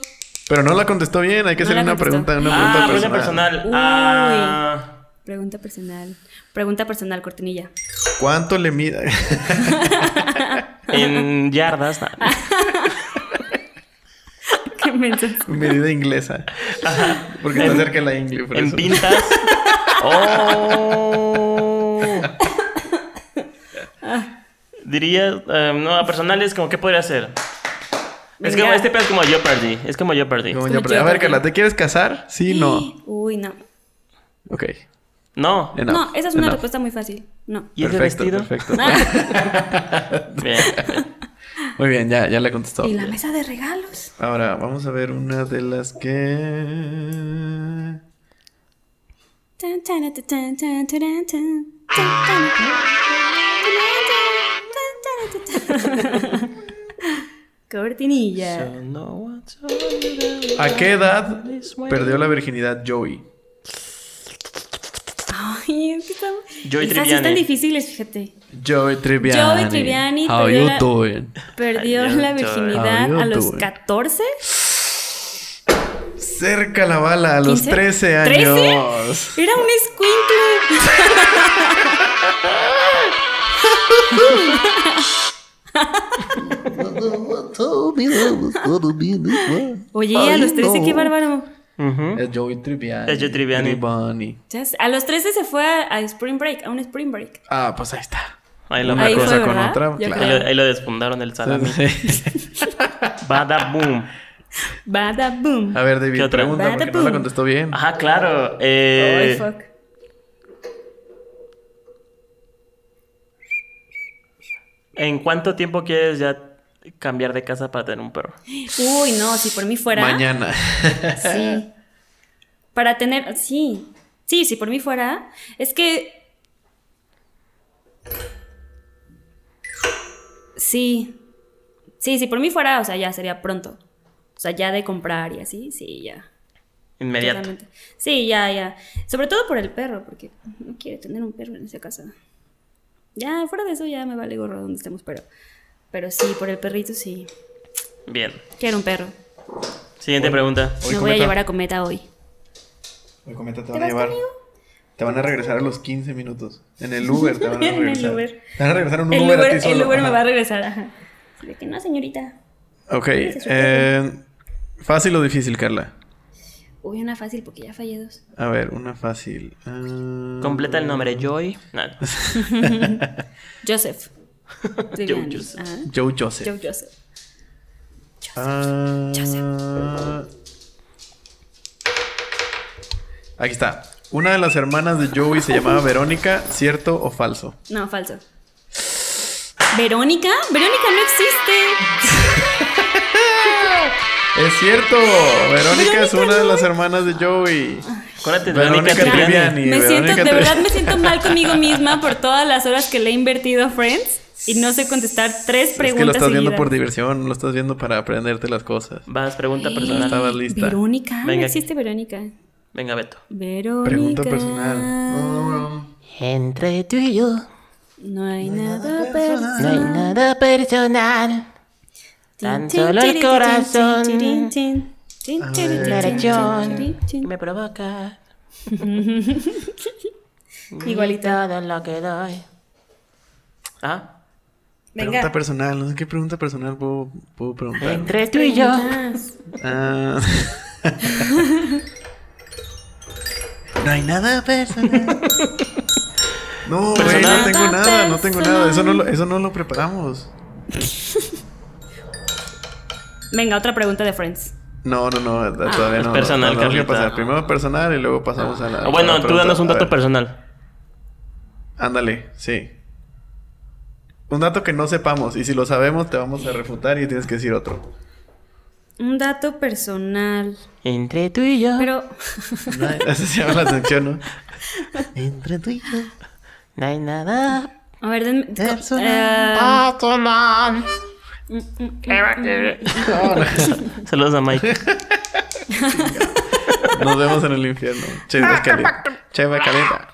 [SPEAKER 2] Pero no la contestó bien. Hay que
[SPEAKER 3] No
[SPEAKER 2] hacerle
[SPEAKER 3] la
[SPEAKER 2] una
[SPEAKER 3] contestó.
[SPEAKER 2] pregunta, una
[SPEAKER 1] ah,
[SPEAKER 2] pregunta
[SPEAKER 1] pregunta
[SPEAKER 2] personal.
[SPEAKER 1] personal.
[SPEAKER 3] Uy.
[SPEAKER 1] Ah,
[SPEAKER 3] pregunta personal. Pregunta personal, cortinilla.
[SPEAKER 2] ¿Cuánto le mida?
[SPEAKER 1] en yardas. no.
[SPEAKER 3] Qué mensos.
[SPEAKER 2] Medida inglesa. Porque está
[SPEAKER 1] En-
[SPEAKER 2] cerca la ingle. por
[SPEAKER 1] en
[SPEAKER 2] eso.
[SPEAKER 1] pintas. oh. Diría, eh, no, a personales, como qué podría ser. Es
[SPEAKER 3] Venga.
[SPEAKER 1] que este pedo es como yo perdí. Es como yo perdí.
[SPEAKER 2] Como
[SPEAKER 3] Esto
[SPEAKER 2] yo,
[SPEAKER 3] me
[SPEAKER 2] pero-
[SPEAKER 3] queda
[SPEAKER 2] a ver,
[SPEAKER 3] bien.
[SPEAKER 2] Carla, ¿te quieres casar? Sí, no.
[SPEAKER 3] Uy, no.
[SPEAKER 2] Ok.
[SPEAKER 1] No.
[SPEAKER 2] enough,
[SPEAKER 3] No, esa es una
[SPEAKER 2] enough.
[SPEAKER 3] respuesta muy fácil. No.
[SPEAKER 1] ¿Y ese
[SPEAKER 2] Perfecto,
[SPEAKER 1] vestido?
[SPEAKER 2] perfecto.
[SPEAKER 1] Bien.
[SPEAKER 2] Muy bien, ya, ya la contestó.
[SPEAKER 3] Ah. ¿Y la mesa de regalos?
[SPEAKER 2] Ahora, vamos a ver una de las que.
[SPEAKER 3] Tan, tan, tan, tan, tan, tan, tan, tan, tan, tan, tan, tan, tan, tan, tan, tan, tan, tan. Cortinilla.
[SPEAKER 2] ¿A qué edad perdió la virginidad Joey?
[SPEAKER 3] Ay, es que están.
[SPEAKER 1] Joey
[SPEAKER 3] Esas sí
[SPEAKER 1] Tribbiani.
[SPEAKER 3] están difíciles, fíjate.
[SPEAKER 2] Joey Triviani.
[SPEAKER 3] Joey Tribbiani How perdió you la-
[SPEAKER 2] doing?
[SPEAKER 3] Perdió
[SPEAKER 1] Ay, Dios,
[SPEAKER 3] la
[SPEAKER 1] Joey.
[SPEAKER 3] virginidad
[SPEAKER 2] Ay,
[SPEAKER 3] a los
[SPEAKER 2] Joey.
[SPEAKER 3] 14.
[SPEAKER 2] Cerca la bala a los
[SPEAKER 3] 15?
[SPEAKER 2] 13 años.
[SPEAKER 3] Era un squinkle. Oye, a los 13, qué bárbaro.
[SPEAKER 1] Ujú.
[SPEAKER 2] Es Joey Triviani.
[SPEAKER 1] Es Joey Tribbiani.
[SPEAKER 3] Ya sé, A los 13 se fue a, a Spring Break, a un Spring Break.
[SPEAKER 2] Ah, pues ahí está.
[SPEAKER 1] Ahí lo,
[SPEAKER 2] Una
[SPEAKER 3] Ahí
[SPEAKER 2] cosa
[SPEAKER 3] fue,
[SPEAKER 2] con
[SPEAKER 3] ¿verdad?
[SPEAKER 2] otra,
[SPEAKER 3] Yo
[SPEAKER 2] claro.
[SPEAKER 1] ahí lo- ahí lo despuntaron el salami. Bada boom.
[SPEAKER 3] Bada boom.
[SPEAKER 2] A ver,
[SPEAKER 1] ¿Qué
[SPEAKER 2] David,
[SPEAKER 1] otra?
[SPEAKER 2] pregunta porque no la contestó bien.
[SPEAKER 3] Ah,
[SPEAKER 1] Ajá, claro.
[SPEAKER 3] Ay,
[SPEAKER 1] Eh,
[SPEAKER 3] fuck.
[SPEAKER 1] ¿En cuánto tiempo quieres ya cambiar de casa para tener un perro?
[SPEAKER 3] Uy, no, si por mí fuera.
[SPEAKER 2] Mañana.
[SPEAKER 3] Sí. Para tener. Sí. Sí, si por mí fuera. Es que. Sí. Sí, si por mí fuera, o sea, ya sería pronto. O sea, ya de comprar y así, sí, ya.
[SPEAKER 1] Inmediato.
[SPEAKER 3] Totalmente. Sí, ya, ya. Sobre todo por el perro, porque no quiere tener un perro en esa casa. Ya, fuera de eso ya me vale gorro donde estemos, pero. Pero sí, por el perrito sí.
[SPEAKER 1] Bien.
[SPEAKER 3] Quiero un perro.
[SPEAKER 1] Siguiente pregunta.
[SPEAKER 2] Hoy
[SPEAKER 3] Me voy a
[SPEAKER 2] cometa.
[SPEAKER 3] llevar a Cometa hoy.
[SPEAKER 2] Hoy cometa te van a llevar. Te van a regresar a los 15 minutos. En el Uber te van a
[SPEAKER 3] En el
[SPEAKER 2] regresar.
[SPEAKER 3] Uber.
[SPEAKER 2] Te van a regresar un
[SPEAKER 3] El
[SPEAKER 2] Uber, a ti
[SPEAKER 3] Uber,
[SPEAKER 2] solo.
[SPEAKER 3] el Uber me
[SPEAKER 2] Ajá.
[SPEAKER 3] va a regresar. ajá. Así de que no, señorita.
[SPEAKER 2] Ok. eh, ¿Fácil o difícil, Carla?
[SPEAKER 3] Uy, una fácil porque ya fallé dos.
[SPEAKER 2] A ver, una fácil. Ah,
[SPEAKER 1] Completa el nombre. Joy. No.
[SPEAKER 3] Joseph. Triviani.
[SPEAKER 1] Joseph.
[SPEAKER 3] Ajá.
[SPEAKER 2] Joe Joseph.
[SPEAKER 3] Ah. Joe Joseph.
[SPEAKER 2] Ah, Aquí está. Una de las hermanas de Joey se llamaba Verónica, ¿cierto o falso?
[SPEAKER 3] No, falso. ¿Verónica? Verónica no existe.
[SPEAKER 2] ¡Es cierto! Verónica es una de las hermanas de Joey.
[SPEAKER 1] Acuérdate,
[SPEAKER 2] Verónica
[SPEAKER 1] Verónica Triviani.
[SPEAKER 2] Triviani.
[SPEAKER 3] me siento,
[SPEAKER 2] Verónica
[SPEAKER 3] de
[SPEAKER 2] Tre-
[SPEAKER 3] verdad me siento mal conmigo misma por todas las horas que le he invertido a Friends y no sé contestar tres
[SPEAKER 2] Es
[SPEAKER 3] preguntas.
[SPEAKER 2] que lo estás viendo
[SPEAKER 3] seguidas.
[SPEAKER 2] por diversión, no lo estás viendo para aprenderte las cosas.
[SPEAKER 1] Vas, pregunta
[SPEAKER 2] No
[SPEAKER 1] personal.
[SPEAKER 2] estabas lista.
[SPEAKER 3] Verónica,
[SPEAKER 1] Venga.
[SPEAKER 3] no existe Verónica.
[SPEAKER 1] Venga, Beto.
[SPEAKER 3] Verónica.
[SPEAKER 2] Pregunta personal. No, no.
[SPEAKER 6] Entre tú y yo
[SPEAKER 3] No hay nada
[SPEAKER 6] no hay
[SPEAKER 3] personal.
[SPEAKER 6] nada personal. Tan solo el corazón. que me provoca.
[SPEAKER 3] Igualita.
[SPEAKER 6] Todo lo que doy.
[SPEAKER 1] Ah.
[SPEAKER 2] Pregunta personal, no sé qué pregunta personal puedo, puedo preguntar.
[SPEAKER 6] Entre tú y yo.
[SPEAKER 2] Ah. no hay nada personal. No, güey, no
[SPEAKER 1] Personal.
[SPEAKER 2] tengo nada, no tengo nada. Eso no lo, eso no lo preparamos.
[SPEAKER 3] Venga, otra pregunta de Friends.
[SPEAKER 2] No, no, no, eh, todavía
[SPEAKER 1] Es
[SPEAKER 2] no.
[SPEAKER 1] personal,
[SPEAKER 2] no, no, tenemos que
[SPEAKER 1] Carlita.
[SPEAKER 2] pasar. Primero personal y luego pasamos a la.
[SPEAKER 1] O
[SPEAKER 2] a
[SPEAKER 1] bueno,
[SPEAKER 2] la
[SPEAKER 1] tú
[SPEAKER 2] pregunta.
[SPEAKER 1] danos un
[SPEAKER 2] A
[SPEAKER 1] dato
[SPEAKER 2] ver,
[SPEAKER 1] personal.
[SPEAKER 2] Ándale, sí. Un dato que no sepamos y si lo sabemos te vamos a refutar y tienes que decir otro.
[SPEAKER 3] Un dato personal.
[SPEAKER 6] Entre tú y yo.
[SPEAKER 3] Pero
[SPEAKER 2] Eso se llama la atención, ¿no?
[SPEAKER 6] Entre tú y yo. No hay nada.
[SPEAKER 3] A ver, denme. eh,
[SPEAKER 6] Personal. Ah, Personal.
[SPEAKER 1] Saludos a Mike.
[SPEAKER 2] Nos vemos en el infierno. Che, Macaleta. Che, Macaleta.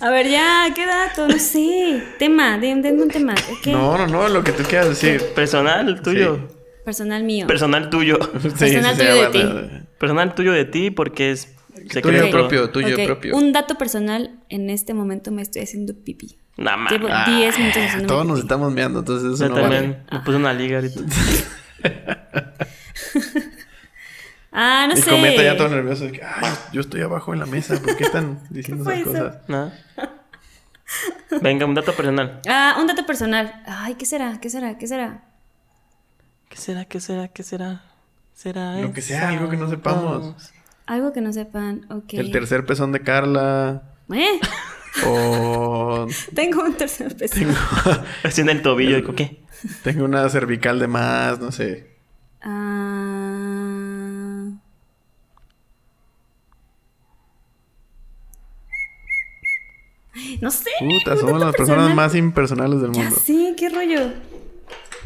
[SPEAKER 3] a ver, ya, ¿qué dato? No sé. Tema, den- denme un tema. ¿Qué?
[SPEAKER 2] No, no, no, lo que tú quieras decir.
[SPEAKER 1] Personal tuyo.
[SPEAKER 3] Personal mío.
[SPEAKER 1] Personal tuyo.
[SPEAKER 3] Personal tuyo de
[SPEAKER 1] Personal tuyo de ti porque es
[SPEAKER 2] Tuyo
[SPEAKER 1] secreto.
[SPEAKER 2] propio, tuyo
[SPEAKER 3] Ok,
[SPEAKER 2] propio.
[SPEAKER 3] Un dato personal. En este momento me estoy haciendo pipí.
[SPEAKER 1] Nada más.
[SPEAKER 3] Llevo
[SPEAKER 1] Yo
[SPEAKER 3] 10 minutos haciendo
[SPEAKER 2] Ah, Todos nos estamos meando, entonces eso no
[SPEAKER 1] también
[SPEAKER 2] vale.
[SPEAKER 1] me puse una liga ahorita.
[SPEAKER 3] Ah, no
[SPEAKER 2] Y
[SPEAKER 3] sé.
[SPEAKER 2] cometa ya todo nervioso. de que, Ay, yo estoy abajo en la mesa. ¿Por qué están diciendo
[SPEAKER 3] fue
[SPEAKER 2] esas
[SPEAKER 3] eso?
[SPEAKER 2] cosas?
[SPEAKER 1] ¿No? Venga, un dato personal.
[SPEAKER 3] Ah, un dato personal. Ay, ¿qué será? ¿Qué será? ¿Qué será?
[SPEAKER 1] ¿Qué será? ¿Qué será? ¿Qué será? ¿Será
[SPEAKER 2] Lo que sea, algo que no sepamos.
[SPEAKER 3] Algo que no sepan. Ok.
[SPEAKER 2] El tercer pezón de Carla.
[SPEAKER 3] ¿Eh?
[SPEAKER 2] O
[SPEAKER 3] Tengo un tercer personal.
[SPEAKER 1] Haciendo el tobillo. digo, ¿Qué?
[SPEAKER 2] tengo una cervical de más, no sé.
[SPEAKER 3] Ah. No sé.
[SPEAKER 2] Puta,
[SPEAKER 3] un
[SPEAKER 2] somos
[SPEAKER 3] dato
[SPEAKER 2] las personas
[SPEAKER 3] personal.
[SPEAKER 2] más impersonales del
[SPEAKER 3] Ya
[SPEAKER 2] mundo.
[SPEAKER 3] sé, qué rollo.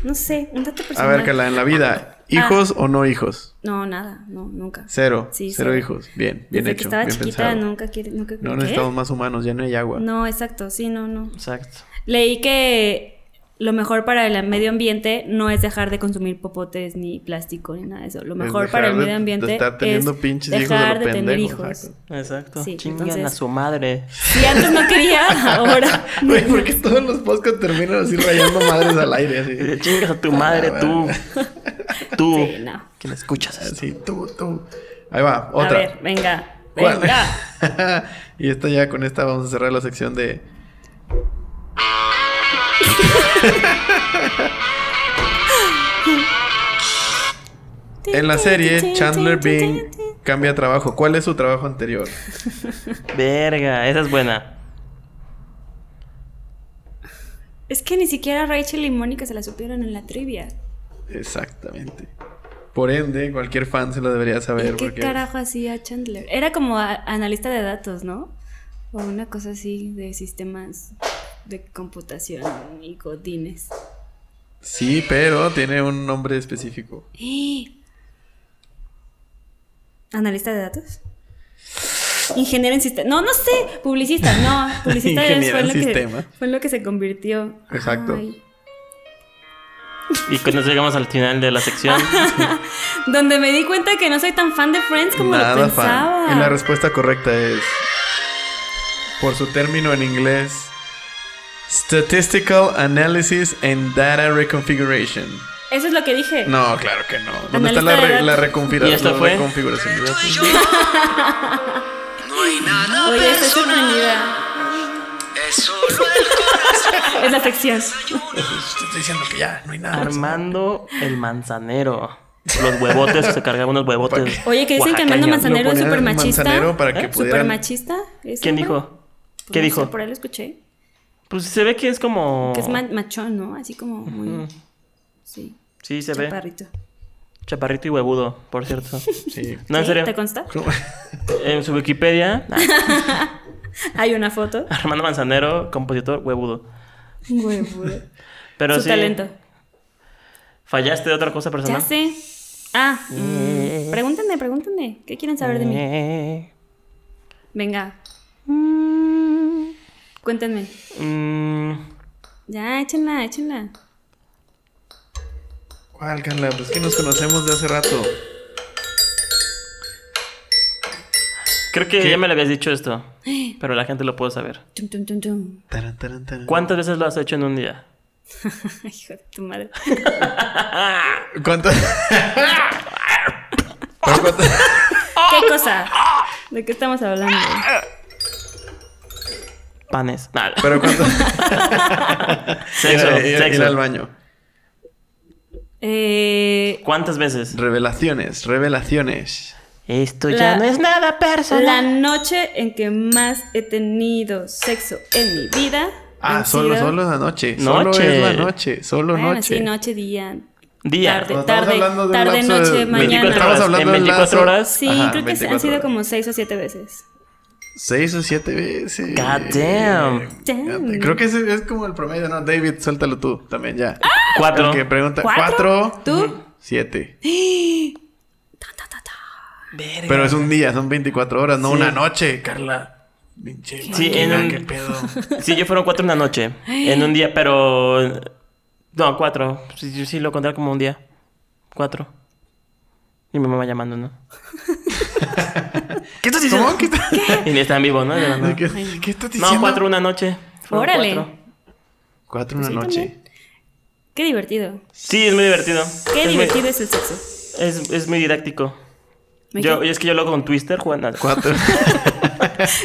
[SPEAKER 3] No sé, un dato
[SPEAKER 2] A
[SPEAKER 3] personal. Ah.
[SPEAKER 2] ver, Carla, en la vida, ¿hijos o no hijos?
[SPEAKER 3] No, nada, no, nunca.
[SPEAKER 2] Cero.
[SPEAKER 3] Sí,
[SPEAKER 2] cero
[SPEAKER 3] cero.
[SPEAKER 2] hijos. Bien, bien
[SPEAKER 3] Desde que
[SPEAKER 2] hecho.
[SPEAKER 3] estaba
[SPEAKER 2] bien
[SPEAKER 3] chiquita,
[SPEAKER 2] pensado.
[SPEAKER 3] nunca quiere, nunca
[SPEAKER 2] No
[SPEAKER 3] ¿qué?
[SPEAKER 2] necesitamos más humanos, ya no hay agua.
[SPEAKER 3] No, exacto, sí, no, no.
[SPEAKER 1] Exacto.
[SPEAKER 3] Leí que lo mejor para el medio ambiente no es dejar de consumir popotes ni plástico ni nada de eso. Lo
[SPEAKER 2] Es
[SPEAKER 3] mejor
[SPEAKER 2] dejar
[SPEAKER 3] para el
[SPEAKER 2] de-
[SPEAKER 3] medio ambiente
[SPEAKER 2] de estar teniendo
[SPEAKER 3] es
[SPEAKER 2] pinches hijos de
[SPEAKER 3] dejar
[SPEAKER 2] lo
[SPEAKER 3] de tener
[SPEAKER 2] pendejo,
[SPEAKER 3] hijos.
[SPEAKER 2] exacto.
[SPEAKER 1] Exacto.
[SPEAKER 3] Sí,
[SPEAKER 1] Chingan a
[SPEAKER 3] entonces-
[SPEAKER 1] su madre.
[SPEAKER 3] Si antes no quería, ahora.
[SPEAKER 2] Güey, ¿por qué todos los podcasts terminan así rayando madres al aire? Así,
[SPEAKER 1] Chingas a tu madre,
[SPEAKER 2] Ah,
[SPEAKER 1] tú. Tú.
[SPEAKER 3] Sí,
[SPEAKER 2] Uh,
[SPEAKER 3] no.
[SPEAKER 1] Que me escuchas esto.
[SPEAKER 2] así tú, tú. Ahí va,
[SPEAKER 3] A
[SPEAKER 2] otra.
[SPEAKER 3] ver, venga.
[SPEAKER 2] ¿Cuál?
[SPEAKER 3] Venga.
[SPEAKER 2] y esta ya con esta vamos a cerrar la sección de. En la serie, Chandler Bing cambia trabajo. ¿Cuál es su trabajo anterior?
[SPEAKER 1] Verga, esa es buena.
[SPEAKER 3] Es que ni siquiera Rachel y Mónica se la supieron en la trivia.
[SPEAKER 2] Exactamente. Por ende, cualquier fan se lo debería saber.
[SPEAKER 3] ¿Y qué
[SPEAKER 2] porque
[SPEAKER 3] carajo hacía Chandler? Era como a- analista de datos, ¿no? O una cosa así de sistemas de computación y godines.
[SPEAKER 2] Sí, pero tiene un nombre específico.
[SPEAKER 3] ¡Eh! ¿Analista de datos? Ingeniero en sistemas. No, no sé. Publicista, no. Publicista ya
[SPEAKER 2] Ingeniero
[SPEAKER 3] fue,
[SPEAKER 2] en
[SPEAKER 3] lo que,
[SPEAKER 2] sistemas.
[SPEAKER 3] fue lo que se convirtió.
[SPEAKER 2] Exacto.
[SPEAKER 3] Ay.
[SPEAKER 1] Y cuando llegamos al final de la sección,
[SPEAKER 3] Donde me di cuenta que no soy tan fan de Friends como lo
[SPEAKER 2] Nada
[SPEAKER 3] pensaba.
[SPEAKER 2] fan. Y la respuesta correcta es. Por su término en inglés. Statistical Analysis and Data Reconfiguration.
[SPEAKER 3] Eso es lo que dije.
[SPEAKER 2] No, claro que no. ¿Dónde
[SPEAKER 3] Analista
[SPEAKER 2] está la,
[SPEAKER 3] de
[SPEAKER 2] re-
[SPEAKER 3] datos.
[SPEAKER 2] la, reconfigura-
[SPEAKER 1] ¿Y esta
[SPEAKER 2] la
[SPEAKER 1] fue?
[SPEAKER 2] reconfiguración?
[SPEAKER 3] Oye, estoy sorprendida. Es la sección.
[SPEAKER 2] Te estoy diciendo que ya, no hay nada. más.
[SPEAKER 1] Armando el manzanero. Los huevotes, se cargaban unos huevotes.
[SPEAKER 3] Oye, que dicen que Armando
[SPEAKER 1] oaxaqueños.
[SPEAKER 2] Lo
[SPEAKER 3] Manzanero es
[SPEAKER 2] ponían
[SPEAKER 3] súper machista.
[SPEAKER 2] manzanero para que
[SPEAKER 1] ¿Eh?
[SPEAKER 2] pudieran-
[SPEAKER 3] machista? ¿Es
[SPEAKER 1] ¿Quién
[SPEAKER 3] hombre?
[SPEAKER 1] dijo?
[SPEAKER 3] Pues
[SPEAKER 1] ¿Qué
[SPEAKER 3] no
[SPEAKER 1] dijo? Oh.
[SPEAKER 3] sé, por ahí lo escuché.
[SPEAKER 1] Pues se ve que es como.
[SPEAKER 3] Que es ma- machón, ¿no? Así como muy. Sí.
[SPEAKER 1] Sí, se ve.
[SPEAKER 3] Chaparrito.
[SPEAKER 1] Chaparrito y huevudo, por cierto.
[SPEAKER 2] Sí.
[SPEAKER 1] No, en
[SPEAKER 3] ¿Sí?
[SPEAKER 1] serio.
[SPEAKER 3] ¿Te consta?
[SPEAKER 1] En su Wikipedia,
[SPEAKER 3] Hay una foto.
[SPEAKER 1] Armando Manzanero, compositor huevudo.
[SPEAKER 3] Huevudo.
[SPEAKER 1] Pero
[SPEAKER 3] Su
[SPEAKER 1] sí,
[SPEAKER 3] talento.
[SPEAKER 1] fallaste de otra cosa
[SPEAKER 3] Ya
[SPEAKER 1] personal.
[SPEAKER 3] sé. Ah, mm, pregúntenme, pregúntenme. ¿Qué quieren saber de mí?
[SPEAKER 1] Eh,
[SPEAKER 3] Venga. Cuéntenme.
[SPEAKER 1] mm,
[SPEAKER 3] Ya, échenla, échenla.
[SPEAKER 2] ¿Cuál, Carla? Pues que nos conocemos de hace rato.
[SPEAKER 1] creo que
[SPEAKER 2] ¿Qué?
[SPEAKER 1] ya me lo habías dicho esto, pero la gente lo puede saber.
[SPEAKER 3] Chum, chum, chum, chum.
[SPEAKER 2] Taran, taran, taran.
[SPEAKER 1] ¿Cuántas veces lo has hecho en un día?
[SPEAKER 3] Hijo de tu madre.
[SPEAKER 2] ¿Cuánto? ¿Pero cuánto?
[SPEAKER 3] ¿Qué cosa? ¿De qué estamos hablando?
[SPEAKER 1] Panes. Nada.
[SPEAKER 2] ¿Pero cuánto?
[SPEAKER 1] Sexo,
[SPEAKER 2] Ir a- ir a- ir
[SPEAKER 1] sexo.
[SPEAKER 2] al baño.
[SPEAKER 3] Eh,
[SPEAKER 1] ¿Cuántas veces?
[SPEAKER 2] Revelaciones, revelaciones.
[SPEAKER 6] Esto
[SPEAKER 3] La-
[SPEAKER 6] ya no es nada
[SPEAKER 3] la
[SPEAKER 6] personal.
[SPEAKER 3] noche en que más he tenido sexo en mi vida
[SPEAKER 2] Ah,
[SPEAKER 3] ¿En
[SPEAKER 2] solo,
[SPEAKER 3] serio?
[SPEAKER 2] solo es la noche. Solo
[SPEAKER 1] Noche.
[SPEAKER 2] es la noche. Solo
[SPEAKER 3] Bueno,
[SPEAKER 2] noche.
[SPEAKER 3] sí, noche, día.
[SPEAKER 1] Día.
[SPEAKER 3] Tarde.
[SPEAKER 2] Cuando estamos hablando de un
[SPEAKER 3] tarde,
[SPEAKER 2] lapso de
[SPEAKER 3] noche,
[SPEAKER 2] 24
[SPEAKER 3] mañana.
[SPEAKER 2] Estamos hablando
[SPEAKER 1] En
[SPEAKER 2] de un
[SPEAKER 1] 24
[SPEAKER 2] lapso-
[SPEAKER 1] horas.
[SPEAKER 3] Sí,
[SPEAKER 2] Ajá,
[SPEAKER 3] creo que han
[SPEAKER 2] 24
[SPEAKER 3] sido
[SPEAKER 2] horas.
[SPEAKER 3] como seis o siete veces.
[SPEAKER 2] Seis o siete veces.
[SPEAKER 1] God damn.
[SPEAKER 3] Damn.
[SPEAKER 2] Creo que ese es como el promedio, ¿no? David, suéltalo tú también ya.
[SPEAKER 1] Cuatro.
[SPEAKER 2] El que pregunta.
[SPEAKER 3] ¿Cuatro?
[SPEAKER 2] ¿Cuatro?
[SPEAKER 3] ¿Tú?
[SPEAKER 2] Siete.
[SPEAKER 3] Ta, ta, ta, ta.
[SPEAKER 1] Verga.
[SPEAKER 2] Pero es un día, son 24 horas, no
[SPEAKER 1] Sí.
[SPEAKER 2] una noche, Carla. Pinche
[SPEAKER 1] Sí,
[SPEAKER 2] máquina,
[SPEAKER 1] en un-
[SPEAKER 2] qué pedo.
[SPEAKER 1] Sí, yo fueron cuatro en la noche. En un día, pero. No, cuatro. Sí, yo sí lo conté como un día. Cuatro. Y mi mamá llamando, ¿no? ¿Qué estás diciendo?
[SPEAKER 2] ¿Cómo? ¿Qué, está-
[SPEAKER 1] Y ni está en vivo, ¿no? De la nada.
[SPEAKER 2] ¿Qué, qué estás diciendo?
[SPEAKER 1] No, cuatro una noche. Fueron
[SPEAKER 3] Órale.
[SPEAKER 1] cuatro.
[SPEAKER 2] Cuatro una
[SPEAKER 3] Sí,
[SPEAKER 2] noche.
[SPEAKER 3] también. Qué divertido.
[SPEAKER 1] Sí, es muy divertido.
[SPEAKER 3] Qué
[SPEAKER 1] Es muy-
[SPEAKER 3] divertido es el sexo.
[SPEAKER 1] es, es muy didáctico.
[SPEAKER 3] Me
[SPEAKER 1] Yo,
[SPEAKER 3] encanta.
[SPEAKER 1] y es que yo lo hago con Twister, Juan.
[SPEAKER 2] Cuatro.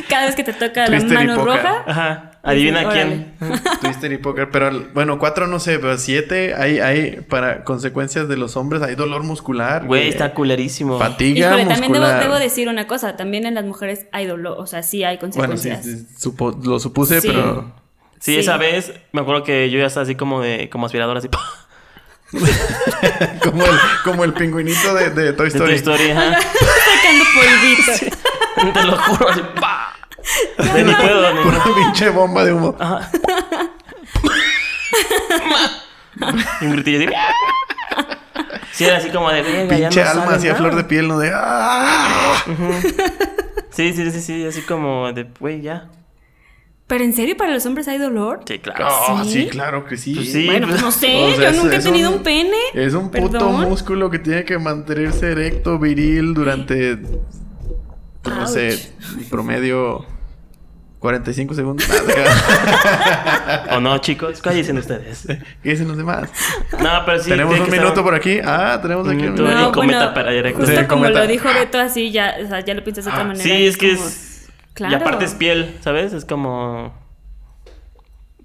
[SPEAKER 3] Cada vez que te toca la
[SPEAKER 2] Twister y
[SPEAKER 3] mano
[SPEAKER 2] poker.
[SPEAKER 3] roja,
[SPEAKER 1] Ajá. Adivina
[SPEAKER 3] Órale.
[SPEAKER 1] quién.
[SPEAKER 2] Twister y póker. Pero bueno, cuatro no sé, pero siete hay, hay para consecuencias de los hombres, hay dolor muscular.
[SPEAKER 1] Güey,
[SPEAKER 2] eh,
[SPEAKER 1] está culerísimo.
[SPEAKER 2] Fatiga
[SPEAKER 3] Híjole,
[SPEAKER 2] muscular.
[SPEAKER 3] también debo, debo decir una cosa, también en las mujeres hay dolor, o sea, sí hay
[SPEAKER 2] Bueno, sí,
[SPEAKER 3] consecuencias.
[SPEAKER 2] sí, supo- lo supuse,
[SPEAKER 3] Sí.
[SPEAKER 2] pero
[SPEAKER 1] Sí,
[SPEAKER 3] Sí.
[SPEAKER 1] esa vez me acuerdo que yo ya estaba así como de como aspiradora, así.
[SPEAKER 2] como el, como el pingüinito de, de Toy
[SPEAKER 1] De tu
[SPEAKER 2] Story.
[SPEAKER 1] historia, ajá.
[SPEAKER 3] Sacando polvito.
[SPEAKER 1] Te lo juro, así. ¡pa! De ni puedo, ni
[SPEAKER 2] Una pinche bomba de humo.
[SPEAKER 1] Ajá. y un gritillo así. "Ah". Sí, era así como de. "Venga, ya
[SPEAKER 2] pinche
[SPEAKER 1] no
[SPEAKER 2] alma
[SPEAKER 1] sabes
[SPEAKER 2] así a
[SPEAKER 1] nada".
[SPEAKER 2] flor de piel, no de. ¡Ah!
[SPEAKER 1] Sí, sí, sí, sí, así como de, güey, ya.
[SPEAKER 3] Pero en serio, para los hombres hay dolor.
[SPEAKER 1] Sí, claro.
[SPEAKER 2] Ah,
[SPEAKER 3] ¿Sí?
[SPEAKER 2] sí, claro que sí.
[SPEAKER 1] Pues sí.
[SPEAKER 3] Bueno, pues no sé,
[SPEAKER 2] O sea,
[SPEAKER 3] yo
[SPEAKER 2] es-
[SPEAKER 3] nunca he
[SPEAKER 2] es
[SPEAKER 3] tenido un, pene.
[SPEAKER 2] Es un puto
[SPEAKER 3] Perdón.
[SPEAKER 2] músculo que tiene que mantenerse erecto, viril durante. pues, No sé, en promedio. 45 segundos. Ah,
[SPEAKER 1] ¿O no, chicos? ¿Qué dicen ustedes?
[SPEAKER 2] ¿Qué dicen los demás?
[SPEAKER 1] No, pero sí.
[SPEAKER 2] tenemos
[SPEAKER 1] tiene que
[SPEAKER 2] un minuto
[SPEAKER 1] estar-
[SPEAKER 2] por aquí. Ah, tenemos
[SPEAKER 1] Un
[SPEAKER 2] aquí
[SPEAKER 1] minuto. Ni cometa para directo. Ah,
[SPEAKER 3] justo
[SPEAKER 2] Sí,
[SPEAKER 3] como
[SPEAKER 2] cometa.
[SPEAKER 3] lo dijo Beto, así ya, o sea, ya lo piensas de otra manera.
[SPEAKER 1] Sí, es que
[SPEAKER 3] como-
[SPEAKER 1] es.
[SPEAKER 3] Claro.
[SPEAKER 1] Y aparte es piel, ¿sabes? Es como.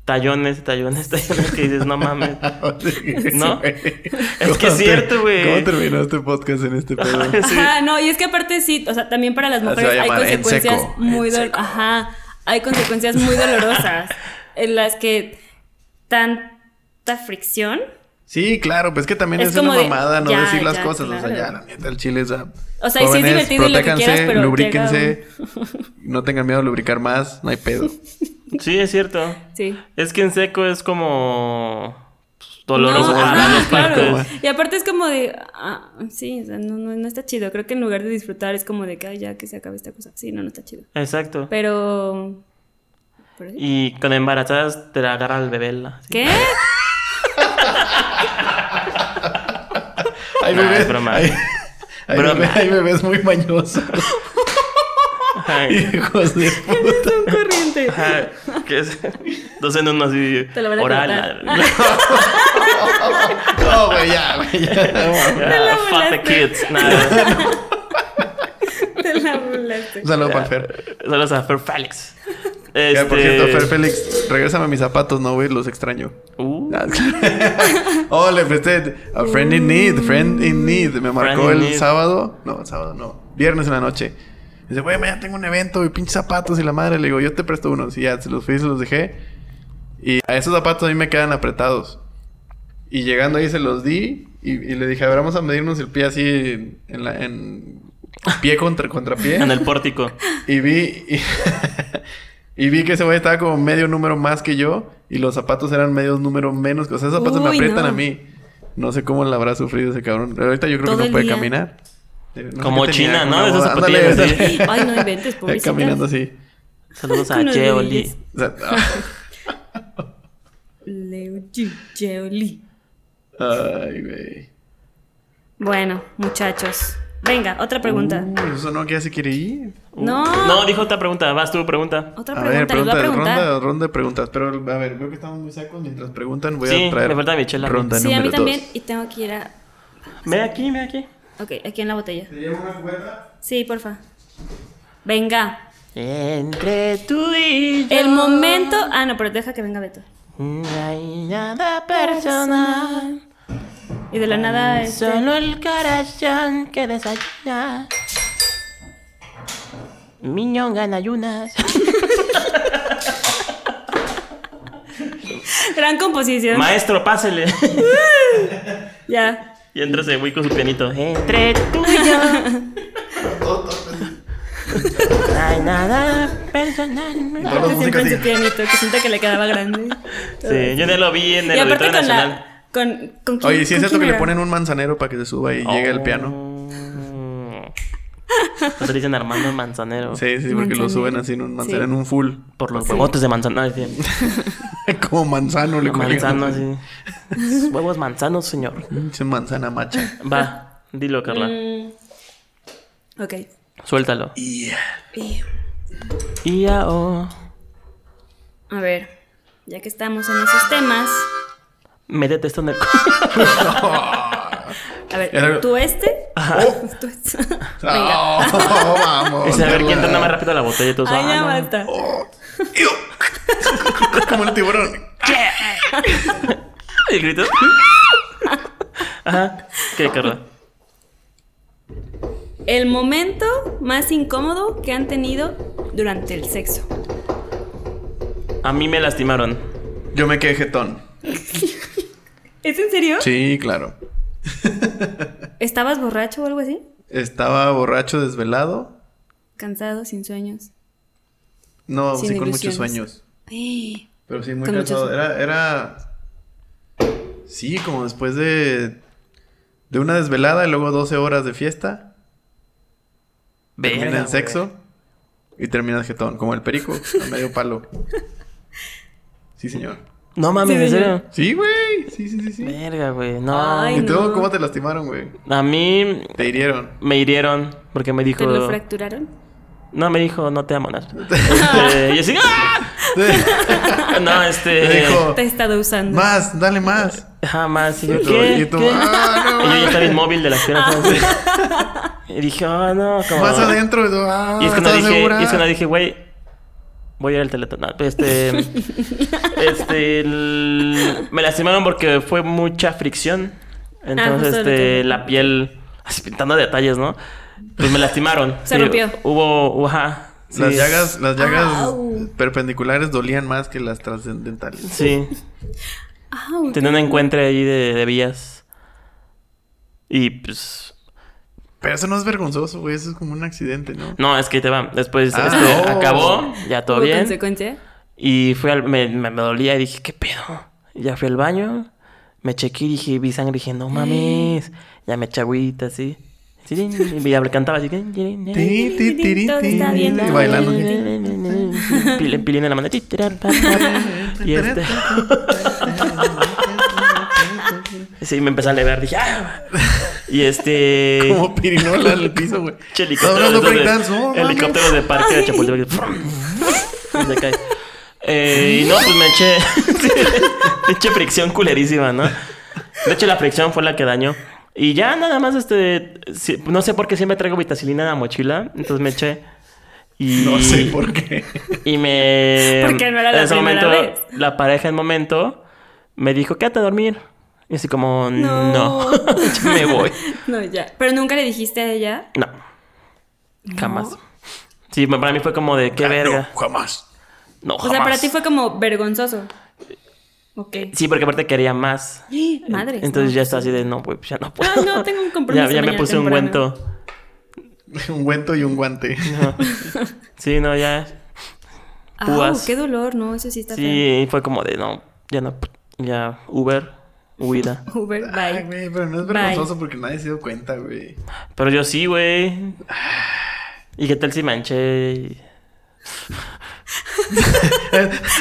[SPEAKER 1] Tallones, tallones, tallones que dices, no mames. ¿No?
[SPEAKER 2] Es
[SPEAKER 1] que es cierto, güey.
[SPEAKER 2] ¿Cómo terminó este podcast en este pedo?
[SPEAKER 1] Sí.
[SPEAKER 3] Ajá, no, y es que aparte sí, o sea, también para las
[SPEAKER 2] Ah, va a
[SPEAKER 3] mujeres hay
[SPEAKER 2] llamar en
[SPEAKER 3] consecuencias
[SPEAKER 2] seco,
[SPEAKER 3] muy
[SPEAKER 2] en
[SPEAKER 3] dol-
[SPEAKER 2] seco.
[SPEAKER 3] ajá, hay consecuencias muy dolorosas en las que tanta fricción,
[SPEAKER 2] Sí, claro, pues que también es,
[SPEAKER 3] Es como
[SPEAKER 2] una
[SPEAKER 3] de-
[SPEAKER 2] mamada no
[SPEAKER 3] ya,
[SPEAKER 2] decir las
[SPEAKER 3] ya,
[SPEAKER 2] cosas. O sea,
[SPEAKER 3] claro.
[SPEAKER 2] ya, la neta, el chile es. ah,
[SPEAKER 3] O sea, y sí es
[SPEAKER 2] jóvenes,
[SPEAKER 3] divertido y lo que
[SPEAKER 2] protéjanse,
[SPEAKER 3] quieras, pero
[SPEAKER 2] Lubríquense. No tengan miedo a lubricar más, no hay pedo.
[SPEAKER 1] Sí, es cierto.
[SPEAKER 3] sí.
[SPEAKER 1] Es que en seco es como. pues,
[SPEAKER 3] No,
[SPEAKER 1] Doloroso para
[SPEAKER 3] ajá,
[SPEAKER 1] las
[SPEAKER 3] claro.
[SPEAKER 1] partes.
[SPEAKER 3] Y aparte es como de, ah, sí, o sea, no, no, no está chido. Creo que en lugar de disfrutar es como de que, ay, ya que se acabe esta cosa. Sí, no, no está chido.
[SPEAKER 1] Exacto.
[SPEAKER 3] Pero... pero sí.
[SPEAKER 1] Y con embarazadas te la agarra el bebé. la-
[SPEAKER 3] ¿Qué?
[SPEAKER 2] Hay
[SPEAKER 1] No, es
[SPEAKER 2] bebés.
[SPEAKER 1] broma. eh.
[SPEAKER 2] Hay, hay
[SPEAKER 1] Broma.
[SPEAKER 2] bebés, hay bebés muy mañosos.
[SPEAKER 1] Ajá,
[SPEAKER 2] Hijos de
[SPEAKER 3] Es
[SPEAKER 2] puta.
[SPEAKER 3] un corriente.
[SPEAKER 1] ajá, que es- Dos en uno así.
[SPEAKER 3] Te lo van a
[SPEAKER 1] oral.
[SPEAKER 3] cortar.
[SPEAKER 2] No, güey, ya, güey. ya.
[SPEAKER 1] Ah, Fuck the kids. Nada.
[SPEAKER 3] Te la burlaste.
[SPEAKER 2] Un saludo para el Fer.
[SPEAKER 1] Saludos a Fer Félix.
[SPEAKER 2] Ya, por
[SPEAKER 1] Este-
[SPEAKER 2] cierto, Fer Félix, regrésame mis zapatos, no, güey, los extraño.
[SPEAKER 1] Uh,
[SPEAKER 2] oh, le presté A Friend in Need, Friend in Need. Me marcó
[SPEAKER 1] in
[SPEAKER 2] el
[SPEAKER 1] need.
[SPEAKER 2] sábado. No, el sábado no. Viernes en la noche. Dice, güey, mañana tengo un evento y pinches zapatos y la madre. Le digo, yo te presto unos. Y ya, se los fui y se los dejé. Y a esos zapatos a mí me quedan apretados. Y llegando ahí se los di y, y le dije, a ver, vamos a medirnos el pie así en, la- en pie contra, contra pie.
[SPEAKER 1] en el pórtico.
[SPEAKER 2] Y vi. Y, y vi que ese güey estaba como medio número más que yo. Y los zapatos eran medio número menos. que- O sea, esos zapatos me
[SPEAKER 3] Uy,
[SPEAKER 2] aprietan
[SPEAKER 3] no.
[SPEAKER 2] a mí. No sé cómo la habrá sufrido ese cabrón. Ahorita yo creo
[SPEAKER 3] Todo
[SPEAKER 2] que
[SPEAKER 3] el
[SPEAKER 2] no puede
[SPEAKER 3] día.
[SPEAKER 2] caminar. Eh, no sé
[SPEAKER 1] Como
[SPEAKER 2] qué
[SPEAKER 1] China, ¿no?
[SPEAKER 2] como una
[SPEAKER 1] Esas
[SPEAKER 2] boda. Ándale,
[SPEAKER 1] zapatillas así.
[SPEAKER 2] ándale.
[SPEAKER 3] Ay, no inventes,
[SPEAKER 2] Eh,
[SPEAKER 3] pobrecita.
[SPEAKER 2] Caminando así.
[SPEAKER 1] Saludos
[SPEAKER 3] Con
[SPEAKER 1] a
[SPEAKER 3] los
[SPEAKER 1] Cheoli.
[SPEAKER 3] dedillos.
[SPEAKER 2] O sea,
[SPEAKER 3] Leo G. Yeoli.
[SPEAKER 2] ah, ay, güey.
[SPEAKER 3] Bueno, muchachos. Venga, otra pregunta.
[SPEAKER 2] Uy, Uh, eso no, que ya se quiere ir.
[SPEAKER 3] no.
[SPEAKER 1] Uh. No, dijo otra pregunta. Vas tú, pregunta.
[SPEAKER 3] Otra
[SPEAKER 2] uh. A
[SPEAKER 3] pregunta,
[SPEAKER 2] ver,
[SPEAKER 3] les voy a
[SPEAKER 2] pregunta,
[SPEAKER 3] preguntar.
[SPEAKER 2] ronda, ronda de preguntas. Pero, a ver, veo que estamos muy sacos. Mientras preguntan, voy
[SPEAKER 1] Sí,
[SPEAKER 2] a traer
[SPEAKER 1] me falta mi chela.
[SPEAKER 2] ronda
[SPEAKER 3] sí, a mí
[SPEAKER 2] número
[SPEAKER 3] también.
[SPEAKER 2] dos.
[SPEAKER 3] Y tengo que ir a.
[SPEAKER 1] Ve aquí, ve aquí.
[SPEAKER 3] Ok, aquí en la botella.
[SPEAKER 2] ¿Te llevo una cubeta?
[SPEAKER 3] Sí, porfa. Venga.
[SPEAKER 1] Entre tú y yo.
[SPEAKER 3] El momento. Ah, no, pero deja que venga Beto.
[SPEAKER 1] No hay nada personal.
[SPEAKER 3] Y de la nada. este,
[SPEAKER 1] Solo el corazón que desayuna. Miñón gana ayunas.
[SPEAKER 3] Gran composición.
[SPEAKER 1] Maestro, pásele.
[SPEAKER 3] ya. Este
[SPEAKER 1] y entra ese güey con su pianito. Entre tú y yo. No hay nada personal.
[SPEAKER 2] Todas las músicas
[SPEAKER 3] Siempre en su
[SPEAKER 2] así.
[SPEAKER 3] pianito, que siento que le quedaba grande.
[SPEAKER 1] Sí, yo no lo vi en
[SPEAKER 3] y
[SPEAKER 1] el
[SPEAKER 3] aparte
[SPEAKER 1] Auditorio
[SPEAKER 3] con
[SPEAKER 1] Nacional.
[SPEAKER 3] la. Con, con quién-
[SPEAKER 2] Oye, ¿sí es
[SPEAKER 3] con
[SPEAKER 2] cierto
[SPEAKER 3] quién
[SPEAKER 2] que le
[SPEAKER 3] era?
[SPEAKER 2] ponen un manzanero para que se suba y llegue al piano?
[SPEAKER 1] Nosotros Mm. dicen Armando Manzanero.
[SPEAKER 2] Sí, sí, porque lo
[SPEAKER 3] Manzanero.
[SPEAKER 2] suben así en un manzanero,
[SPEAKER 3] Sí.
[SPEAKER 2] en un full.
[SPEAKER 1] Por los huevotes de manzana. no, decían.
[SPEAKER 2] Como manzano le
[SPEAKER 1] Manzano,
[SPEAKER 2] colgamos.
[SPEAKER 1] así. Huevos manzanos, señor.
[SPEAKER 2] Pinche manzana macha.
[SPEAKER 1] Va, dilo, Carla.
[SPEAKER 3] Mm. Ok.
[SPEAKER 1] Suéltalo.
[SPEAKER 3] Y-
[SPEAKER 1] Y ya, oh.
[SPEAKER 3] a ver, ya que estamos en esos temas.
[SPEAKER 1] Métete esto en el. cu-
[SPEAKER 3] A ver,
[SPEAKER 2] Era-
[SPEAKER 3] ¿tú este? ¿Tú este? Venga.
[SPEAKER 2] Oh, vamos.
[SPEAKER 1] Dice, a ver
[SPEAKER 2] Carla.
[SPEAKER 1] quién anda más rápido a la botella y todo eso.
[SPEAKER 3] Ay,
[SPEAKER 1] Ah,
[SPEAKER 3] ya
[SPEAKER 1] no.
[SPEAKER 3] basta.
[SPEAKER 2] Oh. Iu. Como el tiburón.
[SPEAKER 1] Y el grito. Ajá. ¿Qué, Carla?
[SPEAKER 3] El momento más incómodo que han tenido durante el sexo.
[SPEAKER 1] A mí me lastimaron.
[SPEAKER 2] Yo me quedé jetón.
[SPEAKER 3] ¿Es en serio?
[SPEAKER 2] Sí, claro.
[SPEAKER 3] ¿Estabas borracho o algo así?
[SPEAKER 2] Estaba borracho, desvelado.
[SPEAKER 3] Cansado, sin sueños.
[SPEAKER 2] No,
[SPEAKER 3] Sin
[SPEAKER 2] sí, con muchos
[SPEAKER 3] ilusiones.
[SPEAKER 2] sueños.
[SPEAKER 3] Ey,
[SPEAKER 2] Pero sí, muy
[SPEAKER 3] Con muchos-
[SPEAKER 2] cansado. Era, era. Sí, como después de. De una desvelada y luego 12 horas de fiesta. Termina
[SPEAKER 1] Verga,
[SPEAKER 2] en sexo. Y termina jetón, como el perico, a medio palo. Sí, señor.
[SPEAKER 1] güey. No mames,
[SPEAKER 3] Sí,
[SPEAKER 1] en
[SPEAKER 3] señor.
[SPEAKER 1] serio.
[SPEAKER 2] Sí, güey. Sí, sí, sí, sí.
[SPEAKER 1] Verga, güey. No.
[SPEAKER 3] Ay,
[SPEAKER 2] ¿Y tú
[SPEAKER 3] no.
[SPEAKER 2] cómo te lastimaron, güey?
[SPEAKER 1] A mí
[SPEAKER 2] Te hirieron.
[SPEAKER 1] me hirieron porque me dijo.
[SPEAKER 3] ¿Te lo fracturaron?
[SPEAKER 1] No, me dijo, no te amo, nada. Este, y así, ¡ah! No, este.
[SPEAKER 2] Te dijo,
[SPEAKER 3] Te he estado usando.
[SPEAKER 2] más, dale más.
[SPEAKER 1] Jamás. Y
[SPEAKER 2] Y
[SPEAKER 1] yo,
[SPEAKER 2] tú-
[SPEAKER 1] ¿qué?
[SPEAKER 2] y tú,
[SPEAKER 1] ¿Qué?
[SPEAKER 2] "Ah, no
[SPEAKER 1] Y yo ya
[SPEAKER 2] mames".
[SPEAKER 1] estaba inmóvil de las
[SPEAKER 3] Ah.
[SPEAKER 1] piernas. ¿sabes? Y dije, ah, no, como.
[SPEAKER 2] Más adentro. Y, tú, "Ah,
[SPEAKER 1] Y es cuando
[SPEAKER 2] ¿estás
[SPEAKER 1] dije,
[SPEAKER 2] segura?".
[SPEAKER 1] y es cuando dije, güey, voy a ir al teléfono. No, este. este. el- me lastimaron porque fue mucha fricción. Entonces,
[SPEAKER 3] Ah, justo lo
[SPEAKER 1] este,
[SPEAKER 3] que-
[SPEAKER 1] la piel. Así pintando detalles, ¿no? Pues me lastimaron.
[SPEAKER 3] Se rompió.
[SPEAKER 1] Hubo. hubo- ajá. Sí.
[SPEAKER 2] Las llagas, las llagas
[SPEAKER 3] Au.
[SPEAKER 2] perpendiculares dolían más que las trascendentales.
[SPEAKER 1] Sí.
[SPEAKER 3] Au,
[SPEAKER 1] Tenía un encuentro ahí de, de vías. Y pues.
[SPEAKER 2] Pero eso no es vergonzoso, güey. Eso es como un accidente, ¿no?
[SPEAKER 1] No, es que te va. Después
[SPEAKER 2] Ah.
[SPEAKER 1] este,
[SPEAKER 2] Oh.
[SPEAKER 1] acabó, ya todo
[SPEAKER 3] ¿Hubo
[SPEAKER 1] bien.
[SPEAKER 3] consecuencia?
[SPEAKER 1] Y fui al, me, me, me dolía y dije, ¿qué pedo? Y Ya fui al baño, me chequé y dije, vi sangre y dije, no mames. Ya me eché agüita así. Sí, Y ya cantaba así. tin, tin, tin, tin,
[SPEAKER 2] Ti, ti, ti,
[SPEAKER 3] Todo
[SPEAKER 2] ti,
[SPEAKER 3] está
[SPEAKER 2] ti,
[SPEAKER 3] bien,
[SPEAKER 2] Y
[SPEAKER 3] todo
[SPEAKER 2] bailando.
[SPEAKER 3] bien.
[SPEAKER 1] Pil- Pilín en la mano. ti, tira, pa, pa. Y este. Sí, me empecé a lever, dije, ¡ah! Y este.
[SPEAKER 2] Como pirinola en el piso, güey.
[SPEAKER 1] Che,
[SPEAKER 2] Estaba
[SPEAKER 1] helicóptero
[SPEAKER 2] hablando
[SPEAKER 1] de-
[SPEAKER 2] breakdance, no, mames.
[SPEAKER 1] helicópteros de parque de Chapultepec. Y se cae. Eh, y no, pues me eché. sí, me eché fricción culerísima, ¿no? De hecho, la fricción fue la que dañó. Y ya nada más, este. sí, no sé por qué siempre traigo vitacilina en la mochila. Entonces me eché. Y,
[SPEAKER 2] No sé por qué.
[SPEAKER 1] Y me.
[SPEAKER 3] Porque no era la
[SPEAKER 1] en ese
[SPEAKER 3] primera
[SPEAKER 1] momento,
[SPEAKER 3] vez.
[SPEAKER 1] La pareja en momento me dijo, quédate a dormir. Y así como, no. Ya me voy.
[SPEAKER 3] no, ya. Pero nunca le dijiste a ella.
[SPEAKER 1] No. Jamás. Sí, para mí fue como de qué verga.
[SPEAKER 2] No, jamás.
[SPEAKER 1] No,
[SPEAKER 3] O
[SPEAKER 1] jamás.
[SPEAKER 3] sea, para ti fue como vergonzoso. Ok.
[SPEAKER 1] Sí, porque aparte quería más.
[SPEAKER 3] Madre.
[SPEAKER 1] Entonces ya está así de no, güey, pues ya no puedo.
[SPEAKER 3] Ah, no, tengo un compromiso
[SPEAKER 1] Ya, ya me
[SPEAKER 3] mañana
[SPEAKER 1] puse un
[SPEAKER 3] temprano.
[SPEAKER 1] cuento.
[SPEAKER 2] Un guento y un guante.
[SPEAKER 1] Sí, no, ya.
[SPEAKER 3] Ah,
[SPEAKER 1] púas.
[SPEAKER 3] qué dolor, no, eso sí está feo.
[SPEAKER 1] Sí, fue como de no, ya no. Ya, Uber, huida.
[SPEAKER 3] Uber, bye.
[SPEAKER 2] Ay, güey, pero no es
[SPEAKER 3] Bye.
[SPEAKER 2] vergonzoso porque nadie se dio cuenta, güey.
[SPEAKER 1] Pero yo sí, güey. ¿Y qué tal si manché? y-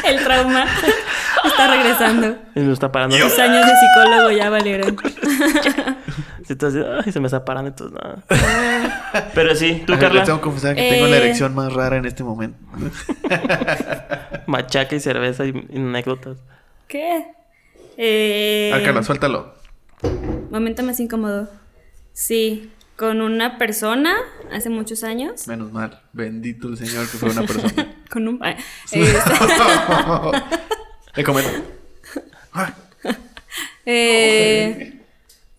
[SPEAKER 3] El trauma está regresando.
[SPEAKER 1] Y me está parando.
[SPEAKER 3] Tus años de psicólogo ya valieron.
[SPEAKER 1] Sí, entonces, ay, se me está parando, entonces nada. Pero sí, tú,
[SPEAKER 2] Ay,
[SPEAKER 1] Carla,
[SPEAKER 2] Les tengo que confesar que tengo la
[SPEAKER 3] Eh.
[SPEAKER 2] erección más rara en este momento. Ah,
[SPEAKER 1] machaca y cerveza y, y anécdotas.
[SPEAKER 3] ¿Qué? Eh,
[SPEAKER 2] Ah, Carla, suéltalo.
[SPEAKER 3] momento más incómodo. Sí, con una persona hace muchos años.
[SPEAKER 2] Menos mal. Bendito el señor que fue una persona.
[SPEAKER 3] Con un... eh, este,
[SPEAKER 2] Le comento. Ah,
[SPEAKER 3] eh,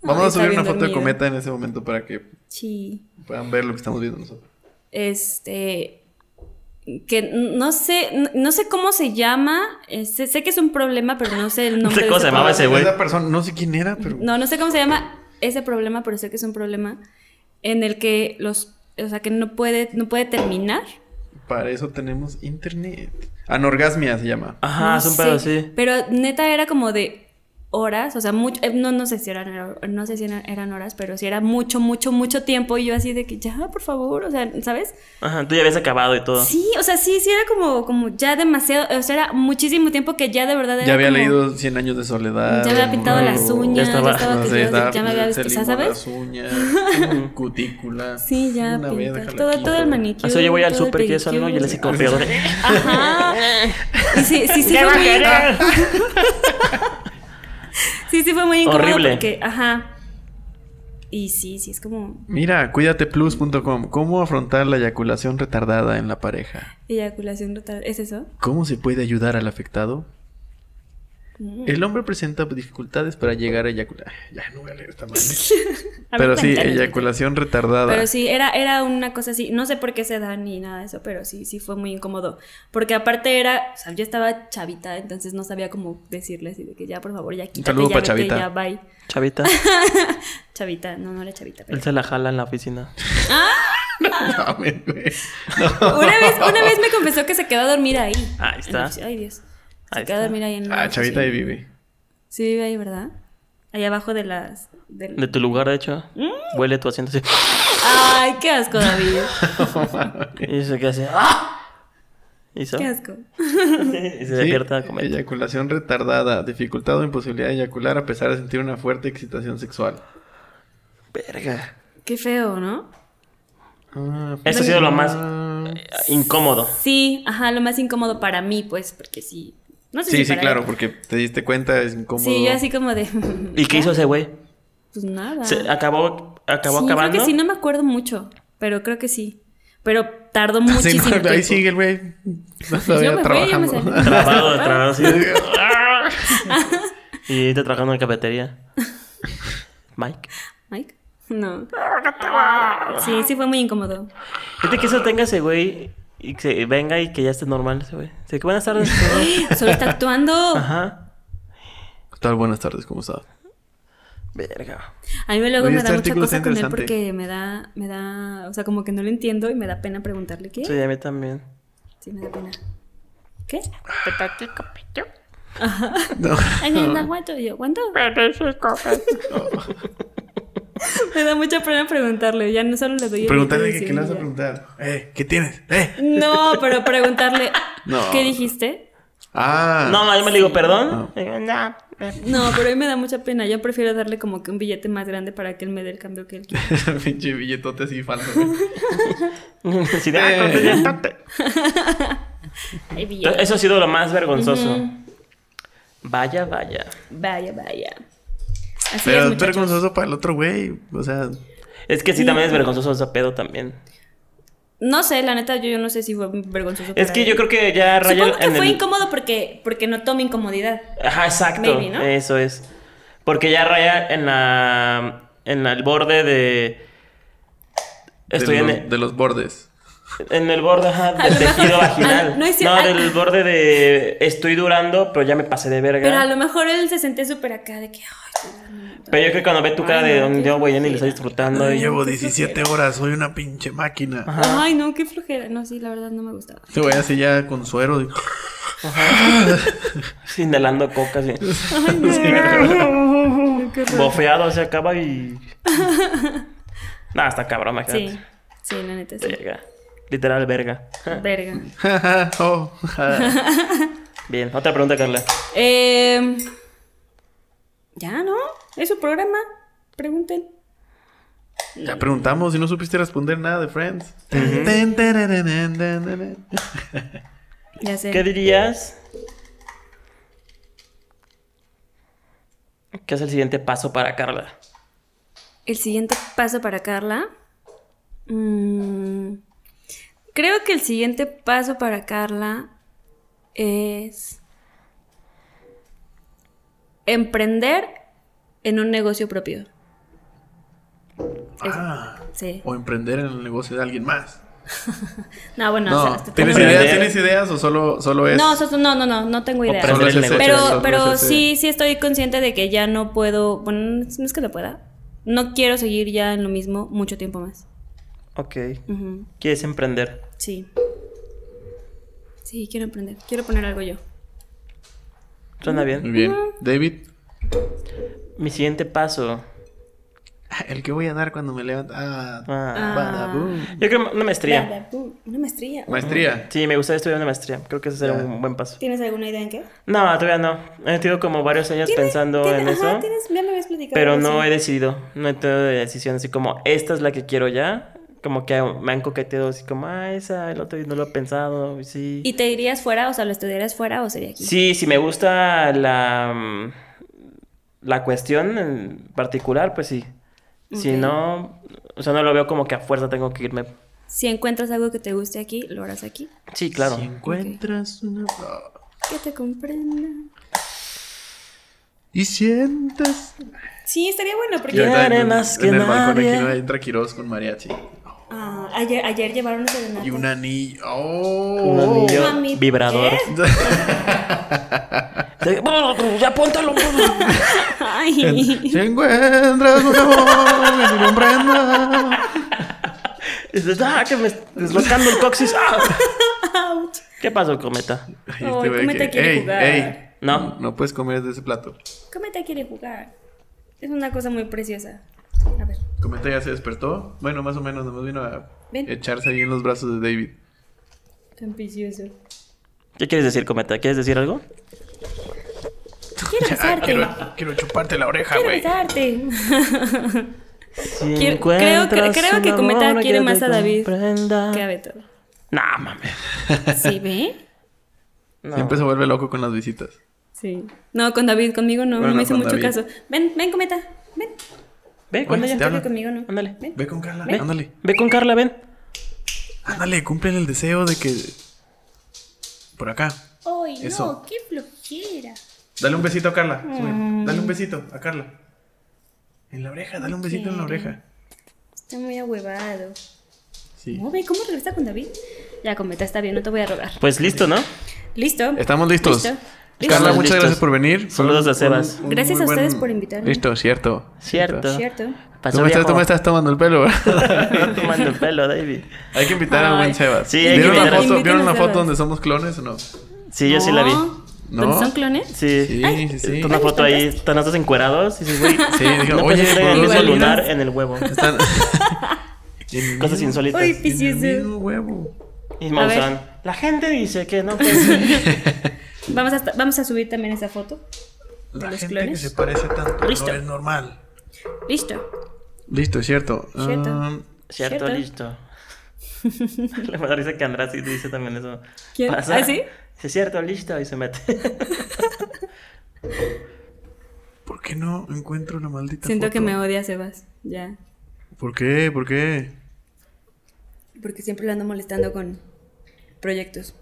[SPEAKER 2] Vamos
[SPEAKER 3] Ay,
[SPEAKER 2] a
[SPEAKER 3] está
[SPEAKER 2] subir
[SPEAKER 3] bien
[SPEAKER 2] una foto de
[SPEAKER 3] dormido.
[SPEAKER 2] cometa en ese momento para que
[SPEAKER 3] sí.
[SPEAKER 2] puedan ver lo que estamos viendo nosotros.
[SPEAKER 3] Este. que no sé, no, no sé cómo se llama, eh, sé, sé que es un problema, pero no sé el nombre.
[SPEAKER 1] sé
[SPEAKER 3] de
[SPEAKER 1] cómo
[SPEAKER 3] ese
[SPEAKER 1] se llamaba
[SPEAKER 3] problema.
[SPEAKER 1] ese güey.
[SPEAKER 2] Es la persona, no sé quién era, pero.
[SPEAKER 3] No, no sé cómo se llama ese problema, pero sé que es un problema en el que los, o sea, que no puede, no puede terminar.
[SPEAKER 2] Para eso tenemos internet. Anorgasmia se llama.
[SPEAKER 1] Ajá,
[SPEAKER 3] No
[SPEAKER 1] es un
[SPEAKER 3] sé,
[SPEAKER 1] pedo así.
[SPEAKER 3] Pero neta era como de horas, o sea, mucho, eh, no, no sé si eran, no sé si eran, eran horas, pero si era mucho, mucho, mucho tiempo y yo así de que ya, por favor, o sea, ¿sabes?
[SPEAKER 1] Ajá, tú ya habías acabado y todo.
[SPEAKER 3] Sí, o sea, sí, sí era como, como ya demasiado, o sea, era muchísimo tiempo que ya de verdad era
[SPEAKER 2] Ya había
[SPEAKER 3] como-
[SPEAKER 2] leído 100 años de soledad.
[SPEAKER 3] Ya había pintado
[SPEAKER 2] o-
[SPEAKER 3] las uñas,
[SPEAKER 1] Ya estaba-
[SPEAKER 3] ya estaba,
[SPEAKER 2] No
[SPEAKER 3] que
[SPEAKER 2] sé,
[SPEAKER 3] yo-
[SPEAKER 2] estaba-
[SPEAKER 3] ya me había
[SPEAKER 2] se
[SPEAKER 3] visto, o sea,
[SPEAKER 2] limó las
[SPEAKER 3] ¿sabes?
[SPEAKER 2] uñas, cutícula.
[SPEAKER 3] Sí, ya
[SPEAKER 2] Una vez,
[SPEAKER 3] pinta.
[SPEAKER 2] déjala
[SPEAKER 3] Todo,
[SPEAKER 2] aquí,
[SPEAKER 3] todo el
[SPEAKER 2] pero-
[SPEAKER 3] manicure.
[SPEAKER 1] Así yo voy al
[SPEAKER 3] todo el
[SPEAKER 1] súper, ¿quieres algo? Y le
[SPEAKER 3] pedicure.
[SPEAKER 1] saco pedo.
[SPEAKER 3] Ajá. Y sí, sí, Ah, sí, fue muy, sí, sí fue muy incómodo
[SPEAKER 1] Horrible.
[SPEAKER 3] porque, ajá. Y sí, sí, es como
[SPEAKER 2] Mira, cuidateplus.com. ¿Cómo afrontar la eyaculación retardada en la pareja?
[SPEAKER 3] eyaculación retardada. ¿Es eso?
[SPEAKER 2] ¿Cómo se puede ayudar al afectado?
[SPEAKER 3] Mm.
[SPEAKER 2] El hombre presenta dificultades para llegar a eyacular. Ya no voy a leer esta madre.
[SPEAKER 3] A ver,
[SPEAKER 2] Pero sí,
[SPEAKER 3] cuéntanos,
[SPEAKER 2] eyaculación retardada.
[SPEAKER 3] Pero sí, era, era una cosa así. No sé por qué se da ni nada de eso, pero sí, sí fue muy incómodo. Porque aparte era, o sea, yo estaba chavita, entonces no sabía cómo decirle así de que ya, por favor, ya quítate,
[SPEAKER 2] saludo
[SPEAKER 3] ya,
[SPEAKER 2] pa' chavita.
[SPEAKER 3] ya, bye.
[SPEAKER 1] Chavita,
[SPEAKER 3] Chavita, no, no era chavita. pero-
[SPEAKER 1] él se la jala en la oficina.
[SPEAKER 2] No, me- me-
[SPEAKER 3] Una vez, una vez me confesó que se quedó a dormir ahí.
[SPEAKER 1] Ah, Ahí está.
[SPEAKER 3] En la ofici- Ay, Dios. Se
[SPEAKER 1] Ahí
[SPEAKER 3] quedó a
[SPEAKER 1] está.
[SPEAKER 3] dormir ahí en la
[SPEAKER 2] Ah, chavita
[SPEAKER 3] oficina.
[SPEAKER 2] y vive.
[SPEAKER 3] Sí, vive ahí, ¿verdad? Ahí abajo de las... del-
[SPEAKER 1] De tu lugar, de hecho.
[SPEAKER 3] Mm.
[SPEAKER 1] Huele tu asiento así.
[SPEAKER 3] Ay, qué asco, David.
[SPEAKER 1] Y se queda así. ¡Ah! Y se,
[SPEAKER 3] Qué
[SPEAKER 1] va.
[SPEAKER 3] asco.
[SPEAKER 1] y se despierta a comer.
[SPEAKER 2] Eyaculación retardada, dificultad o imposibilidad de eyacular a pesar de sentir una fuerte excitación sexual.
[SPEAKER 1] Verga.
[SPEAKER 3] Qué feo, ¿no?
[SPEAKER 2] Ah,
[SPEAKER 1] Eso ha sido lo más
[SPEAKER 2] ah.
[SPEAKER 1] eh, incómodo.
[SPEAKER 3] Sí, ajá, lo más incómodo para mí, pues, porque sí... No sé
[SPEAKER 2] Sí,
[SPEAKER 3] si
[SPEAKER 2] sí,
[SPEAKER 3] para
[SPEAKER 2] claro,
[SPEAKER 3] él.
[SPEAKER 2] porque te diste cuenta, es incómodo.
[SPEAKER 3] Sí, yo así como de...
[SPEAKER 1] ¿Y qué hizo ese güey?
[SPEAKER 3] Pues nada.
[SPEAKER 1] Se acabó, acabó
[SPEAKER 3] Sí,
[SPEAKER 1] acabando.
[SPEAKER 3] creo que sí, no me acuerdo mucho, pero creo que sí. Pero tardó
[SPEAKER 2] Sí,
[SPEAKER 3] muchísimo
[SPEAKER 2] no, ahí
[SPEAKER 3] tiempo.
[SPEAKER 2] sigue el güey. No
[SPEAKER 3] Pues yo
[SPEAKER 2] sabía
[SPEAKER 3] me fui, yo
[SPEAKER 2] trabajando.
[SPEAKER 3] me salí.
[SPEAKER 1] Trabado, trabado así. ¡Ah! y ahorita trabajando en cafetería. Mike.
[SPEAKER 3] Mike? No. Sí, sí fue muy incómodo.
[SPEAKER 1] Fíjate que eso tenga ese güey y que se venga y que ya esté normal ese güey. Así que buenas tardes.
[SPEAKER 3] Solo está actuando.
[SPEAKER 1] Ajá.
[SPEAKER 2] ¿Qué tal? Buenas tardes, ¿cómo estás?
[SPEAKER 1] Verga.
[SPEAKER 3] A mí luego
[SPEAKER 2] Oye,
[SPEAKER 3] me
[SPEAKER 2] este
[SPEAKER 3] da mucha
[SPEAKER 2] artículo
[SPEAKER 3] cosa
[SPEAKER 2] está
[SPEAKER 3] con él
[SPEAKER 2] interesante.
[SPEAKER 3] porque me da, me da, o sea, como que no lo entiendo y me da pena preguntarle qué.
[SPEAKER 1] Sí,
[SPEAKER 3] Sí,
[SPEAKER 1] a mí también.
[SPEAKER 3] me da pena. ¿Qué?
[SPEAKER 2] No.
[SPEAKER 3] Ay, no, no, ¿cuánto? Y yo, ¿cuánto? me da mucha pena preguntarle, ya no solo le doy el
[SPEAKER 2] Pregúntale
[SPEAKER 3] beso
[SPEAKER 2] que,
[SPEAKER 3] y
[SPEAKER 2] qué le vas a
[SPEAKER 3] ya.
[SPEAKER 2] preguntar. Eh, ¿qué tienes? Eh.
[SPEAKER 3] No, pero preguntarle,
[SPEAKER 2] No.
[SPEAKER 3] ¿qué dijiste?
[SPEAKER 2] Ah.
[SPEAKER 1] No, yo me le digo, perdón. Eh, no.
[SPEAKER 3] No, pero a mí me da mucha pena. Yo prefiero darle como que un billete más grande para que él me dé el cambio que él quiere.
[SPEAKER 2] Pinche billetote así falso.
[SPEAKER 1] Sí, de- ah, pues, ya, tate.
[SPEAKER 3] Ay, billete.
[SPEAKER 1] Eso ha sido lo más vergonzoso. Vaya, vaya.
[SPEAKER 3] Vaya, vaya. Así
[SPEAKER 2] Pero
[SPEAKER 3] es,
[SPEAKER 2] es
[SPEAKER 3] muchachos.
[SPEAKER 2] vergonzoso para el otro güey. O sea,
[SPEAKER 1] Es que sí, también es vergonzoso ese pedo también.
[SPEAKER 3] No sé, la neta, yo, yo no sé si fue vergonzoso.
[SPEAKER 1] Es
[SPEAKER 3] para
[SPEAKER 1] que
[SPEAKER 3] él.
[SPEAKER 1] yo creo que ya raya
[SPEAKER 3] Supongo que
[SPEAKER 1] en
[SPEAKER 3] fue
[SPEAKER 1] el...
[SPEAKER 3] incómodo porque, porque notó mi incomodidad.
[SPEAKER 1] Ajá, exacto.
[SPEAKER 3] Maybe, ¿no?
[SPEAKER 1] Eso es. Porque ya raya en la... En la- el borde de... Estoy
[SPEAKER 2] de,
[SPEAKER 1] en,
[SPEAKER 2] los,
[SPEAKER 1] el-
[SPEAKER 2] de los bordes.
[SPEAKER 1] en el borde ajá,
[SPEAKER 3] A
[SPEAKER 1] del
[SPEAKER 3] lo mejor-
[SPEAKER 1] tejido
[SPEAKER 3] a-
[SPEAKER 1] vaginal.
[SPEAKER 3] Ah, no
[SPEAKER 1] No,
[SPEAKER 3] es cierto, a-
[SPEAKER 1] del borde de... Estoy durando, pero ya me pasé de verga.
[SPEAKER 3] Pero a lo mejor él se sentía súper acá de que, ay,
[SPEAKER 1] Pero yo creo que cuando ve tu cara
[SPEAKER 3] Ay,
[SPEAKER 1] de
[SPEAKER 3] Ah, no,
[SPEAKER 1] un
[SPEAKER 3] qué
[SPEAKER 1] yo, güey, ya ni le estoy disfrutando. y-
[SPEAKER 2] Llevo
[SPEAKER 3] eh.
[SPEAKER 2] 17 horas, soy una pinche máquina.
[SPEAKER 3] ay, no, qué flojera. No, sí, la verdad no me gustaba.
[SPEAKER 2] Este güey así ya con suero. y-
[SPEAKER 1] Sí, inhalando coca, sí. Bofeado, se acaba y. Nada, está cabrón, imagínate.
[SPEAKER 3] Sí, sí, la neta, sí.
[SPEAKER 1] Verga. Literal, verga.
[SPEAKER 3] Verga.
[SPEAKER 2] Oh, ah.
[SPEAKER 1] Bien, otra pregunta, Carla.
[SPEAKER 3] Eh, ya, ¿no? Es su programa. Pregunten.
[SPEAKER 2] ya preguntamos y no supiste responder nada de Friends. Ten, tererenen, tererenen.
[SPEAKER 3] Ya sé.
[SPEAKER 1] ¿Qué dirías? ¿Qué es el siguiente paso para Carla?
[SPEAKER 3] El siguiente paso para Carla. Mm, creo que el siguiente paso para Carla es emprender en un negocio propio. Eso,
[SPEAKER 2] Ah,
[SPEAKER 3] sí.
[SPEAKER 2] o emprender en el negocio de alguien más.
[SPEAKER 3] no, bueno, o sea,
[SPEAKER 2] No,
[SPEAKER 3] estoy
[SPEAKER 2] ¿tienes
[SPEAKER 3] tratando
[SPEAKER 2] ideas,
[SPEAKER 3] de-
[SPEAKER 1] idea?
[SPEAKER 2] ¿tienes ideas o solo, solo es?
[SPEAKER 3] No, so- no, no, no, no tengo
[SPEAKER 1] O
[SPEAKER 3] idea.
[SPEAKER 1] prender
[SPEAKER 2] Solo
[SPEAKER 1] el
[SPEAKER 2] es ese-
[SPEAKER 1] negocio.
[SPEAKER 2] solo
[SPEAKER 3] Pero,
[SPEAKER 2] es
[SPEAKER 3] pero
[SPEAKER 2] ese-
[SPEAKER 3] sí, sí estoy consciente de que ya no puedo, bueno, no es que lo pueda. No quiero seguir ya en lo mismo mucho tiempo más.
[SPEAKER 1] Ok.
[SPEAKER 3] Ujú,
[SPEAKER 1] ¿Quieres emprender?
[SPEAKER 3] Sí. Sí, quiero emprender. Quiero poner algo yo.
[SPEAKER 1] Suena
[SPEAKER 2] Muy
[SPEAKER 1] bien.
[SPEAKER 2] bien. David,
[SPEAKER 1] Mi siguiente paso.
[SPEAKER 2] Ah, el que voy a dar cuando me levanta. Ah,
[SPEAKER 1] Ah.
[SPEAKER 2] bada boom.
[SPEAKER 1] Yo creo una maestría.
[SPEAKER 3] Bada, bum, Una maestría.
[SPEAKER 2] Maestría.
[SPEAKER 1] Sí, me gustaría estudiar una maestría. Creo que ese sería
[SPEAKER 2] Ya.
[SPEAKER 1] un buen paso.
[SPEAKER 3] ¿Tienes alguna idea en qué?
[SPEAKER 1] No, todavía no. He tenido como varios años
[SPEAKER 3] ¿Tiene-
[SPEAKER 1] pensando
[SPEAKER 3] tiene-
[SPEAKER 1] en
[SPEAKER 3] ajá,
[SPEAKER 1] eso.
[SPEAKER 3] tienes- ya me habías platicado
[SPEAKER 1] Pero
[SPEAKER 3] de
[SPEAKER 1] no
[SPEAKER 3] eso.
[SPEAKER 1] he decidido. No he tenido de decisión así como, esta es la que quiero ya. Como que me han coqueteado así como, ah, esa, el otro y no lo he pensado. y Sí.
[SPEAKER 3] ¿Y te irías fuera? O sea, ¿lo estudiarías fuera o sería aquí?
[SPEAKER 1] Sí, si me gusta la, mm, la cuestión en particular, pues sí. Si
[SPEAKER 3] Ok.
[SPEAKER 1] no, o sea, no lo veo como que a fuerza tengo que irme.
[SPEAKER 3] Si encuentras algo que te guste aquí, lo harás aquí.
[SPEAKER 1] Sí, claro.
[SPEAKER 2] Si encuentras una flor
[SPEAKER 3] Que te comprenda.
[SPEAKER 2] y sientas.
[SPEAKER 3] Sí, estaría bueno porque...
[SPEAKER 2] Y ahorita
[SPEAKER 1] Quiere
[SPEAKER 2] en-
[SPEAKER 1] más
[SPEAKER 2] en
[SPEAKER 1] que
[SPEAKER 2] el balcón aquí
[SPEAKER 1] nadie.
[SPEAKER 2] no entra Quirós con mariachi.
[SPEAKER 3] Ah, ayer, ayer llevaron una serenata.
[SPEAKER 2] Y un anillo. ¡Oh!
[SPEAKER 1] Un anillo
[SPEAKER 3] Mami,
[SPEAKER 1] vibrador. ya apúntalo.
[SPEAKER 3] Ay.
[SPEAKER 2] Si encuentras un amor que te comprenda.
[SPEAKER 1] Dices, ah, que me está deslocando el coxis. Ah.
[SPEAKER 3] Ouch.
[SPEAKER 1] ¿Qué pasó, cometa?
[SPEAKER 2] Ay,
[SPEAKER 3] Ay,
[SPEAKER 2] este güey
[SPEAKER 3] ¿cómo te
[SPEAKER 2] que,
[SPEAKER 3] quiere
[SPEAKER 2] "Ey,
[SPEAKER 3] jugar?"
[SPEAKER 2] ey,
[SPEAKER 1] No.
[SPEAKER 2] No puedes comer de ese plato.
[SPEAKER 3] Cometa quiere jugar. Es una cosa muy preciosa. A ver.
[SPEAKER 2] Comenta ya se despertó. Bueno, más o menos, nomás vino a
[SPEAKER 3] Ven.
[SPEAKER 2] echarse ahí en los brazos de David.
[SPEAKER 3] Tan precioso.
[SPEAKER 1] ¿Qué quieres decir, cometa? ¿Quieres decir algo?
[SPEAKER 3] Quiero besarte.
[SPEAKER 2] Quiero,
[SPEAKER 3] Quiero
[SPEAKER 2] quiero chuparte la oreja, Ah, güey.
[SPEAKER 3] besarte.
[SPEAKER 1] Si
[SPEAKER 3] Quiero-
[SPEAKER 1] encuentras
[SPEAKER 3] creo que- creo
[SPEAKER 1] un
[SPEAKER 3] que Cometa
[SPEAKER 1] amor
[SPEAKER 3] quiere
[SPEAKER 1] te
[SPEAKER 3] más a David.
[SPEAKER 1] comprenda.
[SPEAKER 3] Qué abeto.
[SPEAKER 1] No, mames.
[SPEAKER 3] ¿Sí ve?
[SPEAKER 1] No.
[SPEAKER 2] Siempre se vuelve loco con las visitas.
[SPEAKER 3] Sí. No, con David, conmigo no.
[SPEAKER 2] Bueno,
[SPEAKER 3] no me hizo
[SPEAKER 2] con
[SPEAKER 3] mucho
[SPEAKER 2] David.
[SPEAKER 3] caso. Ven, ven, Cometa. Ven.
[SPEAKER 1] Ve, con
[SPEAKER 2] Oye,
[SPEAKER 1] ella.
[SPEAKER 2] te habla.
[SPEAKER 3] Conmigo no.
[SPEAKER 1] Ándale.
[SPEAKER 3] Ven.
[SPEAKER 2] Ve con Carla,
[SPEAKER 1] Ve.
[SPEAKER 2] ándale.
[SPEAKER 1] Ve con Carla, ven.
[SPEAKER 2] Ándale, cumplen el deseo de que. Por acá.
[SPEAKER 3] Ay,
[SPEAKER 2] Eso.
[SPEAKER 3] no, qué flojera.
[SPEAKER 2] Dale un besito a Carla.
[SPEAKER 3] Mm.
[SPEAKER 2] Sube. Dale un besito a Carla. En la oreja, dale un besito en la oreja.
[SPEAKER 3] Está muy ahuevado.
[SPEAKER 2] Sí.
[SPEAKER 3] No, ve cómo regresa con David. Ya, Cometa, está bien, no te voy a rogar.
[SPEAKER 1] Pues listo, ¿no?
[SPEAKER 3] ¿Listo?
[SPEAKER 2] Estamos listos.
[SPEAKER 3] Listo.
[SPEAKER 2] Carla,
[SPEAKER 1] Estamos
[SPEAKER 2] muchas
[SPEAKER 1] listos.
[SPEAKER 2] gracias por venir.
[SPEAKER 1] Saludos
[SPEAKER 2] Fue
[SPEAKER 1] a
[SPEAKER 2] un-
[SPEAKER 1] Sebas.
[SPEAKER 3] Gracias
[SPEAKER 2] muy
[SPEAKER 3] a ustedes por invitarme.
[SPEAKER 2] Listo, cierto.
[SPEAKER 1] Cierto.
[SPEAKER 3] Cierto.
[SPEAKER 1] Pasó
[SPEAKER 2] Tú me, estás,
[SPEAKER 1] viejo.
[SPEAKER 2] tú me estás tomando el pelo, ¿verdad?
[SPEAKER 1] Estás tomando el pelo, David.
[SPEAKER 2] Hay que invitar a buen
[SPEAKER 3] Ay.
[SPEAKER 2] Sebas.
[SPEAKER 1] Sí, hay que
[SPEAKER 2] ¿Vieron la
[SPEAKER 1] invitar a-
[SPEAKER 2] foto, ¿vieron
[SPEAKER 3] Inviten a
[SPEAKER 2] la foto
[SPEAKER 3] Sebas.
[SPEAKER 2] donde somos clones o no?
[SPEAKER 1] Sí, yo sí la vi.
[SPEAKER 2] No.
[SPEAKER 3] ¿Pero ¿Son clones?
[SPEAKER 1] Sí.
[SPEAKER 2] Sí, sí, sí.
[SPEAKER 1] Está una foto ahí, están nosotros encuerados. Y dices, güey,
[SPEAKER 2] Sí, dije,
[SPEAKER 1] no
[SPEAKER 2] oye,
[SPEAKER 1] pensé que tenga el
[SPEAKER 2] ¿por
[SPEAKER 1] mismo
[SPEAKER 2] dónde
[SPEAKER 1] lunar
[SPEAKER 2] salió?
[SPEAKER 1] en el huevo.
[SPEAKER 2] Están- En el
[SPEAKER 1] Cosas
[SPEAKER 2] mismo-
[SPEAKER 1] insólitas.
[SPEAKER 3] Uy,
[SPEAKER 2] en el
[SPEAKER 3] Piscis.
[SPEAKER 2] mismo huevo.
[SPEAKER 1] Y
[SPEAKER 3] A ver.
[SPEAKER 1] Maussan. La gente dice que no puede ser.
[SPEAKER 3] Vamos a, vamos a subir también esa foto.
[SPEAKER 2] La
[SPEAKER 3] los
[SPEAKER 2] gente
[SPEAKER 3] clones?
[SPEAKER 2] que se parece tanto
[SPEAKER 3] Listo.
[SPEAKER 2] no es normal.
[SPEAKER 3] Listo.
[SPEAKER 2] Listo, cierto.
[SPEAKER 3] Cierto.
[SPEAKER 2] Um,
[SPEAKER 1] Cierto,
[SPEAKER 3] Cierto.
[SPEAKER 1] listo. Le me da risa que András sí dice también eso.
[SPEAKER 3] ¿Quién? ¿Ah, sí?
[SPEAKER 1] Dice, cierto, listo, y se mete.
[SPEAKER 2] ¿Por qué no encuentro la maldita
[SPEAKER 3] Siento
[SPEAKER 2] foto?
[SPEAKER 3] que me odia Sebas. Ya.
[SPEAKER 2] ¿Por qué? ¿Por qué?
[SPEAKER 3] Porque siempre lo ando molestando con proyectos.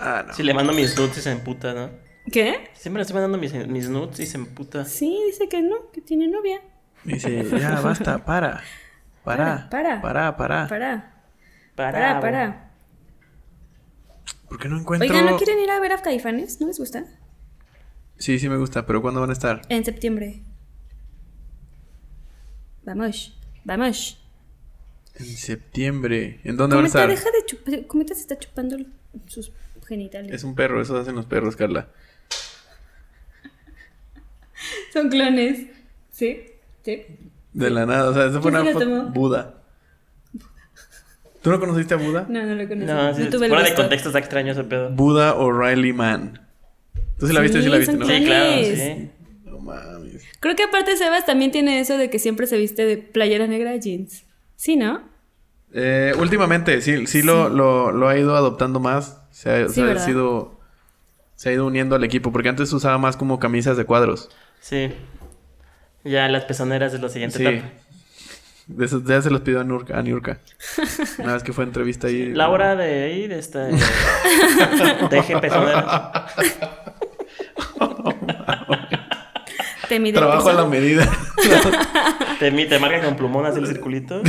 [SPEAKER 2] Ah, no.
[SPEAKER 1] Si le mando mis nudes y se emputa, ¿no?
[SPEAKER 3] ¿Qué?
[SPEAKER 1] Siempre le estoy mandando mis, mis nudes y se emputa.
[SPEAKER 3] Sí, dice que no, que tiene novia.
[SPEAKER 2] Me dice, ya, basta, para. Para.
[SPEAKER 3] Para,
[SPEAKER 2] Para, para.
[SPEAKER 3] Para,
[SPEAKER 1] Para,
[SPEAKER 3] para, para.
[SPEAKER 2] ¿Por qué no encuentro?
[SPEAKER 3] Oigan, ¿no quieren ir a ver a Caifanes? ¿No les gusta?
[SPEAKER 2] Sí, sí me gusta, pero ¿cuándo van a estar?
[SPEAKER 3] En septiembre. Vamos, vamos.
[SPEAKER 2] En septiembre. ¿En dónde van a
[SPEAKER 3] Cometa,
[SPEAKER 2] estar?
[SPEAKER 3] deja de chupar. Cometa se está chupando sus genitales.
[SPEAKER 2] Es un perro, eso hacen los perros, Carla.
[SPEAKER 3] Son clones. ¿Sí? ¿Sí?
[SPEAKER 2] De la nada, o sea, eso fue
[SPEAKER 3] ¿Quién
[SPEAKER 2] una
[SPEAKER 3] se lo
[SPEAKER 2] foto.
[SPEAKER 3] tomó?
[SPEAKER 2] Buda. ¿Tú no conociste a Buda?
[SPEAKER 3] No, no lo conocí.
[SPEAKER 1] No,
[SPEAKER 3] No,
[SPEAKER 1] sí,
[SPEAKER 3] tuve el
[SPEAKER 1] fuera de
[SPEAKER 3] gusto.
[SPEAKER 1] contexto está extraño ese pedo.
[SPEAKER 2] Buda O'Reilly Man. ¿Tú sí la viste? Sí,
[SPEAKER 3] Sí,
[SPEAKER 2] la viste,
[SPEAKER 3] son
[SPEAKER 2] ¿no?
[SPEAKER 3] clones.
[SPEAKER 1] Sí, claro,
[SPEAKER 3] Yes.
[SPEAKER 1] sí.
[SPEAKER 2] No mames.
[SPEAKER 3] Creo que aparte Sebas también tiene eso de que siempre se viste de playera negra y jeans. ¿Sí, no?
[SPEAKER 2] Eh, últimamente, sí, sí, Lo, lo, lo ha ido adoptando más. Se ha,
[SPEAKER 3] Sí,
[SPEAKER 2] se ha
[SPEAKER 3] ¿verdad?
[SPEAKER 2] sido. Se ha ido uniendo al equipo, porque antes usaba más como camisas de cuadros.
[SPEAKER 1] Sí. Ya las pezoneras es la siguiente
[SPEAKER 2] Sí.
[SPEAKER 1] etapa.
[SPEAKER 2] De esas- ya se los pidió a Nurka. A Niurka. Una vez que fue a entrevista ahí.
[SPEAKER 1] Laura de ahí, de esta. eh, de- Deje pezoneras.
[SPEAKER 3] Te mide el
[SPEAKER 2] Trabajo a
[SPEAKER 3] pezón.
[SPEAKER 2] la medida.
[SPEAKER 1] Te, mi- te marca con plumón, hace el circulito.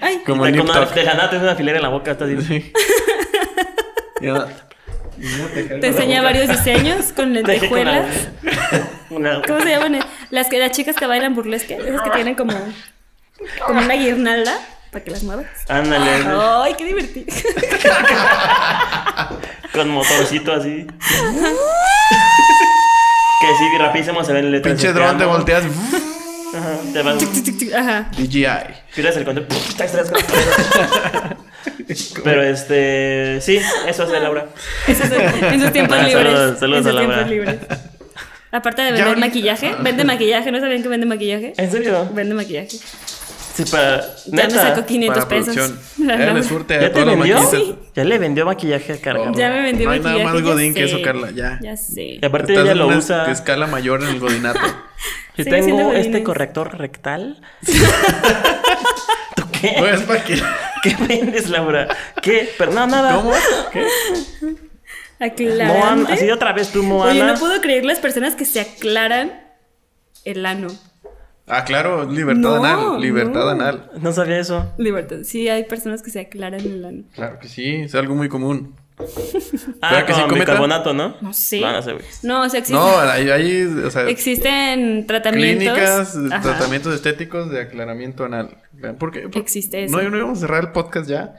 [SPEAKER 3] Ay,
[SPEAKER 2] Como
[SPEAKER 1] Está con
[SPEAKER 2] en Nip
[SPEAKER 1] una-
[SPEAKER 2] Tuck.
[SPEAKER 1] de la nada tienes una filera en la boca. Estás diciendo.
[SPEAKER 2] Sí. Y ahora-
[SPEAKER 3] te enseña varios diseños con lentejuelas.
[SPEAKER 1] Una...
[SPEAKER 3] ¿Cómo se llaman? Las que las chicas que bailan burlesque, esas que tienen como, como una guirnalda para que las muevas.
[SPEAKER 1] Ándale,
[SPEAKER 3] Ay, qué divertido.
[SPEAKER 1] con motorcito así. que sí, rapidísimo se ven letras.
[SPEAKER 2] Pinche dron,
[SPEAKER 1] volteando.
[SPEAKER 2] te volteas.
[SPEAKER 1] Ajá, te van.
[SPEAKER 3] Tic, tic, tic, Ajá.
[SPEAKER 2] DJI.
[SPEAKER 1] Tiras el control. ¡pum! ¡Tac, tac, tac! Pero este. Sí, eso hace Laura.
[SPEAKER 3] Eso es en sus tiempos
[SPEAKER 1] Ah,
[SPEAKER 3] libres.
[SPEAKER 1] saludos, saludos
[SPEAKER 3] en sus
[SPEAKER 1] a Laura.
[SPEAKER 3] tiempos libres. Aparte de
[SPEAKER 2] Ya
[SPEAKER 3] vender
[SPEAKER 2] ahorita-
[SPEAKER 3] maquillaje, vende maquillaje, ¿no sabían que vende maquillaje?
[SPEAKER 1] ¿En serio?
[SPEAKER 3] Vende maquillaje.
[SPEAKER 1] Sí, para.
[SPEAKER 3] Ya me
[SPEAKER 1] Eh, Neta.
[SPEAKER 3] sacó 500
[SPEAKER 2] Para
[SPEAKER 3] pesos.
[SPEAKER 2] producción.
[SPEAKER 3] La
[SPEAKER 2] Ella le
[SPEAKER 3] Laura.
[SPEAKER 2] surte a
[SPEAKER 1] ¿Ya te
[SPEAKER 2] todos los
[SPEAKER 1] vendió?
[SPEAKER 2] maquillistas.
[SPEAKER 3] Sí.
[SPEAKER 1] Ya le vendió maquillaje a Carla.
[SPEAKER 2] Oh.
[SPEAKER 3] Ya me vendió
[SPEAKER 2] No hay nada
[SPEAKER 3] maquillaje.
[SPEAKER 2] más
[SPEAKER 3] ya
[SPEAKER 2] godín que
[SPEAKER 3] sé.
[SPEAKER 2] eso, Carla, ya.
[SPEAKER 3] Ya sé.
[SPEAKER 1] Y aparte
[SPEAKER 2] Estás
[SPEAKER 1] ella
[SPEAKER 2] en
[SPEAKER 1] lo
[SPEAKER 2] una
[SPEAKER 1] usa.
[SPEAKER 2] escala mayor en el godinato.
[SPEAKER 1] Si
[SPEAKER 3] Sigue siendo
[SPEAKER 1] tengo
[SPEAKER 3] godines.
[SPEAKER 1] este corrector rectal. ¿Tú qué?
[SPEAKER 2] Pues para que.
[SPEAKER 1] ¿Qué vendes, Laura? ¿Qué? Pero no, nada.
[SPEAKER 2] ¿Cómo? ¿Qué?
[SPEAKER 1] Moana,
[SPEAKER 3] Aclarante.
[SPEAKER 1] así otra vez tú, Moana.
[SPEAKER 3] Oye, no puedo creer las personas que se aclaran el ano.
[SPEAKER 2] Ah, claro, libertad
[SPEAKER 3] No,
[SPEAKER 2] anal. Libertad
[SPEAKER 3] no.
[SPEAKER 2] anal.
[SPEAKER 1] No sabía eso.
[SPEAKER 3] Libertad. Sí, hay personas que se aclaran el ano.
[SPEAKER 2] Claro que sí, es algo muy común.
[SPEAKER 1] Ah,
[SPEAKER 2] ¿Verdad que sí
[SPEAKER 1] con
[SPEAKER 2] come
[SPEAKER 1] bicarbonato, ¿no?
[SPEAKER 3] No sé.
[SPEAKER 1] No, no sé, güey.
[SPEAKER 3] No, o sea, existen,
[SPEAKER 2] No, eh, hay, hay, o sea,
[SPEAKER 3] existen tratamientos.
[SPEAKER 2] clínicas,
[SPEAKER 3] Ajá.
[SPEAKER 2] tratamientos estéticos de aclaramiento anal. ¿Por qué? Por-
[SPEAKER 3] Existe eso.
[SPEAKER 2] No, no íbamos a cerrar el podcast ya.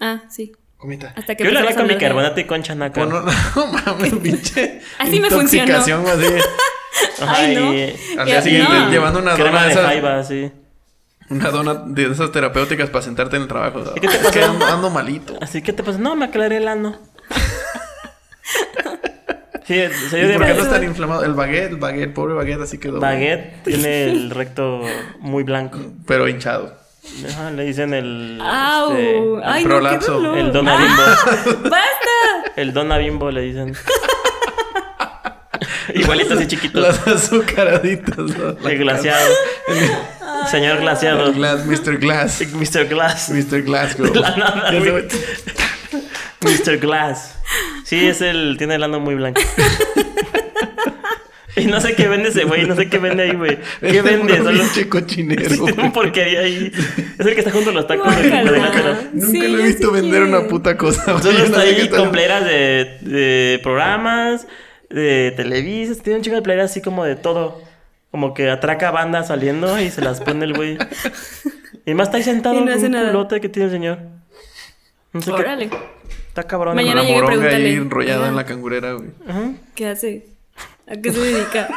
[SPEAKER 3] Ah, sí.
[SPEAKER 2] Comita.
[SPEAKER 3] Hasta que
[SPEAKER 1] Yo lo haría con
[SPEAKER 3] empezamos a hablar de-
[SPEAKER 1] bicarbonato y con chanaca.
[SPEAKER 2] Bueno, no mames, pinche.
[SPEAKER 3] Así me
[SPEAKER 2] intoxicación, así.
[SPEAKER 1] Ajá,
[SPEAKER 3] Ay, no.
[SPEAKER 1] y
[SPEAKER 2] Al
[SPEAKER 3] Ya-
[SPEAKER 2] día siguiente,
[SPEAKER 3] no.
[SPEAKER 2] llevando una
[SPEAKER 1] crema
[SPEAKER 2] dona de
[SPEAKER 1] de
[SPEAKER 2] esas.
[SPEAKER 1] jaiba, sí.
[SPEAKER 2] Una dona de esas terapéuticas para sentarte en el trabajo.
[SPEAKER 1] qué te
[SPEAKER 2] Es que ando, ando malito.
[SPEAKER 1] Así que te pasa, no, me aclaré el ano. sí, o sea, yo
[SPEAKER 2] ¿Y
[SPEAKER 1] diría
[SPEAKER 2] por qué
[SPEAKER 1] que
[SPEAKER 2] no tan inflamado? El baguette, el baguette, el pobre baguette, así quedó.
[SPEAKER 1] Baguette tiene el recto muy blanco.
[SPEAKER 2] Pero hinchado.
[SPEAKER 1] Ajá, le dicen el.
[SPEAKER 3] ¡Au! Ah.
[SPEAKER 1] este,
[SPEAKER 3] Ay, no, qué
[SPEAKER 2] prolapso,
[SPEAKER 3] dolor.
[SPEAKER 1] el dona bimbo.
[SPEAKER 3] ¡Basta!
[SPEAKER 1] El dona bimbo le dicen. Igualito así chiquito.
[SPEAKER 2] Las azucaraditas. ¿no?
[SPEAKER 1] El glaciado. Señor glaciado.
[SPEAKER 2] El glass, Mr. Glass.
[SPEAKER 1] Mr. Glass.
[SPEAKER 2] Mr. Glasgow.
[SPEAKER 1] La nada,
[SPEAKER 2] Ya se
[SPEAKER 1] güey.
[SPEAKER 2] ve-
[SPEAKER 1] Mr. Glass. Sí, es el. Tiene el ano muy blanco. y no sé qué vende ese güey. No sé qué vende ahí, güey. ¿Qué
[SPEAKER 2] Este
[SPEAKER 1] vende?
[SPEAKER 2] puro
[SPEAKER 1] Solo.
[SPEAKER 2] pinche cochinero, güey.
[SPEAKER 1] Tiene un porquería ahí. Es el que está junto a los tacos de
[SPEAKER 3] Guácala.
[SPEAKER 1] de lechera.
[SPEAKER 2] Nunca
[SPEAKER 3] Sí,
[SPEAKER 2] lo
[SPEAKER 3] ya
[SPEAKER 2] he visto
[SPEAKER 3] sé
[SPEAKER 2] vender
[SPEAKER 3] quién.
[SPEAKER 2] una puta cosa. güey.
[SPEAKER 1] Solo
[SPEAKER 2] Yo no
[SPEAKER 1] está
[SPEAKER 2] sé qué
[SPEAKER 1] ahí
[SPEAKER 2] está-
[SPEAKER 1] con playeras de, de programas, de televisas. Tiene un chico de playeras así como de todo. Como que atraca bandas saliendo y se las pone el güey. Y más está ahí sentado
[SPEAKER 3] Y no
[SPEAKER 1] con
[SPEAKER 3] hace
[SPEAKER 1] un
[SPEAKER 3] nada.
[SPEAKER 1] culote que tiene el señor. No sé qué.
[SPEAKER 3] Órale.
[SPEAKER 1] Está cabrón.
[SPEAKER 2] Con
[SPEAKER 3] Mañana-
[SPEAKER 2] la
[SPEAKER 3] llegué,
[SPEAKER 2] moronga ahí
[SPEAKER 3] pregúntale.
[SPEAKER 2] enrollada
[SPEAKER 3] Ajá.
[SPEAKER 2] en la cangurera, güey.
[SPEAKER 1] Ajá.
[SPEAKER 3] ¿Qué hace? ¿A qué se dedica?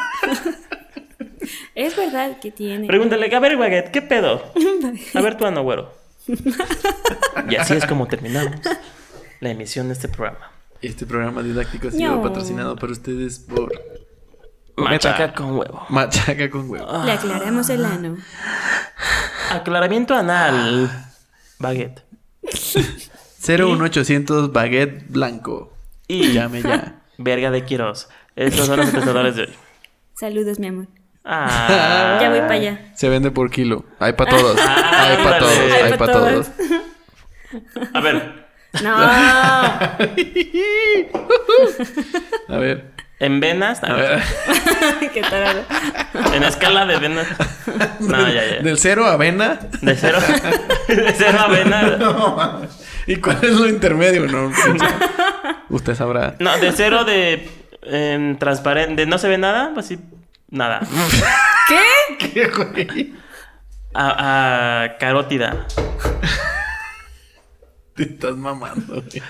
[SPEAKER 3] es verdad que tiene.
[SPEAKER 1] Pregúntale, a ver, Baguette, ¿qué pedo? A ver tu ano, güero. Y así es como terminamos la emisión de este programa.
[SPEAKER 2] Este programa didáctico ha sido
[SPEAKER 3] No.
[SPEAKER 2] patrocinado por ustedes por Cometa.
[SPEAKER 1] Machaca con huevo.
[SPEAKER 2] Machaca con huevo.
[SPEAKER 3] Le aclaramos el ano.
[SPEAKER 1] Aclaramiento anal.
[SPEAKER 2] Ah.
[SPEAKER 1] Baguette.
[SPEAKER 2] 01800 baguette blanco.
[SPEAKER 1] Y
[SPEAKER 2] Llame ya.
[SPEAKER 1] Verga de Quiroz. Estos son los presentadores de hoy.
[SPEAKER 3] Saludos, mi amor.
[SPEAKER 1] Ah,
[SPEAKER 3] Ya voy para allá.
[SPEAKER 2] Se vende por kilo. Hay para todos.
[SPEAKER 1] Ah,
[SPEAKER 2] Hay para
[SPEAKER 1] ándale.
[SPEAKER 2] todos.
[SPEAKER 1] Hay
[SPEAKER 2] Hay
[SPEAKER 3] pa'
[SPEAKER 2] para todos.
[SPEAKER 1] a ver.
[SPEAKER 3] No.
[SPEAKER 2] A ver.
[SPEAKER 1] En venas,
[SPEAKER 2] A ver.
[SPEAKER 3] qué tarado.
[SPEAKER 1] en escala de venas. No, ya, ya.
[SPEAKER 2] Del cero avena.
[SPEAKER 1] De cero, de cero a venas.
[SPEAKER 2] No, mames. ¿Y cuál es lo intermedio? No, pinche. Usted sabrá.
[SPEAKER 1] No, de cero de em, transparente, de no se ve nada, pues sí, nada.
[SPEAKER 3] ¿Qué?
[SPEAKER 2] ¿Qué, güey?
[SPEAKER 1] A, a carótida.
[SPEAKER 2] Te estás mamando, güey.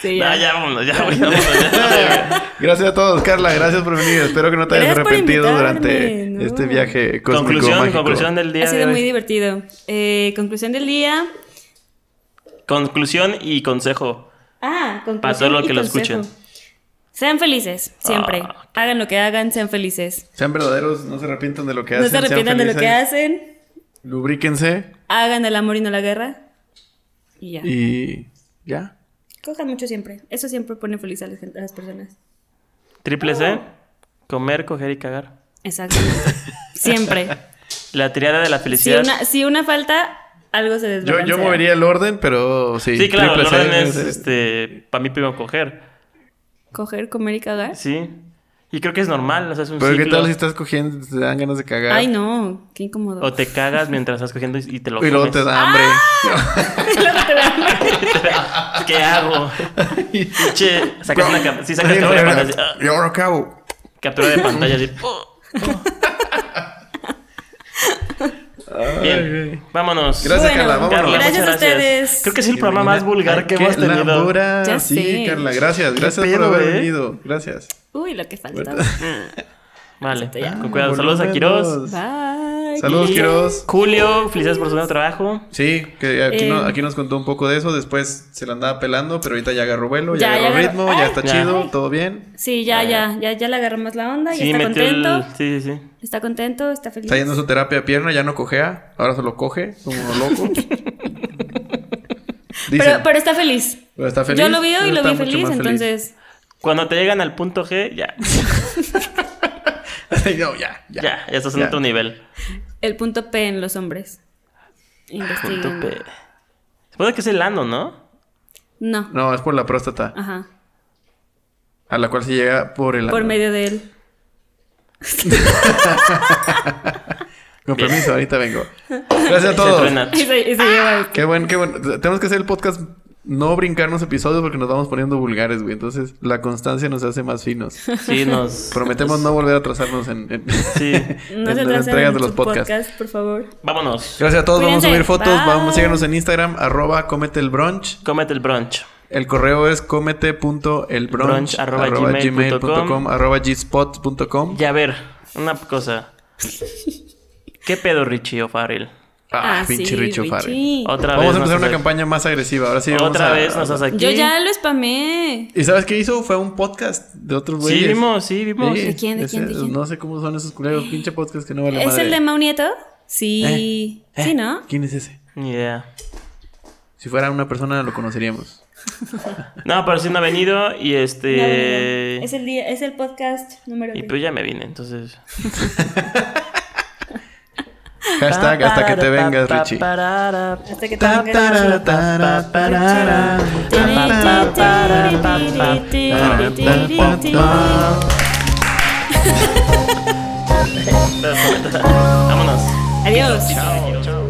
[SPEAKER 3] Sí,
[SPEAKER 1] No,
[SPEAKER 3] ya.
[SPEAKER 1] Ah, ya vámonos, ya güey, vámonos, ya.
[SPEAKER 2] Gracias a todos, Carla. Gracias por venir. Espero que no te hayas
[SPEAKER 3] Gracias por
[SPEAKER 2] arrepentido durante
[SPEAKER 3] invitarme, no.
[SPEAKER 2] este viaje cósmico
[SPEAKER 1] Conclusión,
[SPEAKER 2] mágico.
[SPEAKER 1] conclusión del día.
[SPEAKER 3] Ha sido
[SPEAKER 1] de
[SPEAKER 3] muy
[SPEAKER 1] hoy.
[SPEAKER 3] divertido. Eh, conclusión del día.
[SPEAKER 1] Conclusión y consejo.
[SPEAKER 3] Ah, conclusión
[SPEAKER 1] Para todo lo
[SPEAKER 3] y
[SPEAKER 1] que lo
[SPEAKER 3] consejo.
[SPEAKER 1] escuchen.
[SPEAKER 3] Sean felices, siempre.
[SPEAKER 1] Ah.
[SPEAKER 3] Hagan lo que hagan, sean felices.
[SPEAKER 2] Sean verdaderos, no se arrepientan de lo que
[SPEAKER 3] No
[SPEAKER 2] hacen.
[SPEAKER 3] se
[SPEAKER 2] sean
[SPEAKER 3] arrepientan de lo que
[SPEAKER 2] felices,
[SPEAKER 3] hacen.
[SPEAKER 2] Lubríquense
[SPEAKER 3] Hagan el amor y no la guerra. Y ya.
[SPEAKER 2] y ya.
[SPEAKER 3] Cojan mucho siempre. Eso siempre pone feliz a, la gente- a las personas.
[SPEAKER 1] Triple C. Comer, coger y cagar.
[SPEAKER 3] Exacto. siempre.
[SPEAKER 1] La triada de la
[SPEAKER 3] Si
[SPEAKER 1] felicidad.
[SPEAKER 3] una, si una falta, algo se
[SPEAKER 2] Yo,
[SPEAKER 3] desbalancea.
[SPEAKER 2] yo movería el orden, pero sí.
[SPEAKER 1] Sí, claro, el
[SPEAKER 2] triple C,
[SPEAKER 1] orden es,
[SPEAKER 2] ese-
[SPEAKER 1] este, para mí primero coger,
[SPEAKER 3] Coger, comer y cagar.
[SPEAKER 1] sí. Y creo que es normal, o sea, es un
[SPEAKER 2] Pero qué
[SPEAKER 1] ciclo.
[SPEAKER 2] tal si estás cogiendo, te dan ganas de cagar.
[SPEAKER 3] Ay, no, qué incómodo.
[SPEAKER 1] O te cagas mientras estás cogiendo y y te lo
[SPEAKER 2] Y luego
[SPEAKER 1] comes.
[SPEAKER 2] te da hambre.
[SPEAKER 3] ¡Ah!
[SPEAKER 1] ¿Qué hago? Che, sacas una cam- sí, sacas captura de pantalla. así, ah,
[SPEAKER 2] Y ahora acabo.
[SPEAKER 1] captura de pantalla. así, oh, oh. Bien, vámonos.
[SPEAKER 2] Gracias, Carla.
[SPEAKER 3] Bueno,
[SPEAKER 1] Carla,
[SPEAKER 2] Vámonos.
[SPEAKER 3] Carla. Gracias
[SPEAKER 1] muchas
[SPEAKER 3] a ustedes.
[SPEAKER 1] Creo que es el programa más vulgar que
[SPEAKER 2] Qué
[SPEAKER 1] hemos tenido.
[SPEAKER 2] labura.
[SPEAKER 3] Ya
[SPEAKER 2] Sí,
[SPEAKER 3] sé.
[SPEAKER 2] Carla, gracias. Gracias por
[SPEAKER 1] pedo,
[SPEAKER 2] haber
[SPEAKER 1] eh?
[SPEAKER 2] venido. Gracias.
[SPEAKER 3] Uy, lo que falta.
[SPEAKER 1] Vale,
[SPEAKER 3] Hasta Este, ya.
[SPEAKER 1] con cuidado. Saludos a Quiroz.
[SPEAKER 3] Ah, Bye.
[SPEAKER 2] Saludos, Quiroz.
[SPEAKER 1] Julio, felicidades por su nuevo trabajo.
[SPEAKER 2] Sí, que aquí,
[SPEAKER 3] Eh.
[SPEAKER 2] no- aquí nos contó un poco de eso. Después se la andaba pelando, pero ahorita ya agarró vuelo, ya,
[SPEAKER 3] Ya, ya
[SPEAKER 2] agarró
[SPEAKER 3] agarró-
[SPEAKER 2] ritmo, ya
[SPEAKER 3] Ay.
[SPEAKER 2] está
[SPEAKER 1] Ya.
[SPEAKER 2] chido, todo bien.
[SPEAKER 3] Sí, ya, ya, ya, ya le agarró más la onda, ya está
[SPEAKER 1] metió el-
[SPEAKER 3] contento.
[SPEAKER 1] Sí, sí, sí.
[SPEAKER 3] Está contento, está feliz.
[SPEAKER 2] Está yendo a su terapia de pierna, ya no cojea, ahora solo coge, como loco. Dicen,
[SPEAKER 3] pero, pero está feliz.
[SPEAKER 2] pero está feliz.
[SPEAKER 3] Yo lo veo y
[SPEAKER 2] pero
[SPEAKER 3] lo
[SPEAKER 2] está
[SPEAKER 3] vi
[SPEAKER 2] mucho
[SPEAKER 3] feliz,
[SPEAKER 2] más
[SPEAKER 3] entonces.
[SPEAKER 1] Cuando te llegan al punto G, ya,
[SPEAKER 2] no, ya, ya.
[SPEAKER 1] ya, ya estás en
[SPEAKER 2] Ya.
[SPEAKER 1] otro nivel.
[SPEAKER 3] El punto P en los hombres. Investiguen.
[SPEAKER 1] Punto P. Supongo que es el ano, ¿no?
[SPEAKER 3] No.
[SPEAKER 2] No, es por la próstata,
[SPEAKER 3] Ajá.
[SPEAKER 2] a la cual se llega por el...
[SPEAKER 3] Por medio de él.
[SPEAKER 2] Con permiso, ahorita vengo. Gracias a
[SPEAKER 1] Se
[SPEAKER 2] todos.
[SPEAKER 1] truena.
[SPEAKER 3] Y se, y se lleva esto.
[SPEAKER 2] Qué bueno, qué bueno. Tenemos que hacer el podcast, no brincarnos episodios porque nos vamos poniendo vulgares, güey. Entonces, la constancia nos hace más finos.
[SPEAKER 1] Sí, nos...
[SPEAKER 2] Prometemos no volver a atrasarnos en, en-
[SPEAKER 1] Sí.
[SPEAKER 2] en
[SPEAKER 3] No se
[SPEAKER 2] las
[SPEAKER 3] atrasen
[SPEAKER 2] entregas de
[SPEAKER 3] en
[SPEAKER 2] los
[SPEAKER 3] su
[SPEAKER 2] podcasts.
[SPEAKER 3] podcast, por favor.
[SPEAKER 1] Vámonos.
[SPEAKER 2] Gracias a todos. Vamos a subir
[SPEAKER 3] Cuídense.
[SPEAKER 2] fotos.
[SPEAKER 3] Bye.
[SPEAKER 2] Vamos, síganos en Instagram, arroba comete el brunch.
[SPEAKER 1] Cómete el brunch.
[SPEAKER 2] El correo es comete.elbrunch
[SPEAKER 1] Brunch, arroba gmail punto com,
[SPEAKER 2] arroba gspot.com.
[SPEAKER 1] Ya a ver, una cosa. ¿Qué pedo Richie O'Farrell?
[SPEAKER 2] Ah,
[SPEAKER 3] Ah,
[SPEAKER 2] pinche
[SPEAKER 3] sí,
[SPEAKER 2] Richo
[SPEAKER 3] Richie.
[SPEAKER 2] Farrell.
[SPEAKER 1] Otra
[SPEAKER 2] Vamos
[SPEAKER 1] vez
[SPEAKER 2] a empezar
[SPEAKER 1] nos
[SPEAKER 2] una
[SPEAKER 1] hace-
[SPEAKER 2] campaña más agresiva. Ahora sí vamos
[SPEAKER 1] Otra
[SPEAKER 2] a-
[SPEAKER 1] vez nos hace aquí.
[SPEAKER 3] Yo ya lo spamé.
[SPEAKER 2] ¿Y sabes qué hizo? Fue un podcast de otros güeyes.
[SPEAKER 1] Sí, vimos, sí, vimos.
[SPEAKER 2] Sí,
[SPEAKER 3] ¿De quién, de
[SPEAKER 2] ese-
[SPEAKER 3] quién, de quién?
[SPEAKER 2] No sé cómo son esos culeros, pinche podcast que no vale
[SPEAKER 3] ¿Es
[SPEAKER 2] madre.
[SPEAKER 3] el de Mau Nieto? Sí.
[SPEAKER 2] Eh,
[SPEAKER 3] Sí, ¿no?
[SPEAKER 2] ¿Quién es ese?
[SPEAKER 1] Ni idea.
[SPEAKER 2] Si fuera una persona lo conoceríamos.
[SPEAKER 1] No, pero sí no ha venido y
[SPEAKER 3] No, no,
[SPEAKER 1] este...
[SPEAKER 3] no. Es el, día, es el podcast número
[SPEAKER 1] Y
[SPEAKER 3] uno.
[SPEAKER 1] pues ya me vine, entonces...
[SPEAKER 2] Hashtag hasta que te vengas, Richie.
[SPEAKER 3] Hasta que
[SPEAKER 2] Ta,
[SPEAKER 3] tenga la-
[SPEAKER 2] tarara, tarara, tarara. Ta, tarara, tarara, tarara, tarara.
[SPEAKER 1] Vámonos.
[SPEAKER 3] Adiós.
[SPEAKER 1] chao.